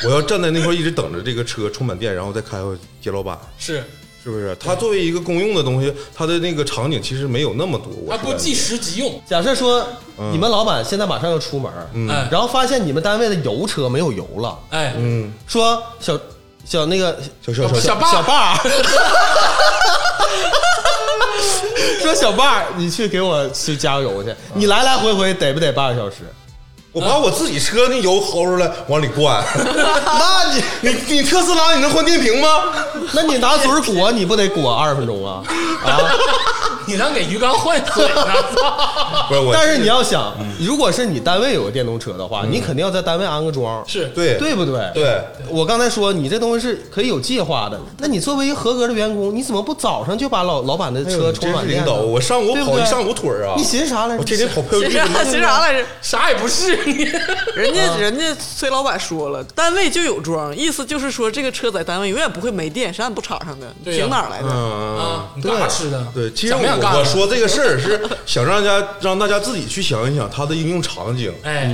S5: 我要站在那块儿一直等着这个车充满电，然后再开回去接老板，
S3: 是
S5: 是不是？它作为一个公用的东西，它的那个场景其实没有那么多。我
S3: 它
S5: 是
S3: 啊不
S5: 感觉
S3: 计时即用，
S6: 假设说你们老板现在马上要出门，
S3: 哎
S6: 然后发现你们单位的油车没有油了，
S3: 哎，
S5: 嗯
S6: 说小小那个
S5: 小小小
S3: 小
S6: 小
S3: 爸
S6: 爸儿， 说小爸儿，你去给我去加个油去，你来来回回得不得半个 小时？
S5: 我把我自己车那油薅出来往里灌，
S6: 那你
S5: 你你特斯拉你能换电瓶吗？
S6: 那你拿嘴儿裹，你不得裹二十分钟啊？
S3: 你能给鱼缸换水 呢？操
S5: 不是我，嗯
S6: 啊但是你要想，如果是你单位有个电动车的话，你肯定要在单位安个桩，
S3: 是
S5: 对
S6: 对不对？
S5: 嗯对，
S6: 我刚才说你这东西是可以有计划的，那你作为一个合格的员工，你怎么不早上就把老老板的车
S5: 哎嗯真
S6: 充
S5: 是
S6: 满电
S5: 领
S6: 呢？
S5: 导，我上午
S6: 对不
S5: 跑
S6: 对
S5: 一上午腿儿啊！
S6: 你寻思啥来着？
S5: 我天天跑票
S4: 寻
S5: 据，
S4: 啥寻啥来着？
S3: 啥也不是你，
S4: 人家人家崔老板说了，单位就有桩，意思就是说这个车在单位永远不会没电，啥也不插上的，
S3: 对呀
S4: 停哪儿来的？
S5: 嗯，
S3: 啊，你干啥吃的？
S5: 对，其实
S3: 想
S5: 我
S3: 不想干
S5: 我
S3: 了
S5: 说这个事儿是想让大家让大家自己去想一想它的应用场景。
S3: 哎，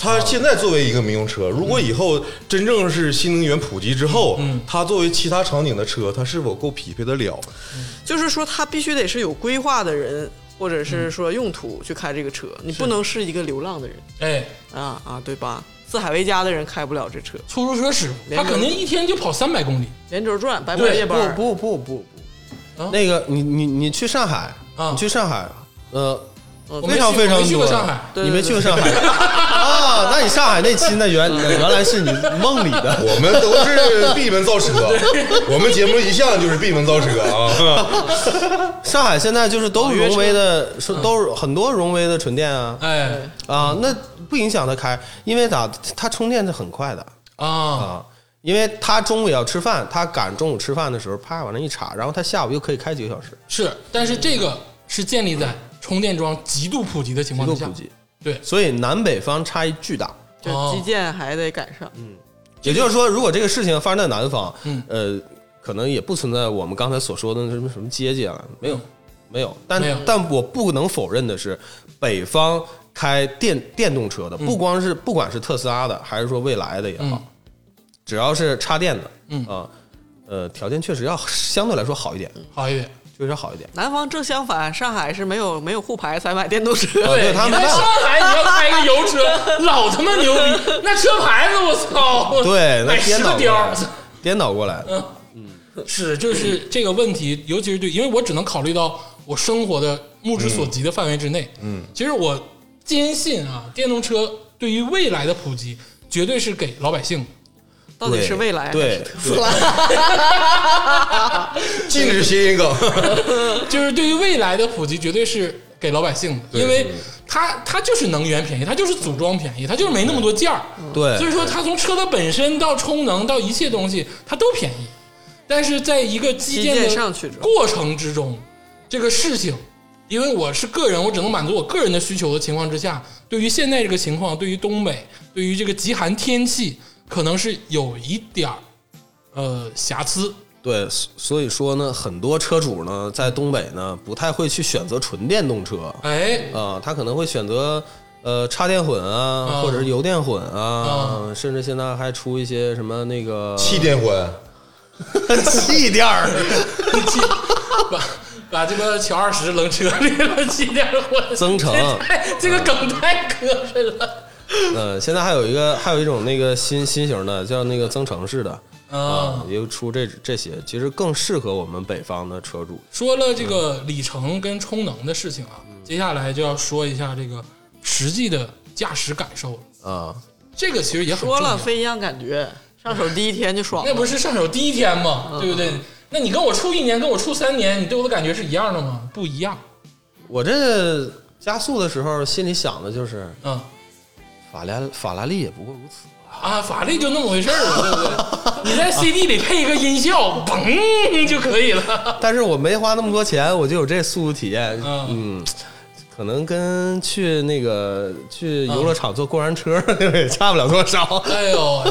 S5: 它现在作为一个民用
S4: 嗯
S5: 车，如果以后真正是新能源普及之后，
S4: 嗯
S5: 它作为其他场景的车，它是否够匹配得 了？
S4: 就是说他必须得是有规划的人，或者是说用途去开这个车，你不能嗯是一个流浪的人
S3: 哎，
S4: 啊啊，对吧？四海为家的人开不了这车，
S3: 出租车师傅，他
S4: 连着
S3: 肯定一天就跑三百公里
S4: 连轴转，白班
S3: 对
S4: 夜班，
S6: 不不不不
S3: 啊
S6: 不，那个你你你去上海
S3: 啊
S6: 你去上海，呃，
S3: 我没
S6: 非常
S3: 去
S6: 非
S3: 我
S6: 常
S3: 没去
S6: 多
S3: 过上海，
S4: 对
S6: 你没
S4: 对
S6: 去过 上海啊？那你上海那期那原原来是你梦里的。
S5: 我们都是闭 门造车，我们节目一向就是闭门造车啊。
S6: 上海现在就是
S3: 哦
S6: 都是荣威
S3: 嗯
S6: 的，是都是很多荣威的纯电啊
S3: 哎
S6: 啊，那不影响它开，因为咋它充电是很快的
S3: 啊，
S6: 啊，因为它中午也要吃饭，它赶中午吃饭的时候，啪往那一插，然后它下午又可以开几个小时，
S3: 是，但是这个是建立在充电桩极度普及的情
S6: 极
S3: 况
S6: 度
S3: 之下
S6: 普，及。
S3: 对
S6: 所以南北方差异巨大。
S4: 就基建还得赶上，
S6: 也就是说，如果这个事情发生在南方，
S3: 嗯
S6: 呃，可能也不存在我们刚才所说的那什么什么阶级啊，没有，没有。但
S3: 没有
S6: 但我不能否认的是，北方开电电动车的，不光是不管是特斯拉的，还是说蔚来的也好，
S3: 嗯
S6: 只要是插电的，
S3: 嗯
S6: 啊、呃，条件确实要相对来说好一点，
S3: 好一点。
S6: 确实好一点。
S4: 南方正相反，上海是没有没有沪牌才买电动车，
S6: 对他
S3: 你
S6: 们
S3: 在
S6: 那
S3: 上海你要开个油车， 老他妈牛逼，那车牌子我操，
S6: 对，那
S3: 买十
S6: 颠
S3: 个
S6: 倒
S3: 貂
S6: 过
S3: 儿嗯
S6: 来， 颠倒过来，
S3: 是就是这个问题，尤其是对，因为我只能考虑到我生活的目之所及的范围之内。嗯，其实我坚信啊，电动车对于未来的普及，绝对是给老百姓的。
S4: 到底是未来还是
S6: 对，
S5: 禁止谐音梗，
S3: 就是对于未来的普及，绝对是给老百姓的，因为它它就是能源便宜，它就是组装便宜，它就是没那么多件儿。
S4: 嗯
S6: 对
S3: 所以说它从车的本身到充能到一切东西，它都便宜。但是在一个基建
S4: 基
S3: 的
S4: 建上去之后
S3: 过程之中，这个事情，因为我是个人，我只能满足我个人的需求的情况之下，对于现在这个情况，对于东北，对于这个极寒天气，可能是有一点儿呃瑕疵。
S6: 对，所所以说呢，很多车主呢在东北呢不太会去选择纯电动车，
S4: 嗯
S3: 哎，
S6: 啊，他可能会选择呃插电混啊，
S3: 啊
S6: 或者是油电混啊，甚至现在还出一些什么那个
S5: 气电 婚，
S6: 气垫儿，
S3: 气 把把这个小二十扔车里了，气点我
S6: 增程
S3: 这太这个梗太磕碜了
S6: 呃，现在还有一个还有一种那个新新型的叫那个增程式的，
S3: 啊！
S6: 也就出这这些，其实更适合我们北方的车主。
S3: 说了这个里程跟充能的事情啊，
S6: 嗯
S3: 接下来就要说一下这个实际的驾驶感受了。
S6: 啊，
S3: 这个其实也很
S4: 说了
S3: 重要
S4: 非一样感觉，上手第一天就爽
S3: 那
S4: 了，
S3: 不是上手第一天
S6: 嗯
S3: 吗？对不对？那你跟我处一年，跟我处三年，你对我的感觉是一样的吗？不一样，
S6: 我这加速的时候心里想的就是
S3: 嗯
S6: 法拉法拉利也不过如此。
S3: 啊，法律就那么回事儿了，对不对？你在 CD 里配一个音效，嘣就可以了。
S6: 但是我没花那么多钱，我就有这速度体验。
S3: 嗯
S6: 嗯，可能跟去那个去游乐场坐过山车也差不了多少。
S3: 哎呦，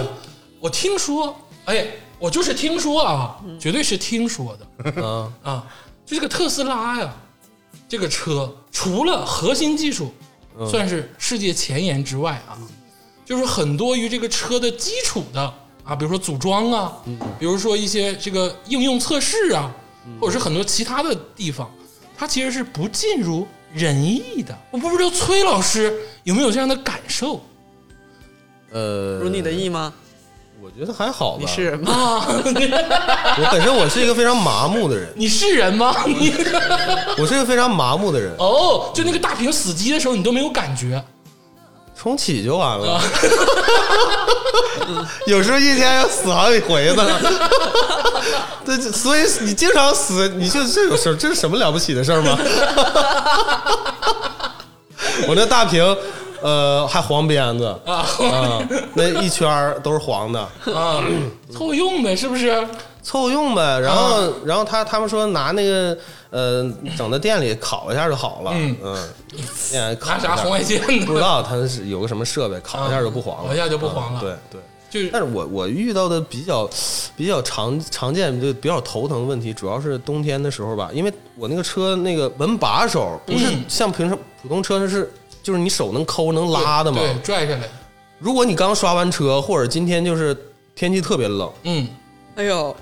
S3: 我听说，哎，我就是听说啊，绝对是听说的
S4: 嗯
S6: 啊，
S3: 啊。就这个特斯拉呀，这个车除了核心技术算是世界前沿之外啊，就是很多于这个车的基础的啊，比如说组装啊，比如说一些这个应用测试啊，或者是很多其他的地方，它其实是不尽如人意的。我不知道崔老师有没有这样的感受
S6: 呃，
S4: 如你的意吗？
S6: 我觉得还好吧。
S4: 你是人吗？
S3: 啊？
S6: 我本身我是一个非常麻木的人，
S3: 你是人吗？ 你
S6: 我是一个非常麻木的人，
S3: 哦，就那个大屏死机的时候，你都没有感觉。
S6: 重启就完
S3: 啊
S6: 了。 有时候一天要死好几回呢。 对，所以你经常死，你就这有事儿，这是什么了不起的事儿吗？ 我那大屏，呃，还黄边子啊、那一圈儿都是黄的，
S3: 啊，凑合用呗，是不是？
S6: 凑合用呗。然后，
S3: 啊
S6: 然后他他们说拿那个呃，整到店里烤一下就好了。
S3: 嗯
S6: 嗯嗯，店里烤
S3: 拿
S6: 一
S3: 啥
S6: 下
S3: 红外线 啊呢？
S6: 不知道它是有个什么设备，烤一下就不黄了，
S3: 烤一下就不黄了
S6: 嗯对对。
S3: 就是
S6: 但是我我遇到的比较比较常常见就比较头疼的问题，主要是冬天的时候吧，因为我那个车那个门把手不是
S3: 嗯
S6: 像平常普通车是就是你手能抠能拉的嘛。
S3: 对，拽下来。
S6: 如果你刚刷完车，或者今天就是天气特别冷，
S3: 嗯，
S4: 哎呦，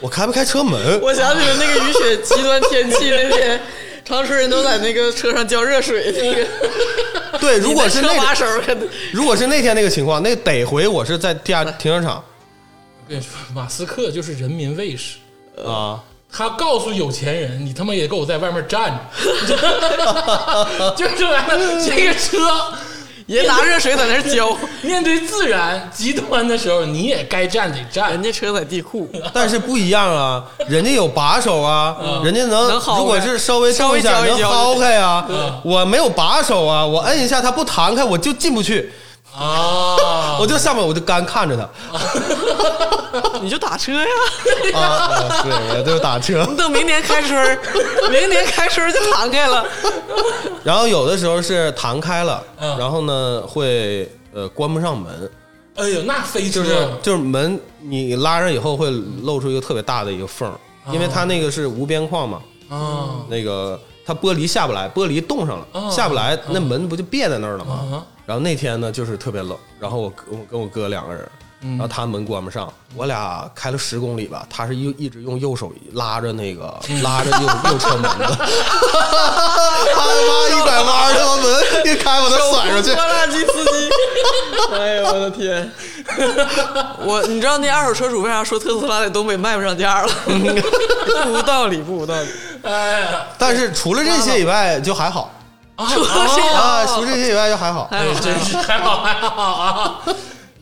S6: 我开不开车 门？
S4: 我想起了那个雨雪极端天气那天，长春人都在那个车上浇热水那个。
S6: 对， 如果是
S4: 你的
S6: 那
S4: 车把
S6: 个，
S4: 手可能
S6: 如果是那天那个情况，那得回我是在地下停车场
S3: 对，马斯克就是人民卫士，
S6: 啊。
S3: 他告诉有钱人，你他妈也给我在外面站着， 就这玩意儿，这个车。
S4: 也拿热水在那儿浇，
S3: 面对自然极端的时候，你也该站得站
S4: 人。家车在地库，
S6: 但是不一样啊，人家有把手啊，人家能
S4: 能薅开
S6: 如果是稍微动一
S4: 稍
S6: 下
S4: 微
S6: 能
S4: 嚼一嚼
S6: 薅开啊，我没有把手啊，我摁一下它不弹开，我就进不去，
S3: 啊，
S6: 我就上面我就干看着它
S4: 你就打车呀。
S6: 啊啊，对，我就打车。
S4: 等明年开春儿，明年开春儿就弹开了。
S6: 然后有的时候是弹开了，
S3: 嗯
S6: 然后呢会呃关不上门，
S3: 哎呦，那飞车
S6: 就是就是门你拉上以后会露出一个特别大的一个缝儿，因为它那个是无边框嘛，
S3: 啊
S6: 那个它玻璃下不来，玻璃冻上
S3: 哦
S6: 了，下不来，那门不就别在那儿了吗？
S3: 啊
S6: 然后那天呢，就是特别冷，然后我跟我跟我哥两个人，然后他门关不上，
S3: 嗯
S6: 我俩开了十公里吧，他是一一直用右手拉着那个
S3: 嗯
S6: 拉着右右车门的， 他妈一拐弯，他妈门一开把他甩出去
S4: 拖，拉机司机，哎呦我的天！我你知道那二手车主为啥说特斯拉在东北卖不上价了？ 不无道理，不无道理。
S3: 哎呀，
S6: 但是除了这些以外就还好
S4: 说这
S3: 哦
S6: 啊，除
S4: 样
S6: 了这些以外就还好啊，
S4: 哎
S3: 哎，真是还好还好啊！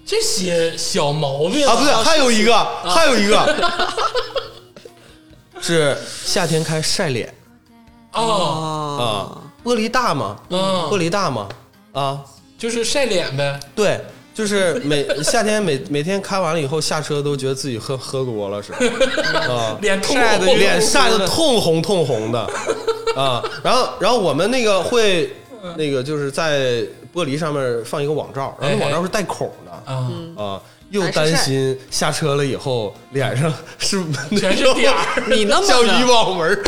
S3: 这些小毛病啊
S6: 啊不对，还有一个，还有一个 是夏天开晒脸。
S3: 哦，
S4: 啊，
S6: 啊，玻璃大嘛，
S3: 嗯
S6: 玻璃大嘛，啊，
S3: 就是晒脸呗。，
S6: 对，就是 每夏天每每天开完了以后下车都觉得自己喝喝多了 似的，啊
S3: 脸通
S4: 晒得
S3: 红
S6: 脸晒得通红通红的，啊，然后然后我们那个会那个就是在玻璃上面放一个网罩，然后那网罩是带孔的，
S3: 啊，
S6: 啊，又担心下车了以后脸上是
S3: 全是点 儿。
S4: 你那么
S6: 像渔
S4: 的，
S6: 网纹儿，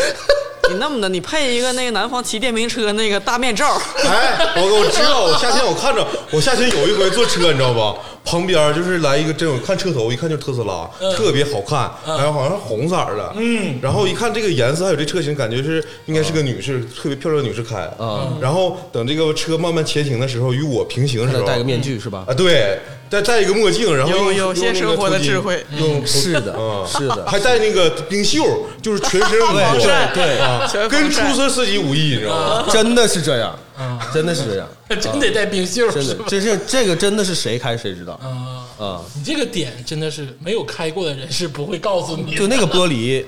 S4: 你那么的，你配一个那个南方骑电瓶车那个大面罩，
S5: 哎，我我知道，我夏天我看着，我夏天有一回坐车，你知道吧？旁边就是来一个这种，看车头一看就是特斯拉，
S4: 嗯
S5: 特别好看，然后好像是红色儿的，嗯，然后一看这个颜色还有这车型，感觉是应该是个女士，特别漂亮的女士开，
S6: 嗯
S4: 嗯
S5: 啊，然后等这个车慢慢前行的时候，与我平行的时候，
S6: 戴个面具是吧？
S5: 啊，对，戴戴一个墨镜，然后
S4: 有
S5: 用
S4: 有些
S5: 用那个
S4: 生活的
S5: 头巾
S4: 智慧
S5: 用
S6: 是的
S5: 嗯，
S6: 是的
S5: 还戴那个冰袖，就是全 身无
S6: 对
S5: 光，
S6: 对对，
S5: 啊
S4: 全防
S5: 跟
S4: 晒嗯
S5: 出租车司机无异，你知道吗？
S6: 真的是这样，真的是这样。
S3: 真得带冰袖，
S6: 真
S3: 是
S6: 的
S3: 吧，
S6: 这是这个真的是谁开谁知道
S3: 啊，
S6: 啊！
S3: 你这个点真的是没有开过的人是不会告诉你的。
S6: 就那个玻璃，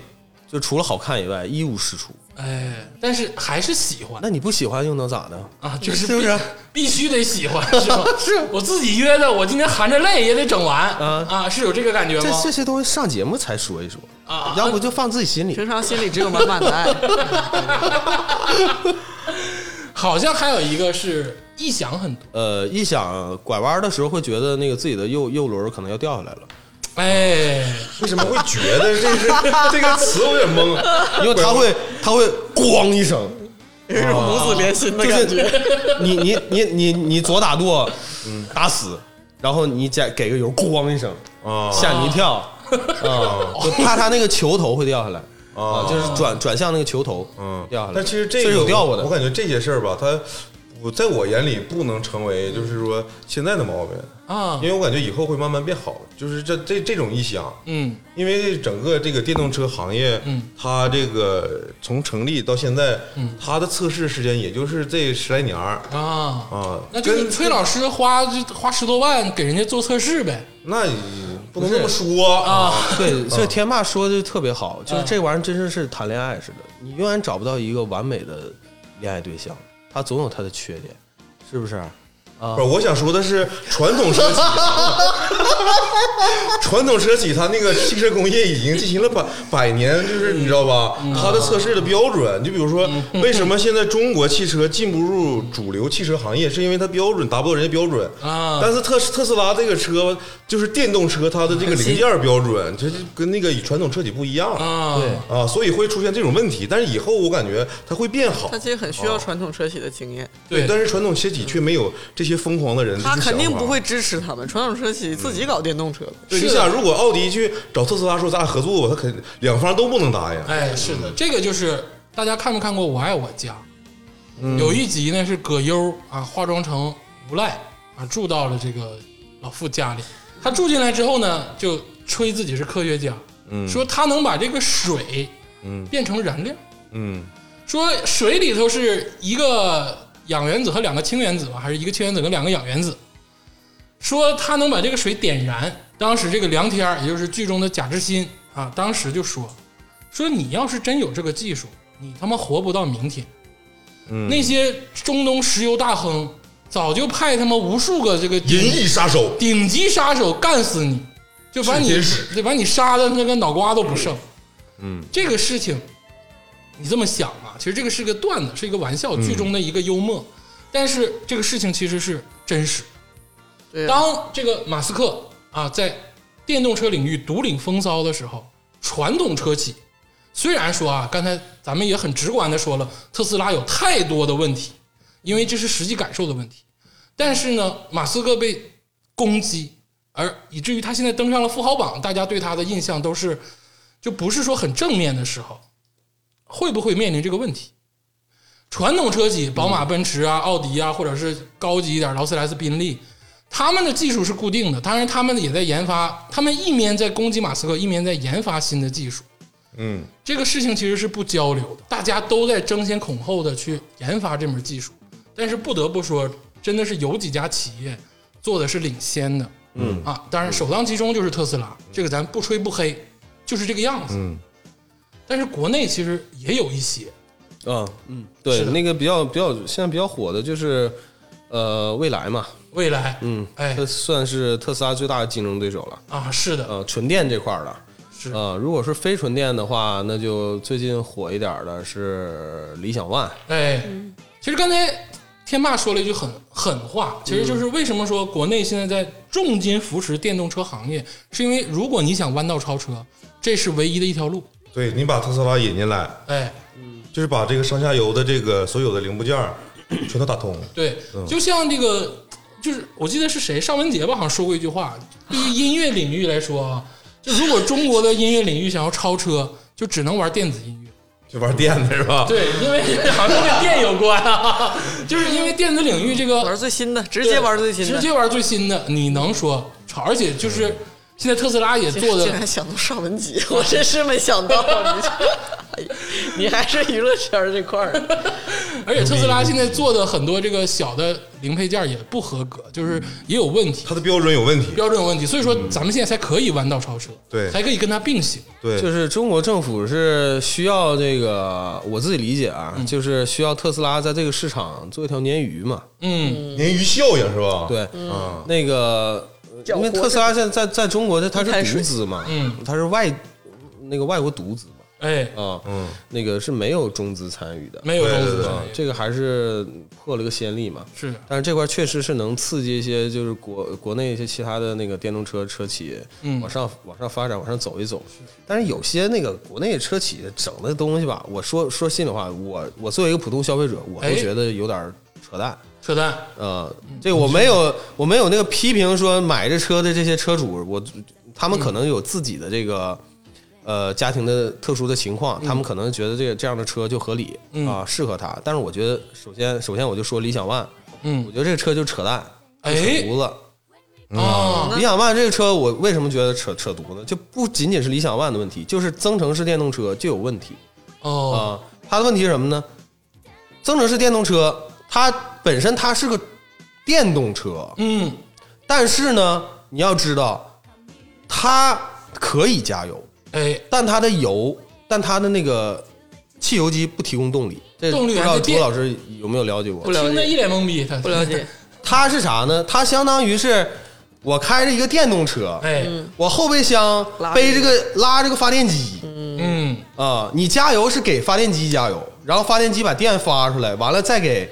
S6: 就除了好看以外一无是处。
S3: 哎，但是还是喜欢
S6: 那你不喜欢又能咋的？
S3: 啊，就是
S6: 是不是
S3: 必必须得喜欢是吧？是我自己约的，我今天含着泪也得整完
S6: 啊
S3: 啊，是有这个感觉
S6: 这
S3: 吗
S6: 这？些东西上节目才说一说
S3: 啊
S6: 要不就放自己心里。
S4: 平常心里只有满满的爱。
S3: 好像还有一个是臆想很多，
S6: 呃，一想拐弯的时候会觉得那个自己的右右轮可能要掉下来了，
S3: 哎，
S5: 为什么会觉得这是 这个词我有点懵？
S6: 因为它会它会咣一声，啊
S4: 有一种母子连心的
S6: 就
S4: 感觉。
S6: 是 你你你你你左打舵，打死，然后你再给个油，咣一声，
S5: 啊，
S6: 哦 吓你一跳啊！就怕它那个球头会掉下来。
S5: 啊
S6: 啊，就是转转向那个球头，
S5: 嗯，
S6: 掉下来。
S5: 但其实这
S6: 是
S5: 个
S6: 有掉过的
S5: 我，感觉这些事儿吧，它我在我眼里不能成为就是说现在的毛病，
S3: 啊
S5: 因，为我感觉以后会慢慢变好。就是这这这种异响，
S3: 嗯
S5: 因为整个这个电动车行业，
S3: 嗯
S5: 它这个从成立到现在，它的测试时间也就是这十来年儿
S3: 啊，
S5: 啊。
S3: 那就是
S5: 跟
S3: 崔老师花就花十多万给人家做测试呗
S5: 那也不能这么说啊，
S6: 对，所以天霸说的特别好，就是这玩意儿真是是谈恋爱似的，你永远找不到一个完美的恋爱对象，他总有他的缺点，是不是？
S5: 不是，我想说的是传统车企啊，传统车企它那个汽车工业已经进行了百百年，就是你知道吧？
S4: 嗯
S5: 它的测试的标准，就比如说为什么现在中国汽车进不入主流汽车行业，是因为它标准达不到人家标准。
S3: 啊
S5: 但是特斯特斯拉这个车就是电动车，它的这个零件标准，它就跟那个传统车企不一样
S3: 啊，
S6: 对
S5: 啊，所以会出现这种问题。但是以后我感觉它会变好
S4: 他。其实很需要传统车企的经验，
S3: 对
S5: 但是传统车企却没有这些疯狂的人，
S4: 他
S5: 这些
S4: 肯定
S5: 想法
S4: 不会支持他们。传统车企自己搞电动车，
S5: 对，
S3: 是
S5: 你
S3: 的
S5: 想，如果奥迪去找特斯拉说咱俩合作吧，他肯两方都不能答应。
S3: 哎，是的，这个就是大家看没看过《我爱我家》？
S5: 嗯
S3: 有一集呢是葛优啊化妆成无赖啊住到了这个老傅家里，他住进来之后呢就吹自己是科学家，说他能把这个水
S5: 嗯
S3: 变成燃料，
S5: 嗯
S3: 说水里头是一个氧原子和两个氢原子吧，还是一个氢原子跟两个氧原子？说他能把这个水点燃。当时这个梁天儿，也就是剧中的贾志新啊，当时就说：“说你要是真有这个技术，你他妈活不到明天。
S5: 嗯
S3: 那些中东石油大亨早就派他妈无数个这个
S5: 银翼杀手，
S3: 顶级杀手干死你，就把你
S5: 是真是
S3: 就把你杀的那个脑瓜都不剩。嗯，这个事情你这么想啊，其实这个是个段子，是一个玩
S5: 嗯
S3: 笑，剧中的一个幽默，但是这个事情其实是真实。
S4: 对啊，
S3: 当这个马斯克啊在电动车领域独领风骚的时候，传统车企虽然说啊，刚才咱们也很直观的说了，特斯拉有太多的问题，因为这是实际感受的问题。但是呢，马斯克被攻击，而以至于他现在登上了富豪榜，大家对他的印象都是就不是说很正面的时候，会不会面临这个问题？传统车企，宝马、奔驰啊、奥迪啊，或者是高级一点劳斯莱斯、宾利，他们的技术是固定的，当然他们也在研发，他们一面在攻击马斯克，一面在研发新的技术。
S5: 嗯，
S3: 这个事情其实是不交流的，大家都在争先恐后的去研发这门技术。但是不得不说，真的是有几家企业做的是领先的，嗯啊，当然首当其冲就是特斯拉，这个咱不吹不黑，就是这个样子。
S5: 嗯，
S3: 但是国内其实也有一些，
S6: 嗯嗯，对
S3: 是，的
S6: 那个比较比较现在比较火的就是，呃，蔚来嘛，
S3: 未来，嗯，哎
S6: 它算是特斯拉最大的竞争对手了。
S3: 啊，是的，
S6: 呃，纯电这块儿的，
S3: 是
S6: 呃，如果是非纯电的话，那就最近火一点儿的是理想 ONE，
S3: 哎，其实刚才天霸说了一句狠狠话，其实就是为什么说国内现在在重金扶持电动车行业，是因为如果你想弯道超车，这是唯一的一条路。
S5: 对你把特斯拉引进来，
S3: 哎，
S5: 就是把这个上下游的这个所有的零部件 儿全都打通。
S3: 对，就像这个，就是我记得是谁，尚雯婕吧，好像说过一句话，对于音乐领域来说啊，就如果中国的音乐领域想要超车，就只能玩电子音乐。
S5: 就玩电的是吧？
S3: 对，因为好像跟电有关啊， 就是因为电子领域这个
S4: 玩最新的，直接玩最新
S3: 直
S4: 的。
S3: 接玩最新的，你能说超？而且就是现在特斯拉也做
S4: 竟
S3: 的，
S4: 然想到尚雯婕， 我真是没想到。你这哎呀你还是娱乐圈这块儿，
S3: 而且特斯拉现在做的很多这个小的零配件也不合格，就是也有问题，
S5: 它的标准有问题。
S3: 标准有问题，所以说咱们现在才可以弯道超车，
S5: 对
S3: 才可以跟它并行。
S5: 对，
S6: 就是中国政府是需要这个，我自己理解啊，
S3: 嗯
S6: 就是需要特斯拉在这个市场做一条鲶鱼嘛，
S3: 嗯，
S5: 鲶鱼效应是吧？
S6: 对，
S5: 啊，
S6: 那个因为特斯拉现在在在中国它它
S4: 开
S6: 是
S4: 水
S6: 独资嘛，
S3: 嗯，
S6: 它是外那个外国独资嘛，
S3: 哎，
S6: 啊，
S5: 嗯，
S6: 那个是没有中资参与的，
S3: 没有
S5: 对
S3: 中
S5: 对
S3: 资
S5: 对
S3: 产
S6: 啊，这个还是破了个先例嘛，
S3: 是
S6: 但是这块确实是能刺激一些，就是国国内一些其他的那个电动车车企，
S3: 嗯
S6: 往上往上发展，往上走一走。但是有些那个国内车企整的东西吧，我说说心里话，我我作为一个普通消费者，我
S3: 哎
S6: 都觉得有点扯淡。
S3: 扯淡，
S6: 呃，这个我没有我没有那个批评说买这车的这些车主，我他们可能有自己的这个。呃家庭的特殊的情况，他们
S3: 嗯
S6: 可能觉得这个这样的车就合理啊，适合他。但是我觉得，首先首先我就说理想 ONE，
S3: 嗯
S6: 我觉得这个车就扯淡，
S3: 哎
S6: 就扯犊子。
S3: 啊，
S6: 理想 ONE 这个车，我为什么觉得扯扯犊子？就不仅仅是理想 ONE 的问题，就是增程式电动车就有问题。
S3: 哦，
S6: 啊，它的问题是什么呢？增程式电动车，它本身它是个电动车，
S3: 嗯，
S6: 但是呢，你要知道，它可以加油，
S3: 哎，
S6: 但它的油，但它的那个汽油机不提供动力。这
S3: 动力
S6: 不知
S3: 源
S6: 道
S3: 是
S6: 朱
S3: 电
S6: 老师有没有了解过
S4: 不？了
S3: 听得
S4: 解，
S3: 一脸懵逼，他
S4: 不了解，
S6: 它是啥呢？它相当于是我开着一个电动车，
S3: 哎，
S4: 嗯
S6: 我后备箱
S4: 拉着
S6: 背这个拉这个发电机，
S3: 嗯，
S6: 啊、你加油是给发电机加油，然后发电机把电发出来，完了再给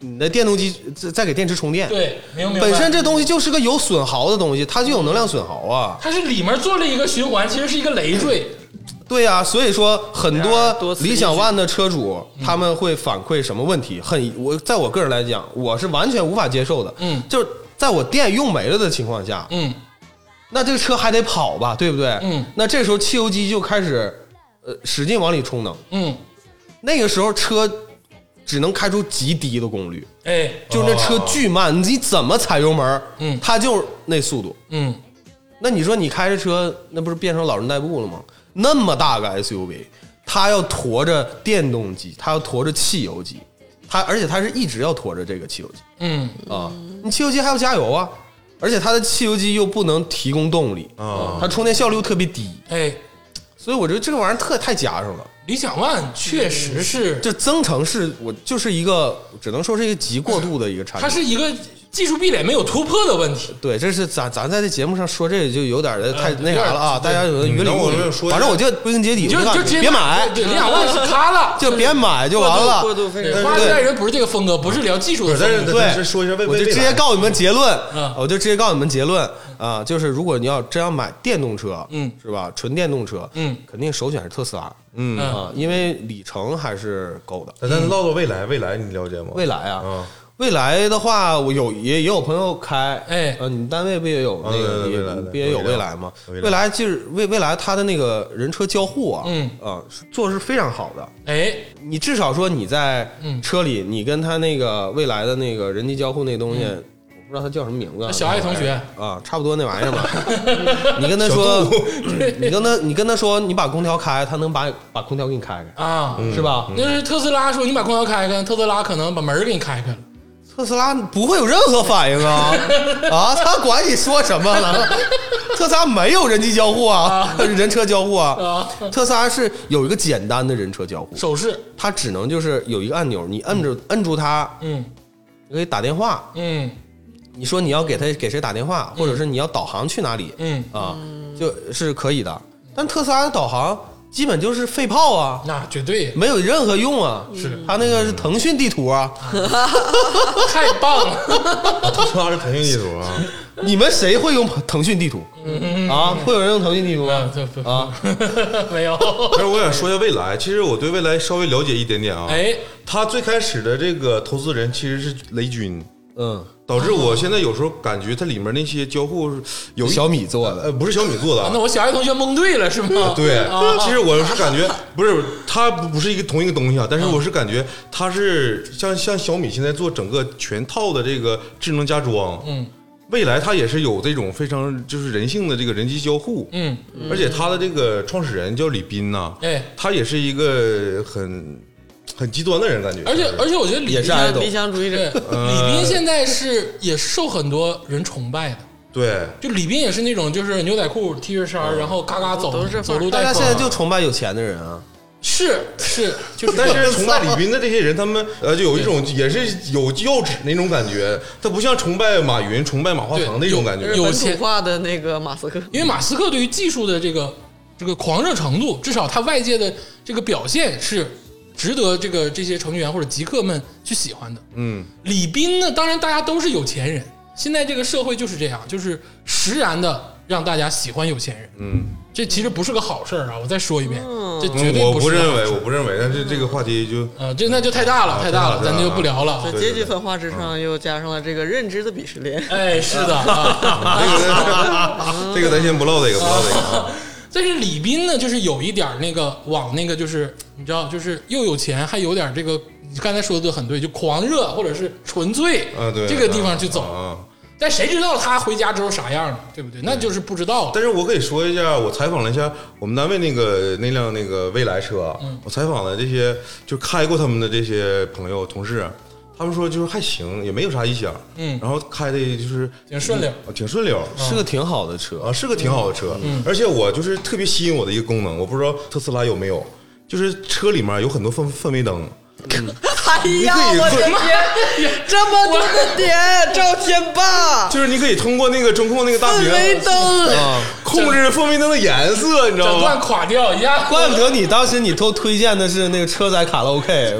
S6: 你的电动机再再给电池充电。，
S3: 对，明白。
S6: 本身这东西就是个有损耗的东西，它就有能量损耗啊。
S3: 它是里面做了一个循环，其实是一个累赘，
S6: 对呀、所以说很
S4: 哎呀
S6: 多
S4: 多此一举
S6: 理想 ONE 的车主他们会反馈什么问题，很我在我个人来讲，我是完全无法接受的。
S3: 嗯
S6: 就是在我电用没了的情况下，
S3: 嗯，
S6: 那这个车还得跑吧，对不对？
S3: 嗯，
S6: 那这时候汽油机就开始呃使劲往里充能。
S3: 嗯，
S6: 那个时候车只能开出极低的功率，
S3: 哎，
S6: 就那车巨慢，你怎么踩油门儿，
S3: 哦嗯
S6: 它就是那速度。
S3: 嗯，
S6: 那你说你开着车，那不是变成老人代步了吗？那么大个 SUV，它要驮着电动机，它要驮着汽油机，它而且它是一直要驮着这个汽油机
S3: 嗯，
S6: 啊，你汽油机还要加油啊，而且它的汽油机又不能提供动力
S5: 啊
S6: 它充电效率又特别低，
S3: 哎，
S6: 所以我觉得这个玩意儿特太夹上了。
S3: 理想 ONE 确实是，
S6: 这增程式，我就是一个只能说是一个极过度的一个产
S3: 它
S6: 品。
S3: 是一个技术壁垒没有突破的问题。
S6: 对，这是咱咱在这节目上说这个就有点儿太
S3: 嗯
S6: 那啥了啊，大家有的云里
S5: 呃嗯然
S6: 雾
S5: 后我
S6: 里
S5: 就。说
S6: 反正我就归根结底，
S3: 你就
S6: 我告诉
S3: 就直接
S6: 别买，
S3: 对，对理 想 ONE 是它了，
S6: 就别买就完了。
S4: 过度过度
S3: 对
S4: 非
S3: 花
S4: 常
S3: 时代人不是这个风格，不是聊技术
S5: 不
S3: 的
S5: 是，但
S3: 风
S5: 是
S3: 格。
S5: 但是说一下为
S6: 我
S5: 为
S6: 就
S5: 未
S6: 直接
S5: 来
S6: 告诉你们结论啊
S3: 嗯，
S6: 我就直接告诉你们结论啊，就是如果你要真要买电动车，
S3: 嗯
S6: 是吧？纯电动车，
S3: 嗯
S6: 肯定首选是特斯拉，
S5: 嗯，
S3: 嗯
S6: 啊，因为里程还是够的。
S5: 咱咱唠唠未来，未来你了解吗？
S6: 蔚来啊，
S5: 啊，
S6: 未来的话，我有也也有朋友开，
S3: 哎
S6: 呃，你们单位不也有那
S5: 啊
S6: 个
S5: 对对对
S6: 也
S5: 对对
S6: 不也有
S5: 未
S6: 未
S5: 来
S6: 来吗？
S5: 未来
S6: 未来就是未未来它的那个人车交互啊，
S3: 嗯
S6: 啊，是做是非常好的。
S3: 哎，
S6: 你至少说你在
S3: 嗯
S6: 车里，你跟他那个未来的那个人机交互那东西，
S5: 嗯
S6: 我不知道它叫什么名字啊，
S3: 小爱同学
S6: 啊，差不多那玩意 儿吧。你跟他说，你跟他你跟他说，你把空调开，他能把把空调给你开开，
S3: 啊，
S5: 嗯
S6: 是吧？
S3: 那是特斯拉说你把空调开开，特斯拉可能把门儿给你开开了。
S6: 特斯拉不会有任何反应啊啊！他管你说什么了？特斯拉没有人机交互啊，人车交互啊。特斯拉是有一个简单的人车交互，
S3: 手势，
S6: 它只能就是有一个按钮，你摁着摁住它，
S3: 嗯
S6: 你可以打电话。
S3: 嗯
S6: 你说你要给他给谁打电话，或者是你要导航去哪里
S3: 嗯，
S6: 啊，就是可以的。但特斯拉的导航基本就是废炮啊，
S3: 那绝对
S6: 没有任何用啊。
S3: 是
S6: 它那个是腾讯地图啊，
S3: 太棒 了。
S5: 特斯拉是腾讯地图 啊，
S6: 你们谁会用腾讯地图啊？会有人用腾讯地图吗
S3: 啊？对不
S6: 啊，
S3: 没有，
S5: 但是我想说一下未来，其实我对未来稍微了解一点点啊。
S3: 哎，
S5: 他最开始的这个投资人其实是雷军，
S6: 嗯，
S5: 导致我现在有时候感觉它里面那些交互是有一
S6: 小米做的
S5: 呃，不是小米做的啊，
S3: 那我小爱同学蒙对了是吗？
S5: 对
S3: 啊，
S5: 其实我是感觉不是它不是一个同一个东西啊，但是我是感觉它是像像小米现在做整个全套的这个智能家装，
S3: 嗯，
S5: 未来它也是有这种非常就是人性的这个人机交互，
S3: 嗯，
S5: 而且它的这个创始人叫李斌呐，
S3: 哎
S5: 他也是一个很很极端的人，感觉，
S3: 而且而且我觉得李
S6: 也
S3: 斌
S6: 是爱豆
S4: 理。想主义
S3: 对
S4: 者，
S3: 李斌现在是也是受很多人崇拜的，
S5: 对，
S3: 就李斌也是那种就是牛仔裤 T 恤衫，然后嘎嘎走
S4: 都是这范
S3: 走
S4: 儿
S3: 路
S6: 大
S3: 带
S6: 家
S3: 风
S6: 现在就崇拜有钱的人啊，
S3: 是是就是
S5: 但是崇拜李斌的这些人，他们呃，就有一种也是有要旨那种感觉，他不像崇拜马云、崇拜马化腾那种感觉嗯
S3: 对。有
S4: 本
S3: 钱
S4: 土化的那个马斯克，
S3: 因为马斯克对于技术的这个这个狂热程度，至少他外界的这个表现是值得这个这些程序员或者极客们去喜欢的。
S5: 嗯，
S3: 李斌呢，当然大家都是有钱人，现在这个社会就是这样，就是实然的让大家喜欢有钱人。嗯，这其实不是个好事儿啊！我再说一遍，这绝对是
S5: 我不
S3: 个
S5: 认
S3: 好
S5: 为，
S3: 事
S5: 嗯我
S3: 儿。
S5: 不认为，但是这个话 题就
S3: 呃，这那就太大了，
S5: 啊
S3: 太大了，
S5: 太大了
S3: 咱就不聊了
S4: 在。阶级分化之上又加上了这个认知的鄙视链。
S3: 哎，是的，啊
S5: 这个这个咱先不唠这个，不唠这个啊。
S3: 但是李斌呢，就是有一点儿那个往那个就是你知道，就是又有钱，还有点儿这个你刚才说的很对，就狂热或者是纯粹
S5: 啊，对，
S3: 这个地方去走。
S5: 啊。
S3: 但谁知道他回家之后啥样呢？对不对？那就是不知道了。
S5: 但是我可以说一下，我采访了一下我们单位那个那辆那个蔚来车，啊
S3: 嗯
S5: 我采访了这些就开过他们的这些朋友同事，他们说就是还行，也没有啥异响，
S3: 嗯
S5: 然后开的就是
S3: 挺顺溜，
S5: 嗯挺顺溜。
S6: 是个挺好的车
S5: 啊，是个挺好的车，而且我就是特别吸引我的一个功能，我不知道特斯拉有没有，就是车里面有很多氛氛围灯，
S4: 哎呀，我的天，这么多的点，赵天霸，
S5: 就是你可以通过那个中控那个大
S4: 氛
S5: 屏
S4: 围灯，
S6: 啊。
S5: 控制氛围灯的颜色，你知道
S3: 整段
S5: 吗？
S3: 垮掉一下，
S6: 怪不得你当时你都推荐的是那个车载卡拉 OK，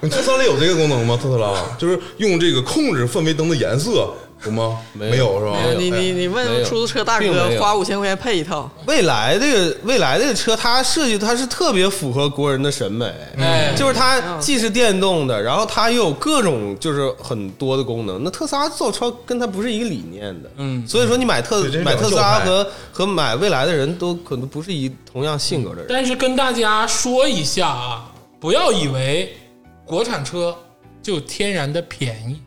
S5: 你特斯拉有这个功能吗？特斯拉就是用这个控制氛围灯的颜色，有吗？没
S6: 没有
S5: 有是吧？哎
S4: 你你你
S6: 没有
S4: 问出租车大
S6: 并没
S4: 哥
S6: 有
S4: 花五千块钱配一套，
S6: 未来这个未来这个车，它设计它是特别符合国人的审美，
S3: 哎
S6: 就是它既是电动的，然后它又有各种就是很多的功能。那特斯拉造车跟它不是一个理念的，
S3: 嗯
S6: 所以说你买特
S5: 对这是
S6: 买特斯
S5: 两
S6: 拉
S5: 个流
S6: 和和买未来的人都可能不是一同样性格的人。
S3: 但是跟大家说一下啊，不要以为国产车就天然的便宜，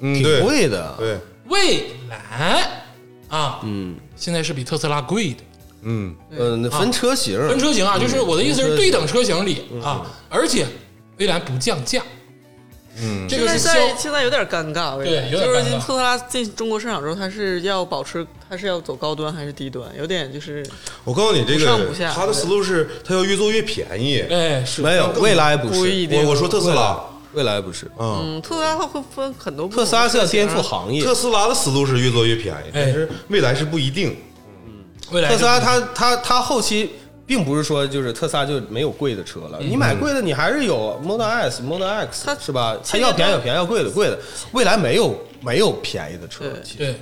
S5: 嗯，
S6: 挺
S5: 对
S6: 贵的，
S5: 对，
S3: 蔚来啊，嗯，现在是比特斯拉贵的。
S5: 嗯，
S6: 嗯，分车型，
S3: 分车型啊，就是我的意思
S6: 分
S3: 是
S6: 嗯车型嗯
S3: 对等车型里啊，而且蔚来不降价，嗯，这
S4: 现
S3: 个
S4: 在
S3: 是消
S4: 在现在有点尴尬，我觉得
S3: 对有点尴
S4: 就是
S3: 尬
S4: 特斯拉进中国市场之后，它是要保持，它是要走高端还是低端，有点就是
S5: 我告诉你，这
S4: 不上
S5: 个
S4: 不下
S5: 它的思路是它要越做越便宜。
S3: 哎是
S6: 没有未来不
S4: 故
S6: 是
S4: 意，
S5: 我我说特斯拉，
S6: 未来不是，
S5: 嗯，
S4: 嗯，特斯拉它会分很多不同
S6: 特
S4: 的
S6: 斯拉是要
S4: 车型
S6: 颠
S4: 啊
S6: 覆行业，
S5: 特斯拉的思路是越做越便宜，但是未来是不一定。
S3: 蔚来
S6: 特斯拉它它它后期并不是说就是特斯拉就没有贵的车了，你买贵的你还是有 Model S、Model X，
S4: 它
S6: 是吧？它
S4: 现在
S6: 要便宜有便宜，要贵的贵的。未来没有没有便宜的车，
S4: 对
S6: 其实
S3: 对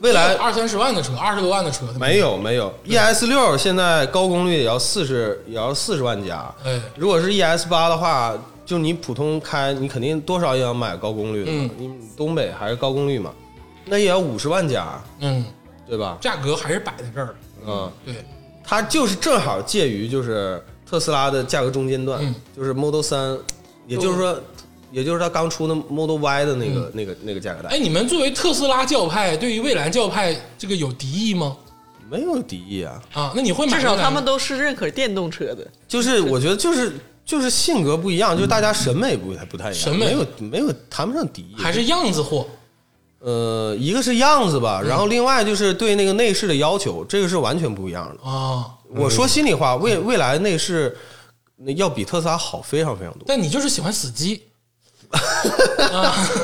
S6: 未来
S3: 二三十万的车，二十多万的车，
S6: 没有没有 ES 六现在高功率也要四十也要四十万加
S3: 哎，
S6: 如果是 ES 八的话，就你普通开你肯定多少也要买高功率的嘛，
S3: 嗯
S6: 你东北还是高功率嘛，那也要五十万加，
S3: 嗯，
S6: 对吧？
S3: 价格还是摆在这儿了，
S6: 嗯。
S3: 对，
S6: 它就是正好介于就是特斯拉的价格中间段，
S3: 嗯
S6: 就是 Model 三，也就是说，也就是它刚出的 Model Y 的那个、那个那个价格带，
S3: 哎，你们作为特斯拉教派，对于蔚来教派这个有敌意吗？
S6: 没有敌意啊，
S3: 啊，那你会买
S4: 至少
S3: 蔚来
S4: 他
S3: 吗
S4: 们都是认可电动车的，
S6: 就是我觉得就是就是性格不一样，就是大家审美不太不太一样，
S3: 嗯审美
S6: 没有没有谈不上敌意，
S3: 还是样子货，
S6: 呃，一个是样子
S3: 嗯
S6: 吧，然后另外就是对那个内饰的要求，这个是完全不一样的。
S3: 啊，
S6: 我说心里话，未未来内饰要比特斯拉好非常非常多。
S3: 但你就是喜欢死 机啊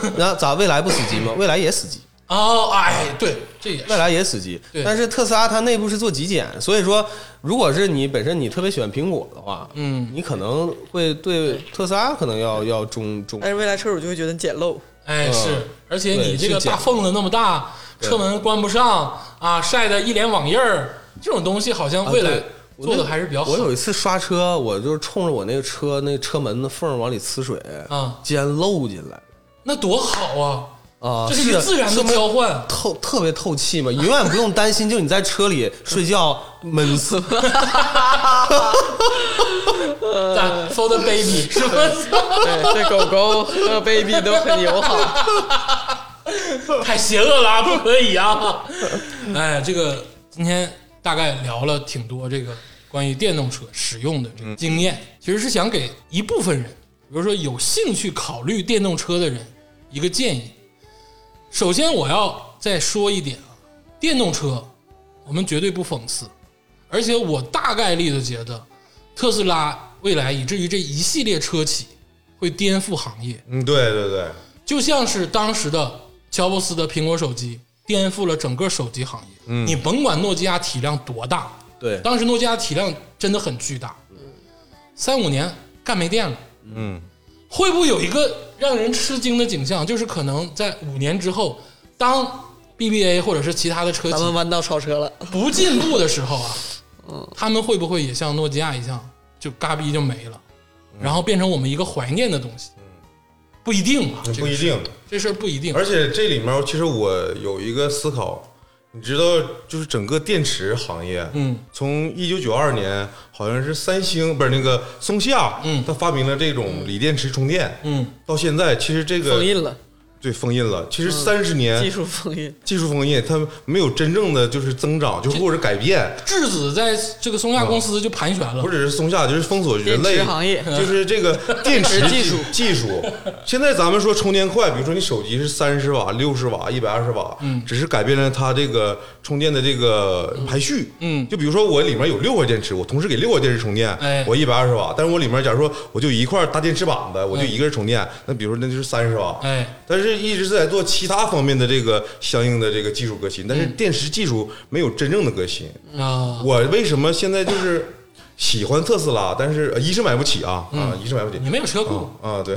S3: 嗯
S6: 那咋未来不死 机吗？未来也死机。
S3: 哦，哎，对，这也
S6: 未
S3: 是
S6: 来也死机
S3: 对，
S6: 但是特斯拉它内部是做极简，所以说，如果是你本身你特别喜欢苹果的话，
S3: 嗯
S6: 你可能会对特斯拉可能要要中中
S4: 哎但，是未来车主就会觉得你简陋，
S3: 哎是，而且
S6: 嗯对
S3: 你这个
S6: 是这
S3: 大
S6: 样
S3: 缝子那么大，车门关不上啊，晒得一脸网印儿，这种东西好像蔚
S6: 啊
S3: 来
S6: 对我
S3: 做的
S6: 那
S3: 还是比较好
S6: 我。有一次刷车，我就是冲着我那个车那车门的缝儿往里呲水，
S3: 啊
S6: 竟然漏进来
S3: 那多好啊！
S6: 啊！
S3: 这是一个
S6: 的
S3: 自然的
S6: 是吗
S3: 交换。
S6: 透特别透气嘛，永远不用担心，就你在车里睡觉闷死。呃
S3: 咱 for the baby 是吧？
S4: 对，对狗狗和 baby 都很友好。
S3: 太邪恶了啊，不可以啊！ 哎，这个今天大概聊了挺多这个关于电动车使用的这个经验，其实是想给一部分人，比如说有兴趣考虑电动车的人一个建议。首先，我要再说一点啊，电动车我们绝对不讽刺，而且我大概率的觉得，特斯拉未来以至于这一系列车企会颠覆行业。
S5: 嗯，对对对，
S3: 就像是当时的乔布斯的苹果手机颠覆了整个手机行业。嗯，你甭管诺基亚体量多大，
S6: 对，
S3: 当时诺基亚体量真的很巨大。三五年干没电了。
S5: 嗯，
S3: 会不会有一个让人吃惊的景象，就是可能在五年之后，当 BBA 或者是其他的车
S4: 咱们
S3: 企
S4: 弯道超车了，
S3: 不进步的时候啊，他们会不会也像诺基亚一样，就嘎逼就没了，然后变成我们一个怀念的东西？不一定啊，这
S5: 不
S3: 个
S5: 一
S3: 事
S5: 定。
S3: 这事儿不一定。
S5: 而且这里面其实我有一个思考，你知道，就是整个电池行业，
S3: 嗯，
S5: 从一九九二年，好像是三星不是那个松下，
S3: 嗯
S5: 它发明了这种锂电池充电，
S3: 嗯，
S5: 到现在其实这个
S4: 封印了，嗯
S5: 对封印了，其实三十
S6: 哎
S5: 年、
S4: 技术封印。
S5: 技术封印，它没有真正的就是增长，就是或者改变，
S3: 质子在这个松下公司就盘旋了
S5: 不，只是松下，就是封锁人类
S4: 电池行业
S5: 就是 这个电池
S4: 技术
S5: 技术。现在咱们说充电快，比如说你手机是三十瓦、六十瓦、一百二十瓦，嗯，只是改变了它这个充电的这个排序，
S3: 嗯
S5: 就比如说我里面有六块电池，我同时给六块电池充电，
S3: 哎
S5: 我一百二十瓦，但是我里面假如说我就一块大电池板子，我就一个人充电，那比如说那就是三十瓦，
S3: 哎，
S5: 但是一直在做其他方面的这个相应的这个技术革新，但是
S3: 嗯
S5: 电池技术没有真正的革新，
S3: 啊，
S5: 我为什么现在就是喜欢特斯拉，但是呃一是买不起啊，啊，一是买不起
S3: 嗯你没有车
S6: 哦
S3: 库，
S5: 啊，对。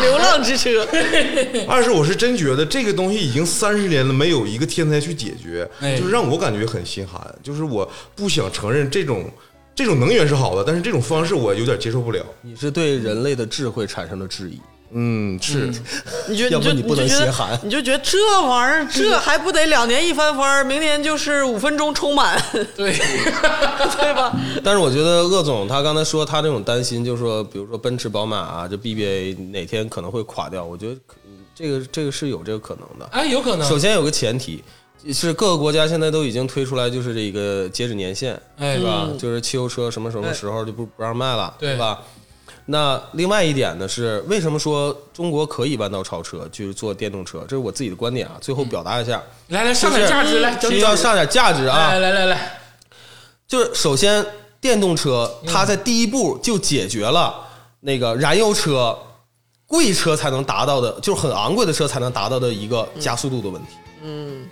S4: 流浪之车，
S5: 二是我是真觉得这个东西已经三十年了，没有一个天才去解决，
S3: 哎
S5: 就是让我感觉很心寒，就是我不想承认这种这种能源是好的，但是这种方式我有点接受不了。
S6: 你是对人类的智慧产生了质疑，
S5: 嗯，是，
S4: 你就
S6: 要不
S4: 就
S6: 你不能
S4: 就觉
S6: 邪
S4: 得
S6: 寒
S4: 你就觉得这玩意儿 这还不得两年一翻番儿，明年就是五分钟充满，
S3: 对，
S4: 对吧？
S6: 但是我觉得鄂总他刚才说他这种担心，就是说，比如说奔驰、宝马啊，这 BBA 哪天可能会垮掉，我觉得可这个这个是有这个可能的。
S3: 哎，有可能，
S6: 首先有个前提是各个国家现在都已经推出来，就是这个截止年限，
S3: 哎
S6: 对吧？就是汽油车什么什么时候就不不让卖了，
S3: 对
S6: 对吧？那另外一点呢是，为什么说中国可以弯道超车去做电动车？这是我自己的观点啊。最后表达一下，
S3: 来来嗯上点价值来，整
S6: 需要嗯上点价值啊
S3: 来。来来来，
S6: 就是首先，电动车
S3: 嗯
S6: 它在第一步就解决了那个燃油车、贵车才能达到的，就是很昂贵的车才能达到的一个加速度的问题。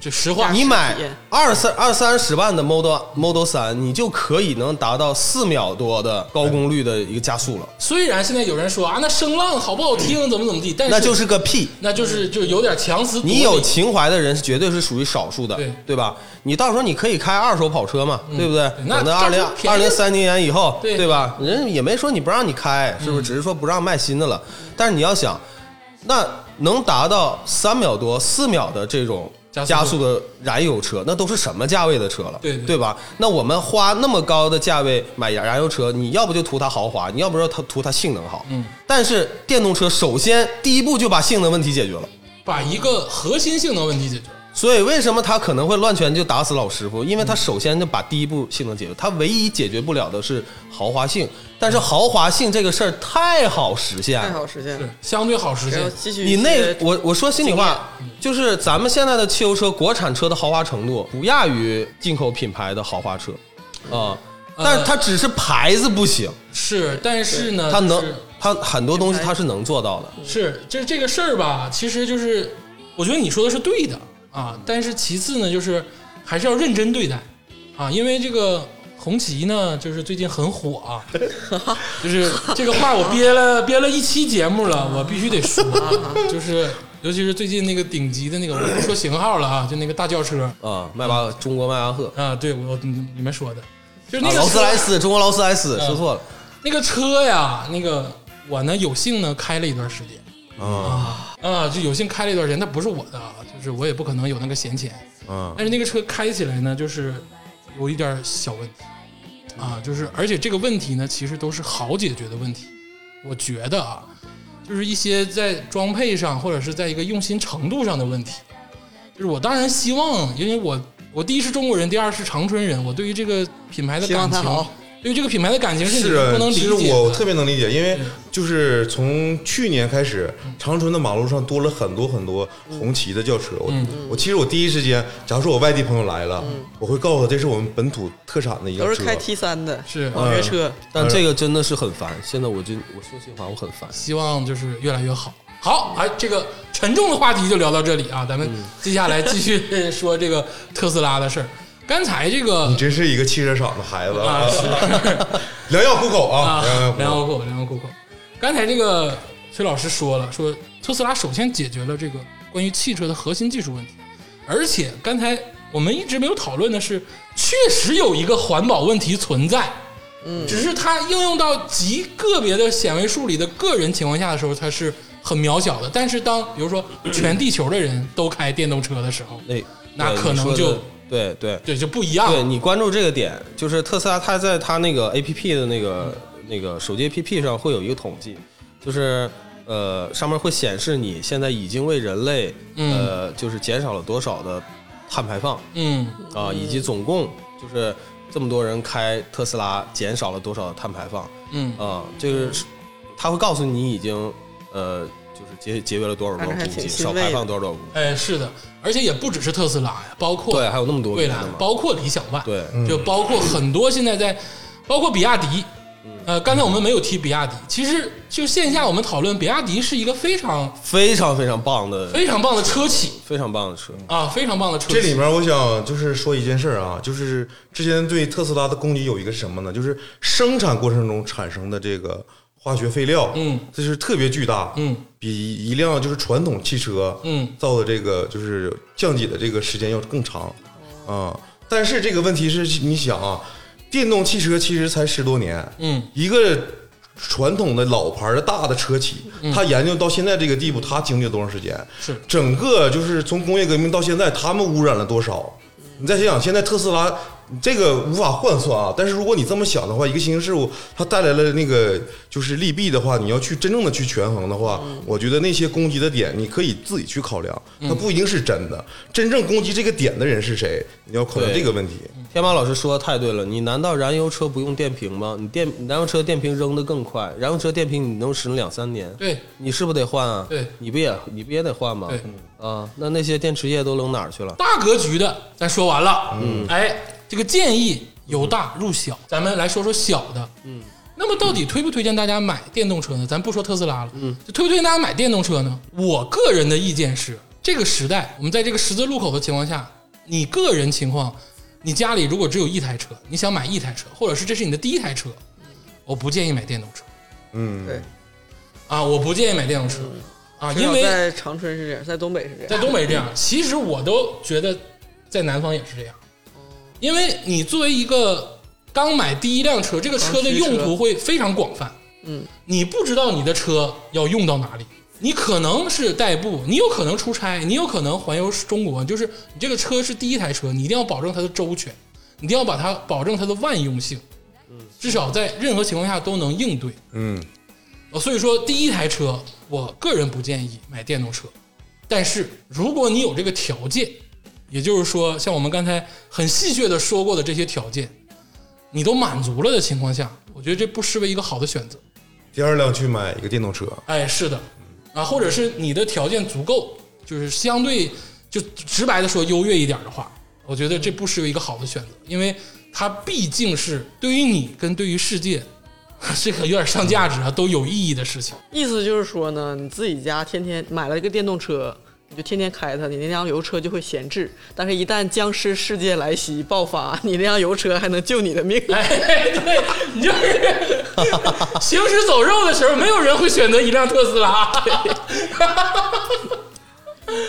S3: 这实话，
S6: 你买
S4: 体验
S6: 二三二三十万的 Model Model 三，你就可以能达到四秒多的高功率的一个加速了，
S3: 虽然现在有人说啊，那声浪好不好听，怎么怎么地，但是
S6: 那就是个屁。
S3: 那就是就有点强词夺理，
S6: 你有情怀的人是绝对是属于少数的
S3: 对，嗯
S6: 对吧？你到时候你可以开二手跑车嘛，对不对？
S3: 那
S6: 等到二
S3: 这
S6: 零
S3: 不便
S6: 二
S3: 宜
S6: 零三零年以后，
S3: 对嗯
S6: 对吧？人也没说你不让你开，是不是？只是说不让卖新的了。但是你要想，那能达到三秒多、四秒的这种
S3: 加速
S6: 加速的燃油车，那都是什么价位的车了？
S3: 对对
S6: 对吧？那我们花那么高的价位买燃油车，你要不就图它豪华，你要不就它图它性能好。嗯。但是电动车首先第一步就把性能问题解决了。
S3: 把一个核心性能问题解决。
S6: 所以为什么他可能会乱拳就打死老师傅？因为他首先就把第一步性能解决，他唯一解决不了的是豪华性。但是豪华性这个事儿太好实现
S4: 太
S6: 了。
S4: 好实现
S3: 是
S4: 了，
S3: 相对好实
S4: 然后
S3: 现，
S4: 继续
S6: 哎你
S4: 一
S6: 那
S4: 些
S6: 我我说心里话，就是咱们现在的汽油车国产车的豪华程度不亚于进口品牌的豪华车，啊、但是它只是牌子不行，
S3: 是，但是呢，
S6: 它能
S3: 呃就是
S6: 它很多东西它是能做到的。
S3: 是，就是这个事儿吧，其实就是我觉得你说的是对的啊，但是其次呢，就是还是要认真对待啊，因为这个红旗呢，就是最近很火 啊，就是这个话我憋了憋了一期节目了，我必须得 说啊，就是尤其是最近那个顶级的那个，我不说型号了啊，就那个大轿车
S6: 啊、迈巴中国迈巴赫，
S3: 啊，对我你你们说的，就是那
S6: 啊
S3: 个
S6: 劳斯
S3: 车
S6: 莱斯，中国劳斯莱斯，说错了。
S3: 那个车呀，那个我呢有幸呢开了一段时间啊啊，就有幸开了一段时间，那不是我的，啊，就是我也不可能有那个闲钱，
S5: 嗯，
S3: 但是那个车开起来呢，就是有一点小问题啊，就是而且这个问题呢，其实都是好解决的问题，我觉得啊，就是一些在装配上或者是在一个用心程度上的问题，就是我当然希望，因为我我第一是中国人，第二是长春人，我对于这个品牌的
S4: 希望
S3: 感
S4: 它
S3: 情
S4: 好。
S3: 对于这个品牌的感情是
S5: 是
S3: 你不
S5: 啊
S3: 能，理
S5: 其
S3: 解嗯
S5: 实
S3: 的。
S5: 我特别能理解，因为就是从去年开始，
S3: 嗯
S5: 长春的马路上多了很多很多红旗的轿车。我
S3: 嗯
S5: 我其实我第一时间，假如说我外地朋友来了，我会告诉他这是我们本土特产的一
S4: 都
S5: 个
S4: 是
S5: 车，
S4: 开 T 三
S6: 嗯
S4: 的
S3: 是
S4: 网约车，
S6: 但这个真的是很烦。现在我就我说心里话，我很烦。
S3: 希望就是越来越好。好，哎，这个沉重的话题就聊到这里啊，咱们
S5: 嗯
S3: 接下来继续说这个特斯拉的事儿。刚才这个
S5: 你真是一个汽车厂的孩子
S3: 啊，是
S5: 良药苦口啊
S3: 啊，
S5: 良药，
S3: 良好
S5: 苦口。
S3: 苦口，良好苦口。刚才这个崔老师说了，说特斯拉首先解决了这个关于汽车的核心技术问题，而且刚才我们一直没有讨论的是，确实有一个环保问题存在，嗯，只是它应用到极个别的显微数里的个人情况下的时候，它是很渺小的。但是当比如说全地球的人都开电动车的时候，
S6: 哎，
S3: 那
S6: 对
S3: 可
S6: 你
S3: 能
S6: 说的
S3: 就
S6: 对对
S3: 对就不一样
S6: 对
S3: 了。
S6: 你关注这个点，就是特斯拉它在它那个 A P P 的那个那个手机 A P P 上会有一个统计，就是呃上面会显示你现在已经为人类呃就是减少了多少的碳排放
S3: 嗯
S6: 啊，以及总共就是这么多人开特斯拉减少了多少的碳排放
S3: 嗯，
S6: 啊，就是它会告诉你已经呃就是节节约了多少多
S4: 反
S6: 少
S4: 正还
S6: 公斤，
S4: 挺
S6: 少
S4: 欣慰
S6: 排
S4: 的
S6: 放多少多少公斤，
S3: 哎，是的，而且也不只是特斯拉呀，包括
S6: 对，还有那么多
S3: 蔚
S6: 别
S3: 来
S6: 的，嘛，
S3: 包括理想 ONE，
S6: 对，
S3: 就
S5: 嗯
S3: 包括很多现在在，包括比亚迪。
S6: 嗯
S3: 呃，刚才我们没有提比亚迪，其实就线下我们讨论，比亚迪是一个非常
S6: 非常非常棒的
S3: 非常棒的车企
S6: 非常棒的车。
S3: 啊，非常棒的车企。
S5: 这里面我想就是说一件事儿啊，就是之前对特斯拉的攻击有一个是什么呢？就是生产过程中产生的这个化学废料，
S3: 嗯，
S5: 这是特别巨大，
S3: 嗯，
S5: 比一辆就是传统汽车，
S3: 嗯
S5: 造的这个就是降解的这个时间要更长，啊，但是这个问题是你想啊，电动汽车其实才十多年，
S3: 嗯，
S5: 一个。传统的老牌的大的车企，它研究到现在这个地步，它经历了多长时间？
S3: 是
S5: 整个就是从工业革命到现在，他们污染了多少？你再想想，现在特斯拉这个无法换算啊。但是如果你这么想的话，一个新兴事物它带来了那个就是利弊的话，你要去真正的去权衡的话，我觉得那些攻击的点你可以自己去考量，它不一定是真的。真正攻击这个点的人是谁，你要考量
S6: 对嗯
S5: 这个问题。
S6: 天马老师说的太对了，你难道燃油车不用电瓶吗？你电燃油车电瓶扔得更快，燃油车电瓶你能使两三年，
S3: 对
S6: 你是不是得换啊？
S3: 对
S6: 你不也你不也得换吗？
S3: 对
S6: 啊，那那些电池液都扔哪儿去了？
S3: 大格局的咱说完了，嗯，哎，这个建议由大入小，咱们来说说小的，嗯，那么到底推不推荐大家买电动车呢？咱不说特斯拉了，嗯，就推不推荐大家买电动车呢？我个人的意见是，这个时代，我们在这个十字路口的情况下，你个人情况，你家里如果只有一台车，你想买一台车，或者是这是你的第一台车，我不建议买电动车
S5: 嗯，
S4: 对，
S3: 啊，我不建议买电动车啊，
S4: 至
S3: 因
S4: 少
S3: 为
S4: 在长春是这样，在东北是这
S3: 在
S4: 样。
S3: 东北这样，其实我都觉得在南方也是这样，因为你作为一个刚买第一辆车，这个车的用途会非常广泛。
S4: 嗯，
S3: 你不知道你的车要用到哪里，你可能是代步，你有可能出差，你有可能环游中国，就是你这个车是第一台车，你一定要保证它的周全，你一定要把它保证它的万用性，
S4: 嗯
S3: 至少在任何情况下都能应对。
S5: 嗯，
S3: 呃，所以说第一台车，我个人不建议买电动车，但是如果你有这个条件，也就是说，像我们刚才很戏谑的说过的这些条件，你都满足了的情况下，我觉得这不失为一个好的选择。
S5: 第二辆去买一个电动车，
S3: 哎，是的，啊，或者是你的条件足够，就是相对就直白的说优越一点的话，我觉得这不失为一个好的选择，因为它毕竟是对于你跟对于世界， 这个有点上价值啊，都有意义的事情。
S4: 意思就是说呢，你自己家天天买了一个电动车，你就天天开它，你那辆油车就会闲置。但是，一旦僵尸世界来袭爆发，你那辆油车还能救你的命。
S3: 哎，对， 你就是行尸走肉的时候，没有人会选择一辆特斯拉。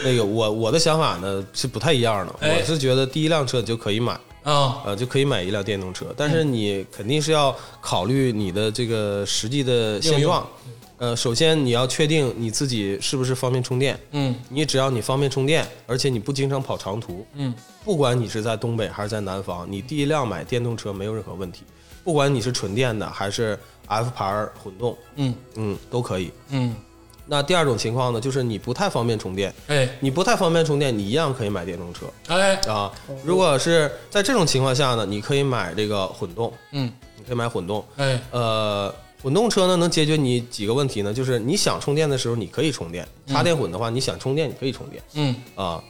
S6: 那个我我的想法呢是不太一样的，
S3: 哎
S6: 我是觉得第一辆车你就可以买，
S3: 啊，
S6: 呃，就可以买一辆电动车，但是你肯定是要考虑你的这个实际的现状。呃，首先你要确定你自己是不是方便充电，
S3: 嗯
S6: 你只要你方便充电，而且你不经常跑长途，
S3: 嗯，
S6: 不管你是在东北还是在南方，你第一辆买电动车没有任何问题，不管你是纯电的还是 F 牌儿混动，
S3: 嗯
S6: 嗯，都可以。
S3: 嗯，
S6: 那第二种情况呢，就是你不太方便充电，
S3: 哎
S6: 你不太方便充电，你一样可以买电动车
S3: 哎，
S6: 啊。如果是在这种情况下呢，你可以买这个混动，
S3: 嗯
S6: 你可以买混动。
S3: 哎
S6: 呃，混动车呢能解决你几个问题呢？就是你想充电的时候你可以充电，插电混的话你想充电你可以充电。
S3: 嗯
S6: 啊。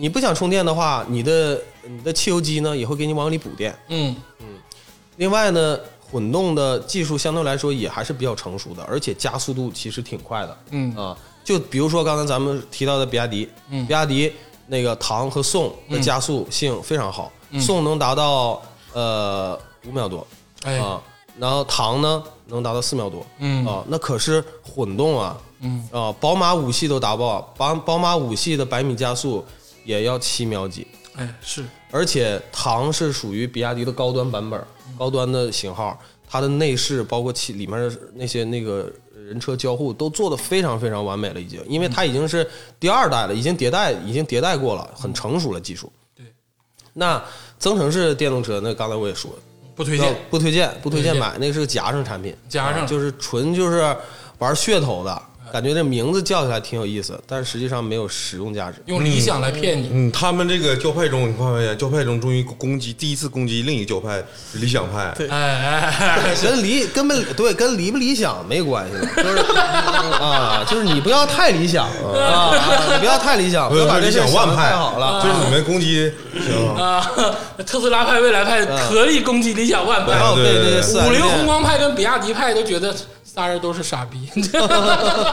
S6: 你不想充电的话，你的你的汽油机呢也会给你往里补电。
S3: 嗯
S6: 另外呢，混动的技术相对来说也还是比较成熟的，而且加速度其实挺快的。
S3: 嗯
S6: 啊，就比如说刚才咱们提到的比亚迪，
S3: 嗯
S6: 比亚迪那个唐和宋的
S3: 嗯
S6: 加速性非常好，宋能达到呃五秒多
S3: 哎
S6: 啊，然后唐呢能达到四秒多。
S3: 嗯
S6: 啊，那可是混动啊，
S3: 嗯
S6: 啊，宝马五系都达不到，宝宝马五系的百米加速也要七秒几，
S3: 哎是
S6: 而且唐是属于比亚迪的高
S3: 嗯
S6: 端版本，高端的型号，它的内饰包括其里面的那些那个呃人车交互都做得非常非常完美了，已经，因为它已经是第二代了，已经迭代，已经迭代过了，很成熟了技术。
S3: 对，
S6: 那增程式电动车，那刚才我也说，
S3: 不推荐
S6: 那不推荐，不推荐
S3: 不推荐嗯
S6: 买，那个是个夹生产品，
S3: 夹上
S6: 就是纯就是玩噱头的，
S3: 嗯
S6: 感觉这名字叫起来挺有意思，但是实际上没有实用价值。
S3: 用理想来骗你，
S5: 嗯，他们这个教派中，你发没发现？教派中终于攻击第一次攻击另一个教派理想派，
S3: 哎哎哎，哎
S6: 跟理根本对跟理不理想没关系了，就是 啊，就是你不要太理想啊，啊你不要太理想，
S5: 不
S6: 不
S5: 是
S6: 要把
S5: 理
S6: 这事
S5: 想
S6: 儿想
S5: 万
S6: 得
S5: 派
S6: 太好了，
S5: 就是你们攻击行吗
S3: 啊，特斯拉派、蔚来派
S6: 啊
S3: 合力攻击理想 ONE
S6: 不
S3: 派，
S6: 要被
S5: 对对
S6: 这
S5: 对
S6: 些四 S
S3: 五菱
S6: 店
S3: 宏光派跟比亚迪派都觉得仨人都是傻逼。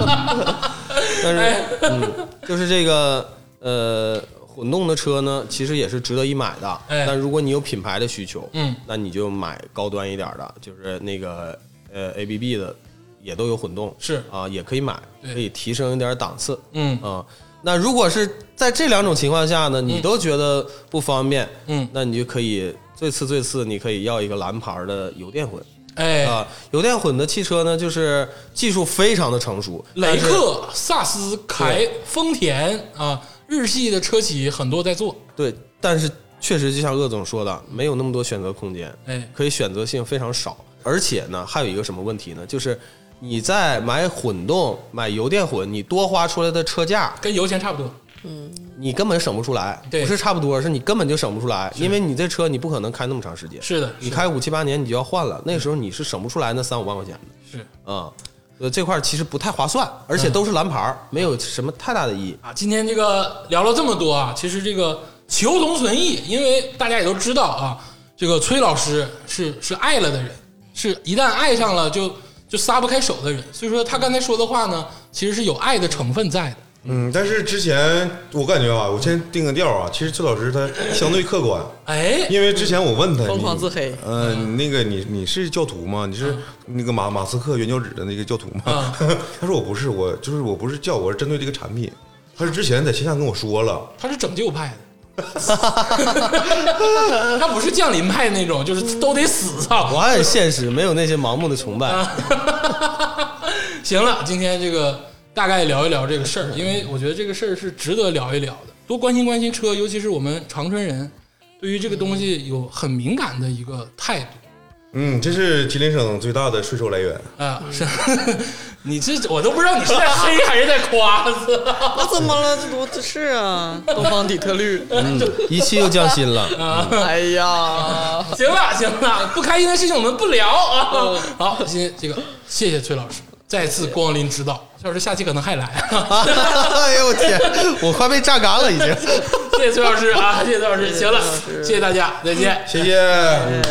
S6: 但
S3: 哎
S6: 是，嗯，就是这个呃，混动的车呢，其实也是值得一买的。
S3: 哎
S6: 但如果你有品牌的需求，
S3: 嗯，
S6: 那你就买高端一点的，就是那个呃 ABB 的，也都有混动，
S3: 是
S6: 啊，也可以买，
S3: 对
S6: 可以提升一点档次。
S3: 嗯
S6: 啊，那如果是在这两种情况下呢，你都觉得不方便，
S3: 嗯
S6: 那你就可以最次最次，你可以要一个蓝牌的油电混。
S3: 哎，
S6: 啊，油电混的汽车呢，就是技术非常的成熟，
S3: 雷
S6: 但是
S3: 克、萨斯、凯、丰田啊，日系的车企很多在做。
S6: 对，但是确实就像鄂总说的，没有那么多选择空间，
S3: 哎
S6: 可以选择性非常少。而且呢，还有一个什么问题呢？就是你在买混动、买油电混，你多花出来的车价，
S3: 跟油钱差不多。
S6: 你根本省不出来。
S3: 对
S6: 不是差不多，是你根本就省不出来，因为你这车你不可能开那么长时间。
S3: 是的，嗯
S6: 你开五七八年你就要换了，那时候你是省不出来那三五万块钱的
S3: 是嗯
S6: 啊。呃，这块儿其实不太划算，而且都是蓝牌儿，没有什么太大的意义。
S3: 啊，今天这个聊了这么多啊，其实这个求同存异，因为大家也都知道啊，这个崔老师是是爱了的人，是一旦爱上了就就撒不开手的人，所以说他刚才说的话呢，其实是有爱的成分在的。
S5: 嗯，但是之前我感觉啊，我先定个调啊，其实崔老师他相对客观，
S3: 哎，
S5: 因为之前我问他，
S4: 疯
S5: 你
S4: 狂自黑
S5: 呃，你那个你你是教徒吗？你是那个马马斯克原教旨的那个教徒吗？
S4: 啊
S5: 他说我不是，我就是我不是教，我是针对这个产品。他是之前在线下跟我说了，
S3: 他是拯救派的， 他不是降临派那种，就是都得死啊操。
S6: 我很现实，没有那些盲目的崇拜。
S3: 啊行了，今天这个大概聊一聊这个事儿，因为我觉得这个事儿是值得聊一聊的，多关心关心车，尤其是我们长春人对于这个东西有很敏感的一个态度。
S5: 嗯，这是吉林省最大的税收来源。
S3: 啊，是 你这我都不知道你是在黑还是在夸，
S4: 那怎么了？这多这是啊，东方底特律。
S6: 嗯一期又降薪
S3: 啊
S6: 了，
S4: 哎呀，
S3: 行了行了，不开心的事情我们不聊啊。好，今这个谢谢崔老师再次光临指导，崔老师下期可能还来。 啊
S6: 哎呦我天，我快被榨干了已经。
S3: 谢谢崔老师啊，谢谢崔老师。行了，谢谢大家，再见。
S5: 谢谢。